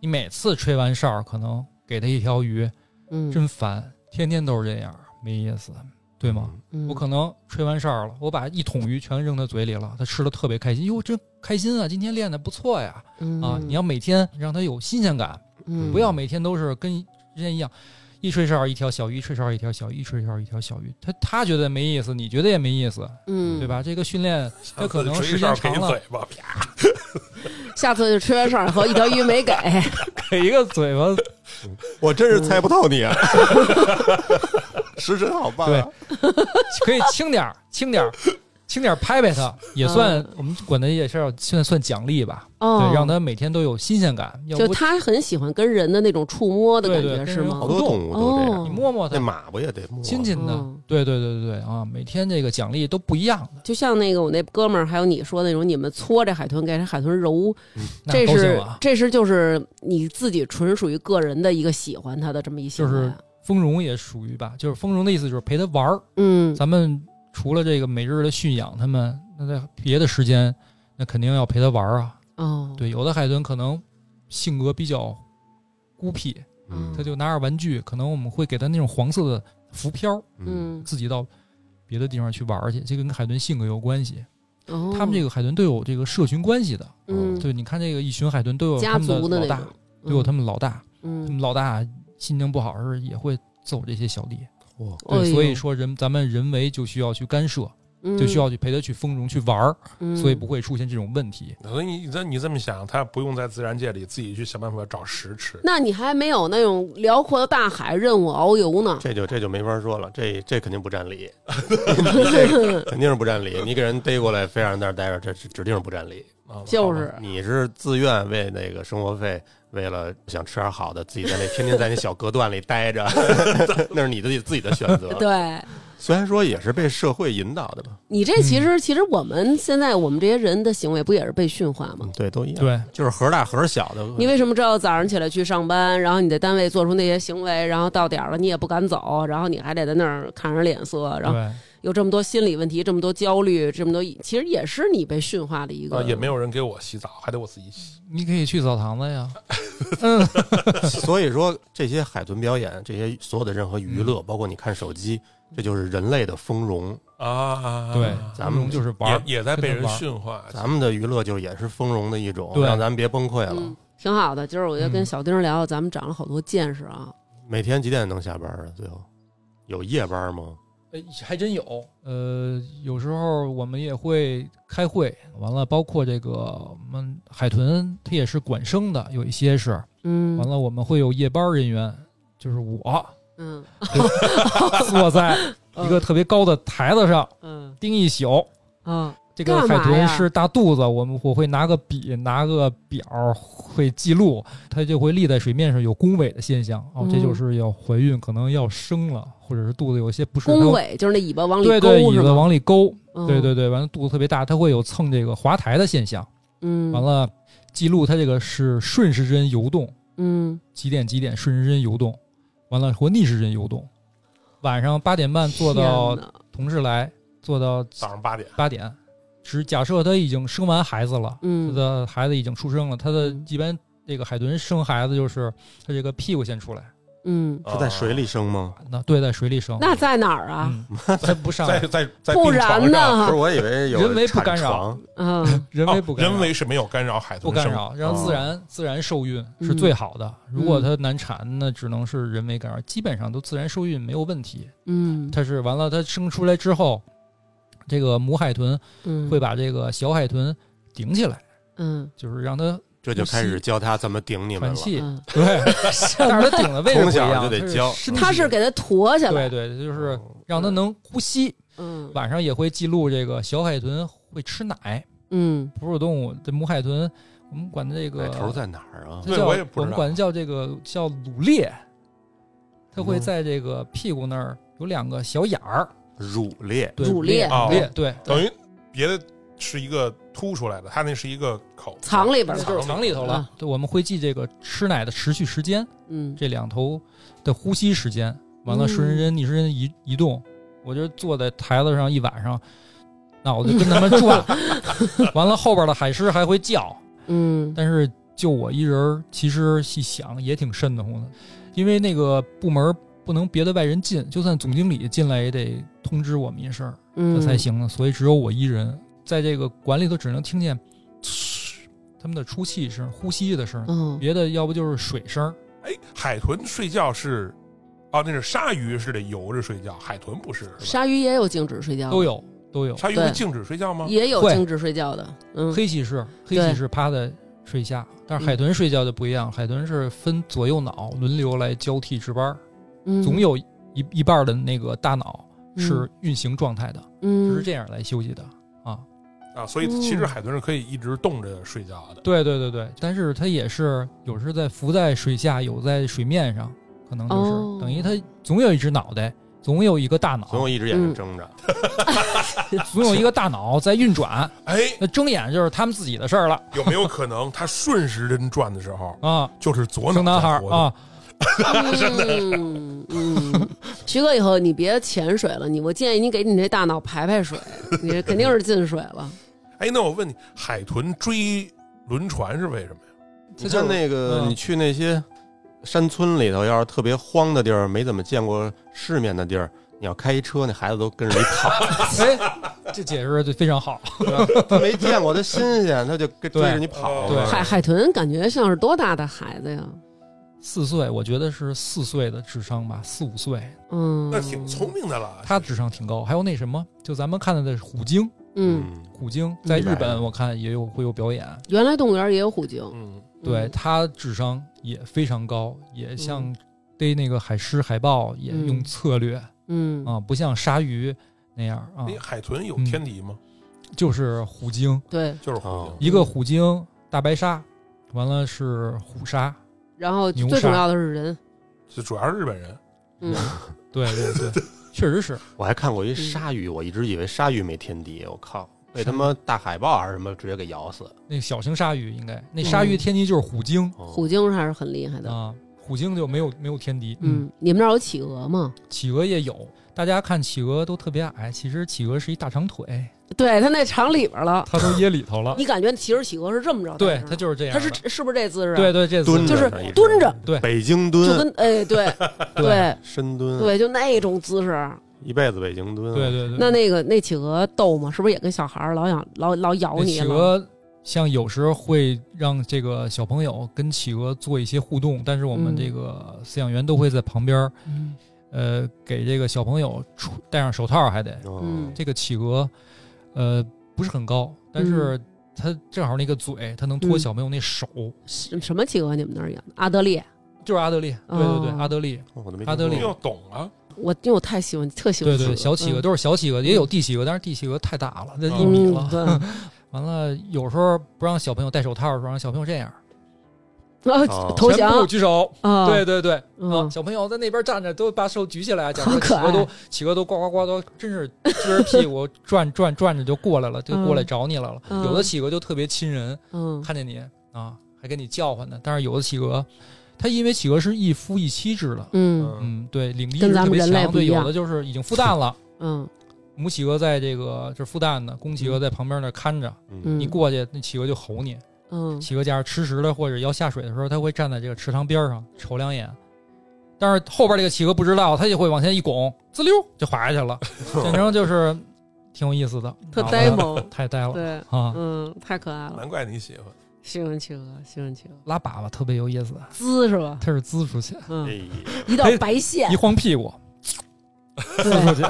你每次吹完哨，可能给他一条鱼，嗯，真烦，天天都是这样，没意思，对吗？嗯我可能吹完哨了，我把一桶鱼全扔他嘴里了，他吃的特别开心，哟，真开心啊！今天练的不错呀，嗯啊！你要每天让他有新鲜感，不要每天都是跟之前一样，一吹哨一条小鱼，一吹哨一条小鱼，一吹哨一条小鱼，他他觉得没意思，你觉得也没意思，嗯，对吧？这个训练他可能啊吹时哨间长给你了，嘴巴，啪下次就吃完哨以后一条鱼没给， 给一个嘴巴，我真是猜不透你， 啊，石神好棒啊！可以轻点儿， 轻点儿，轻点儿拍拍它，也算嗯我们管它也是要现在算奖励吧，哦，对，让它每天都有新鲜感。要就不它很喜欢跟人的那种触摸的感对觉对是吗好？多动物都这哦样，你摸摸那它，马不也得摸？亲亲它嗯，对对对对对啊，每天这个奖励都不一样的，就像那个我那哥们儿，还有你说的那种，你们搓这海豚，给这海豚揉，这那高兴是啊。这是就是你自己纯属于个人的一个喜欢它的这么一行为啊就是丰容也属于吧，就是丰容的意思就是陪它玩儿。嗯咱们除了这个每日的驯养它们，那在别的时间，那肯定要陪它玩儿啊。哦对，有的海豚可能性格比较孤僻，嗯他就拿着玩具，可能我们会给他那种黄色的浮漂，嗯，自己到别的地方去玩儿去。这个跟海豚性格有关系，哦，他们这个海豚都有这个社群关系的。嗯对，你看这个一群海豚都有家他们族的老那大，种都有他们们老大，他嗯们老大心情不好时也会揍这些小弟。哇哎呦对，所以说人咱们人为就需要去干涉，嗯就需要去陪他去丰容去玩儿，嗯所以不会出现这种问题。所以你这你这么想，它不用在自然界里自己去想办法找食吃。那你还没有那种辽阔的大海任我遨游呢？这就这就没法说了，这这肯定不占 理，这肯定是不占理。你给人逮过来，非让人在那儿待着，这是指定是不占理。啊就是你是自愿为那个生活费，为了想吃点好的，自己在那天天在那小隔断里待 着，那是你的自己的选择。对虽然说也是被社会引导的吧，你这嗯其实其实我们现在我们这些人的行为不也是被驯化吗嗯，？对，都一样，，对，就是盒大盒小的。你为什么知道早上起来去上班，然后你在单位做出那些行为，然后到点儿了你也不敢走，然后你还得在那儿看着脸色，然后对，有这么多心理问题，这么多焦虑，这么多，其实也是你被驯化的一个，啊，也没有人给我洗澡，还得我自己洗。你可以去澡堂子呀。所以说这些海豚表演，这些所有的任何娱嗯乐，包括你看手机，这就是人类的丰容。啊，对，咱们丰容就是玩儿，也也在被跟人他玩儿驯化。咱们的娱乐就是也是丰容的一种，对让咱们别崩溃了。嗯，挺好的。今儿我就跟嗯小丁儿聊，咱们长了好多见识啊。每天几点能下班啊？最后有夜班吗？呃，还真有。呃，有时候我们也会开会，完了，包括这个我们海豚，它也是管生的，有一些是。嗯，完，了，我们会有夜班人员，就是我嗯坐在一个特别高的台子上嗯盯一宿。啊，这个干嘛海呀豚是大肚子，我们我会拿个笔，拿个表会记录，它就会立在水面上有宫痿的现象。哦，这就嗯是要怀孕，可能要生了，或者是肚子有一些不适。弓它尾就是那尾巴往里对勾对，椅是子吗？往里勾，嗯对对，对，完了肚子特别大，它会有蹭这个滑台的现象，嗯，完，了记录它这个是顺时针游动，嗯几点几点顺时针游动，完了或逆时针游动。晚上八点半做到天哪同事来，做到早上八点，八点。只假设他已经生完孩子了，他嗯，的孩子已经出生了，他的嗯一般这个海豚生孩子就是他这个屁股先出来，嗯，是呃在水里生吗？那对，在水里生。那在哪儿啊？嗯，他不上在 来，在在不病然床上，啊不是，呢？我以为有啊人为不产干扰床， 嗯人为不哦干扰人为是没有干扰海不豚干生扰，让自啊然、自然受孕是嗯最好的。如果嗯它难产，那只能是人为干扰，基本上都自然受孕没有问题。嗯它是完了，它生出来之后，这个母海豚嗯，会把这个小海豚顶起来，嗯就是让它这就开始教他怎么顶你们了。喘气。嗯， 对，但是它顶的位置不一从小样，就得它是教哦身体他是给它驮起对来，对，就是让它能呼吸。嗯晚上也会记录这个小海豚会吃奶，嗯哺乳动物这母海豚，我们管这个奶哎头在哪儿啊？它对叫我也不知道们管它叫这个叫乳裂，它会嗯在这个屁股那儿有两个小眼儿，乳裂，对乳裂乳裂哦对，等于别的是一个凸出来的，它那是一个口子藏里边那儿就是藏里头了啊。对，我们会记这个吃奶的持续时间，嗯这两头的呼吸时间，完了顺时针逆时针移移动，我就坐在台子上一晚上，脑子跟他们转，完了后边的海狮还会叫，嗯但是就我一人儿，其实细想也挺瘆得慌的，因为那个部门不能别的外人进，就算总经理进来也得通知我们一声儿，嗯这才。行呢。所以只有我一人，在这个馆里头只能听见嘶他们的出气声、呼吸的声儿，嗯，别的要不就是水声儿。哎，海豚睡觉是，哦，那是鲨鱼是得游着睡觉，海豚不是，是吧？鲨鱼也有静止睡觉的，都有都有。鲨鱼对会静止睡觉吗？也有会静止睡觉的，嗯，黑骑士，黑对嗯骑士趴在睡下，但是海豚睡觉就不一样，海豚是分左右脑轮流来交替值班儿，嗯总有一一半儿的那个大脑是嗯运行状态的，嗯就是这样来休息的啊。啊，所以嗯其实海豚是可以一直动着睡觉的。对对对对，但是它也是有是在浮在水下，有在水面上，可能就是、哦等于它总有一只脑袋，总有一个大脑，总有一只眼睛嗯睁着。总有一个大脑在运转。哎，那睁眼就是他们自己的事儿了有没有可能它顺时针转的时候，啊。就是左脑生男孩在儿活动？啊，嗯嗯，徐哥，以后你别潜水了，你我建议你给你这大脑排排水，你这肯定是进水 了。哎，那我问你，海豚追轮船是为什么呀？这你就是看那个，嗯你去那些山村里头，要是特别荒的地儿，没怎么见过世面的地儿，你要开一车，那孩子都跟着你跑， 哎，这解释的非常好。 他没见过，他新鲜，他就跟追着你跑。哦对海海豚感觉像是多大的孩子呀？四岁，我觉得是四岁的智商吧，四五岁，嗯，那挺聪明的了。他智商挺高。还有那什么，就咱们看到的虎鲸，嗯，嗯，虎鲸在明白日本我看也有会有表演，原来动物园也有虎鲸，嗯，对嗯，他智商也非常高，也像逮那个海狮、海豹也嗯用策略嗯啊，不像鲨鱼那样啊那，哎海豚有嗯天敌吗？就是虎鲸，对，啊就是虎哦鲸。嗯一个虎鲸大白鲨，完了是虎鲨，然后牛最鲨重要的是人，就主要是日本人。嗯，对对 对，确实是我还看过一鲨鱼，我一直以为鲨鱼没天敌，我靠，被他妈大海豹啊还是什么直接给咬死。那个小型鲨鱼应该，那鲨鱼嗯天敌就是虎鲸哦虎鲸还是很厉害的。啊，虎鲸就没有没有天敌，嗯，你们那儿有企鹅吗？企鹅也有，大家看企鹅都特别矮，其实企鹅是一大长腿，对，它那藏里边了，它都掖里头了你。感觉其实企鹅是这么着的，对，吧它就是这样它的。是是不是这姿势啊？对对，这次蹲着就是一直蹲着，对北京就蹲，跟哎对 对对深蹲，对，就那种姿势。一辈子北京啊蹲。对，对对。那那个那企鹅逗吗？是不是也跟小孩儿老想老老咬那你企了？鹅像有时候会让这个小朋友跟企鹅做一些互动，但是我们嗯这个饲养员都会在旁边，嗯呃，给这个小朋友出戴上手套，还得嗯嗯，这个企鹅，呃，不是很高，但是它正好那个嘴，它能托嗯小朋友那手，什什么企鹅？你们那儿养的？阿德利，就是阿德利，对对对，哦阿德利，我都没阿德利听要过懂啊，我因为我太喜欢，特喜欢对对，小企鹅鹅都是小企鹅，也有地企鹅，但是地企鹅太大了，那嗯一米嗯了。嗯完了，有时候不让小朋友戴手套的时候，让小朋友这样，啊哦投全部降举手。啊，对对对，啊嗯，小朋友在那边站着，都把手举起来，讲好说可企鹅爱都企鹅都呱呱呱都， 真是撅着屁股转 转转着就过来了，就过来嗯找你来了。嗯有的企鹅就特别亲人，嗯看见你啊还跟你叫唤呢，但是有的企鹅，它因为企鹅是一夫一妻制的，嗯 嗯，嗯，对，领地跟是咱特们别人类强，不对，一样有的就是已经孵蛋了，嗯母企鹅在这个就是孵蛋的，公企鹅在旁边那看着，嗯你过去那企鹅就吼你，嗯企鹅假如吃食了或者要下水的时候，它会站在这个池塘边上瞅两眼，但是后边这个企鹅不知道，它就会往前一拱，滋溜就滑下去 了，反正就是挺有意思的，特脑子呆萌， 太呆了对，啊！嗯，太可爱 了，难怪你喜欢。喜欢企鹅，喜欢企鹅，拉粑粑特别有意思，啊滋是吧？它是滋出 去，嗯，哎一道哎白线一，晃屁股滋对，出去，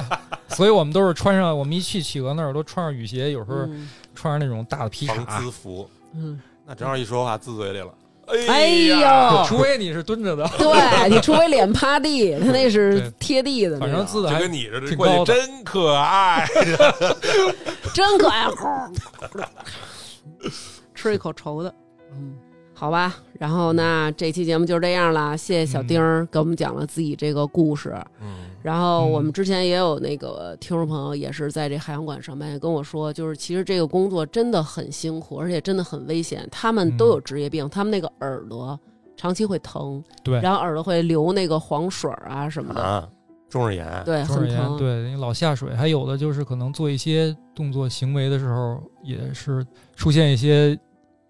所以我们都是穿上，我们一去企鹅那儿都穿上雨鞋，有时候嗯穿上那种大的皮哎防卡。滋服，嗯，那正好一说话滋嘴里了，哎呦，啊除非你是蹲着的，对你除非脸趴地，他那是对贴地的那反种，正滋的就还跟你似的，挺过去高的真可 爱。真可爱，吃一口稠的，嗯，好吧。然后那这期节目就这样了，谢谢小嗯丁儿给我们讲了自己这个故事。嗯，然后嗯我们之前也有那个听众朋友也是在这海洋馆上班，也跟我说，就是其实这个工作真的很辛苦，而且真的很危险。他们都有职业病，他们那个耳朵长期会疼，对然后耳朵会流那个黄水儿啊什么的，啊，中耳炎，对，中耳很炎疼，对，因为老下水，还有的就是可能做一些动作行为的时候，也是出现一些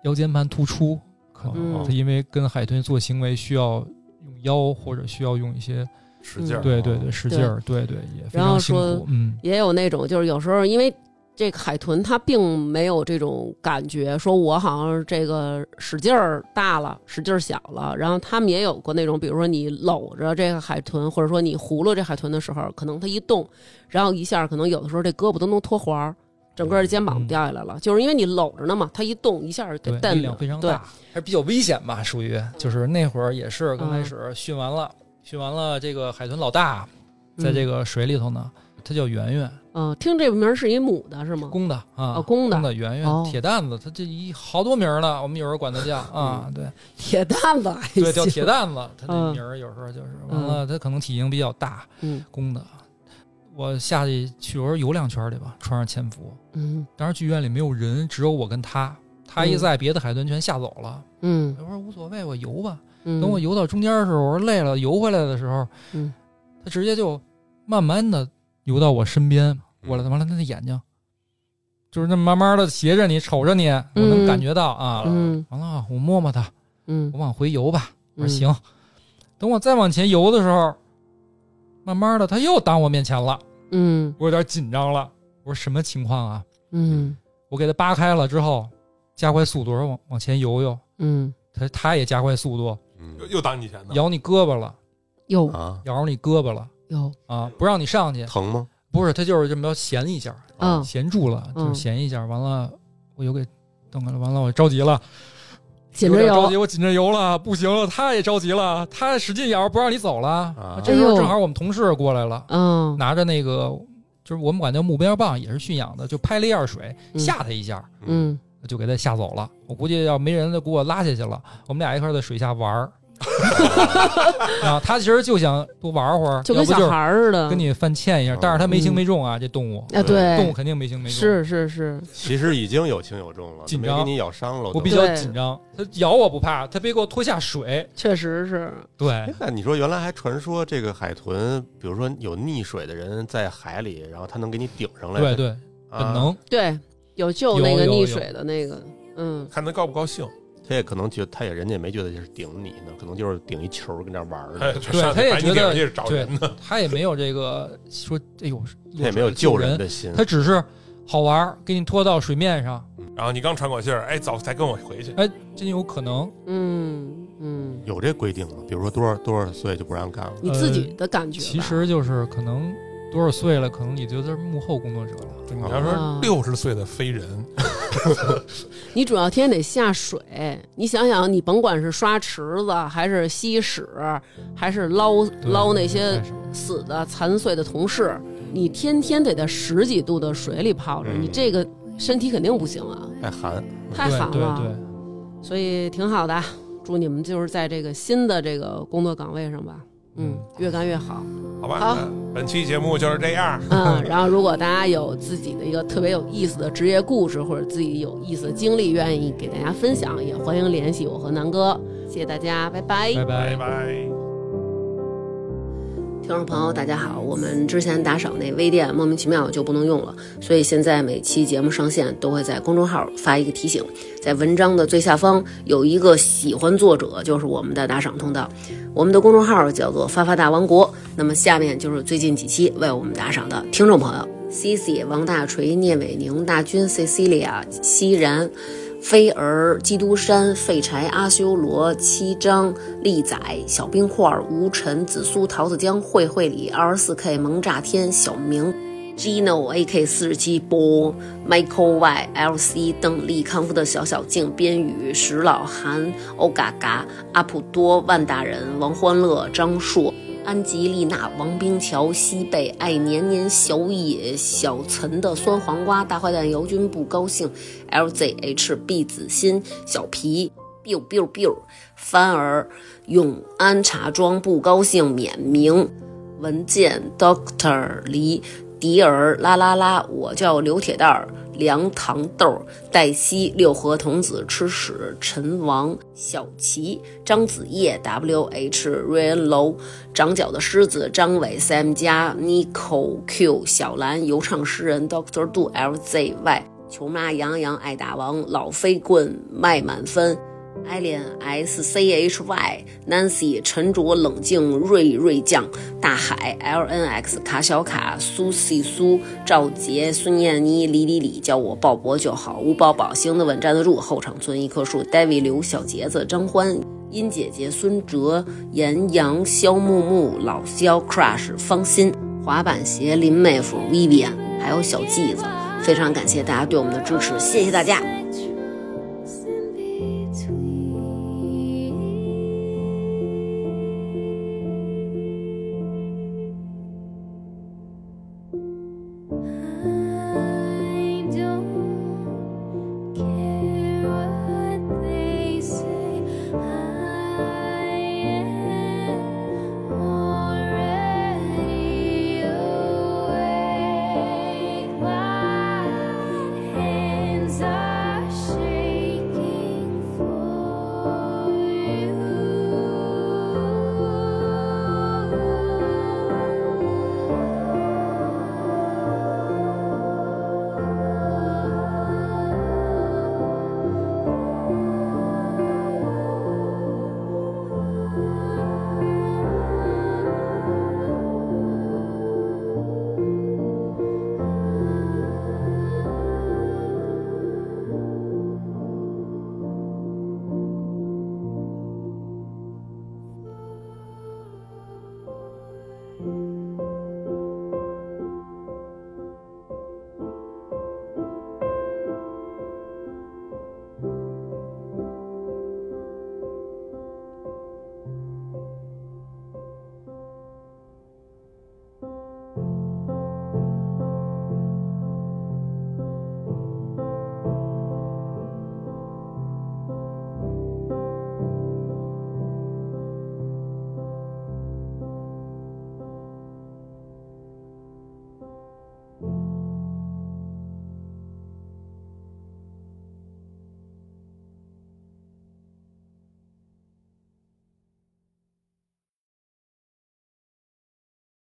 腰间盘突出，可能嗯它因为跟海豚做行为需要用腰或者需要用一些，使劲嗯儿，对对对，使劲儿，对对，也非然后常辛说苦，嗯，也有那种就是有时候因为这个海豚它并没有这种感觉，说我好像这个使劲儿大了，使劲儿小了。然后他们也有过那种，比如说你搂着这个海豚，或者说你葫芦这海豚的时候，可能它一动，然后一下可能有的时候这胳膊都能脱环儿。整个肩膀嗯掉下来了，就是因为你搂着呢嘛，它一动一下给对，蹬着力量非常对大，还是比较危险吧，属于就是那会儿也是刚开嗯始训完了，训完了这个海豚老大在这个个水里头呢，它叫圆圆，嗯、呃听这名儿是一母的是吗？公的啊哦，，公的公的圆哦圆铁蛋子，它这一好多名儿了，我们有时候管它 叫啊，对铁蛋子还对，叫嗯行铁蛋子，它这嗯名儿有时候就是嗯完了，它可能体型比较大，嗯公的。我下去去，我说游两圈儿去吧，穿上潜伏。嗯当时剧院里没有人，只有我跟他。他一嗯在，别的海豚全吓走了。嗯我说无所谓，我游吧。嗯，等我游到中间的时候，我说累了，游回来的时候，嗯，它直接就慢慢的游到我身边，嗯我了，完了，它的眼睛就是那么慢慢的斜着你，瞅着你，我能嗯感觉到啊。嗯完了，我摸摸它，嗯我往回游吧。我嗯说行，等我再往前游的时候，慢慢的它又挡我面前了，嗯我有点紧张了。我说什么情况啊？嗯我给它扒开了之后，加快速度，我说往往前游游，嗯，它它也加快速度，嗯又又挡你前头，咬你胳膊了，有啊，咬着你胳膊了。有，啊，不让你上去，疼吗？不是他就是这么着闲一下，嗯闲住了，嗯就是闲一下。完了，我又给蹬开了，完了我着急了，紧有着点着急，有，我紧着游了，不行了，他也着急了，他使劲咬，不让你走了。啊这时哎候呦正好我们同事过来了，嗯，拿着那个就是我们管叫目标棒，也是驯养的，就拍了一下水，嗯吓他一下，嗯，就给他吓走了。我估计要没人就给我拉下去了，我们俩一块儿在水下玩儿。 啊，他其实就想多玩会儿，就要跟不小就是孩儿似的，跟你犯欠一下，但是他没轻嗯没重啊，这动物，啊，动物嗯对，肯定没轻没重，是是是，其实已经有轻有重了，紧没张给你咬伤了。我比都较对紧张，它咬我不怕，它别给我拖下水，确实是，对，哎那你说原来还传说这个海豚，比如说有溺水的人在海里，然后它能给你顶上来。 对对，啊，本能，对，有救有那个有溺有水的那个，嗯，看他高不高兴。它也可能觉得，它也人家也没觉得这是顶你呢，可能就是顶一球跟那玩儿哎呢，就对上去他也把你觉得领去找人呢，它也没有这个说，哎呦，它也没有救救人，的心。它只是好玩儿，给你拖到水面上，然后你刚喘口气儿，哎，走，再跟我回去。哎，真有可能，嗯嗯，有这规定吗？比如说多少多少岁就不让干了？你自己的感觉吧，呃其实就是可能多少岁了，可能你就是幕后工作者了，你要说啊六十岁的飞人，你主要天天得下水，你想想，你甭管是刷池子，还是吸屎，还是捞对捞那些开始死的残碎的同事，你天天得在十几度的水里泡着，嗯你这个身体肯定不行啊，太寒，太对寒对了。对，所以挺好的。祝你们就是在这个新的这个工作岗位上吧，嗯，越干越好。好吧，好那本期节目就是这样。嗯， 然后如果大家有自己的一个特别有意思的职业故事，或者自己有意思的经历，愿意给大家分享，也欢迎联系我和南哥。谢谢大家，拜拜。拜拜拜。拜听众朋友，大家好，我们之前打赏那微店莫名其妙就不能用了，所以现在每期节目上线都会在公众号发一个提醒，在文章的最下方有一个喜欢作者，就是我们的打赏通道。我们的公众号叫做“发发大王国”，那么下面就是最近几期为我们打赏的听众朋友：Cici、王大锤、聂伟宁、大军、Cecilia、熙然。飞儿、基督山、废柴、阿修罗、七张、利仔、小冰块儿、吴晨、紫苏、桃子江、慧慧里、二十四 K、萌炸天、小明、Gino、AK 四十七、波、Michael Y、LC、邓丽、康复的小小静、边宇、石老、韩、欧嘎嘎、阿普多、万大人、王欢乐、张硕。安吉丽娜、王冰桥、西贝、爱年年、小野、小岑的酸黄瓜、大坏蛋姚军不高兴、LZH、毕子欣、小皮、biu biu biu、帆儿、永安茶庄不高兴、免明、文件、Doctor 黎、迪儿、啦啦啦，我叫刘铁蛋儿、梁糖豆、黛西、六合童子、吃屎、陈王、小齐、张子叶、W H、瑞恩楼、长脚的狮子、张伟、Sam 加、Nico、Q、小兰、游唱诗人、Doctor Do、L Z Y、球妈、杨洋、爱打王、老飞棍、麦满分。艾莲 S C H Y Nancy 沉着冷静瑞瑞酱大海 L N X 卡小卡苏西苏赵杰孙燕妮李李李叫我鲍勃就好吴宝宝行得稳站得住后场村一棵树 David 刘小杰子张欢殷姐姐孙哲严阳肖木木老肖 Crush 方心滑板鞋林妹夫 Vivian 还有小季子，非常感谢大家对我们的支持，谢谢大家。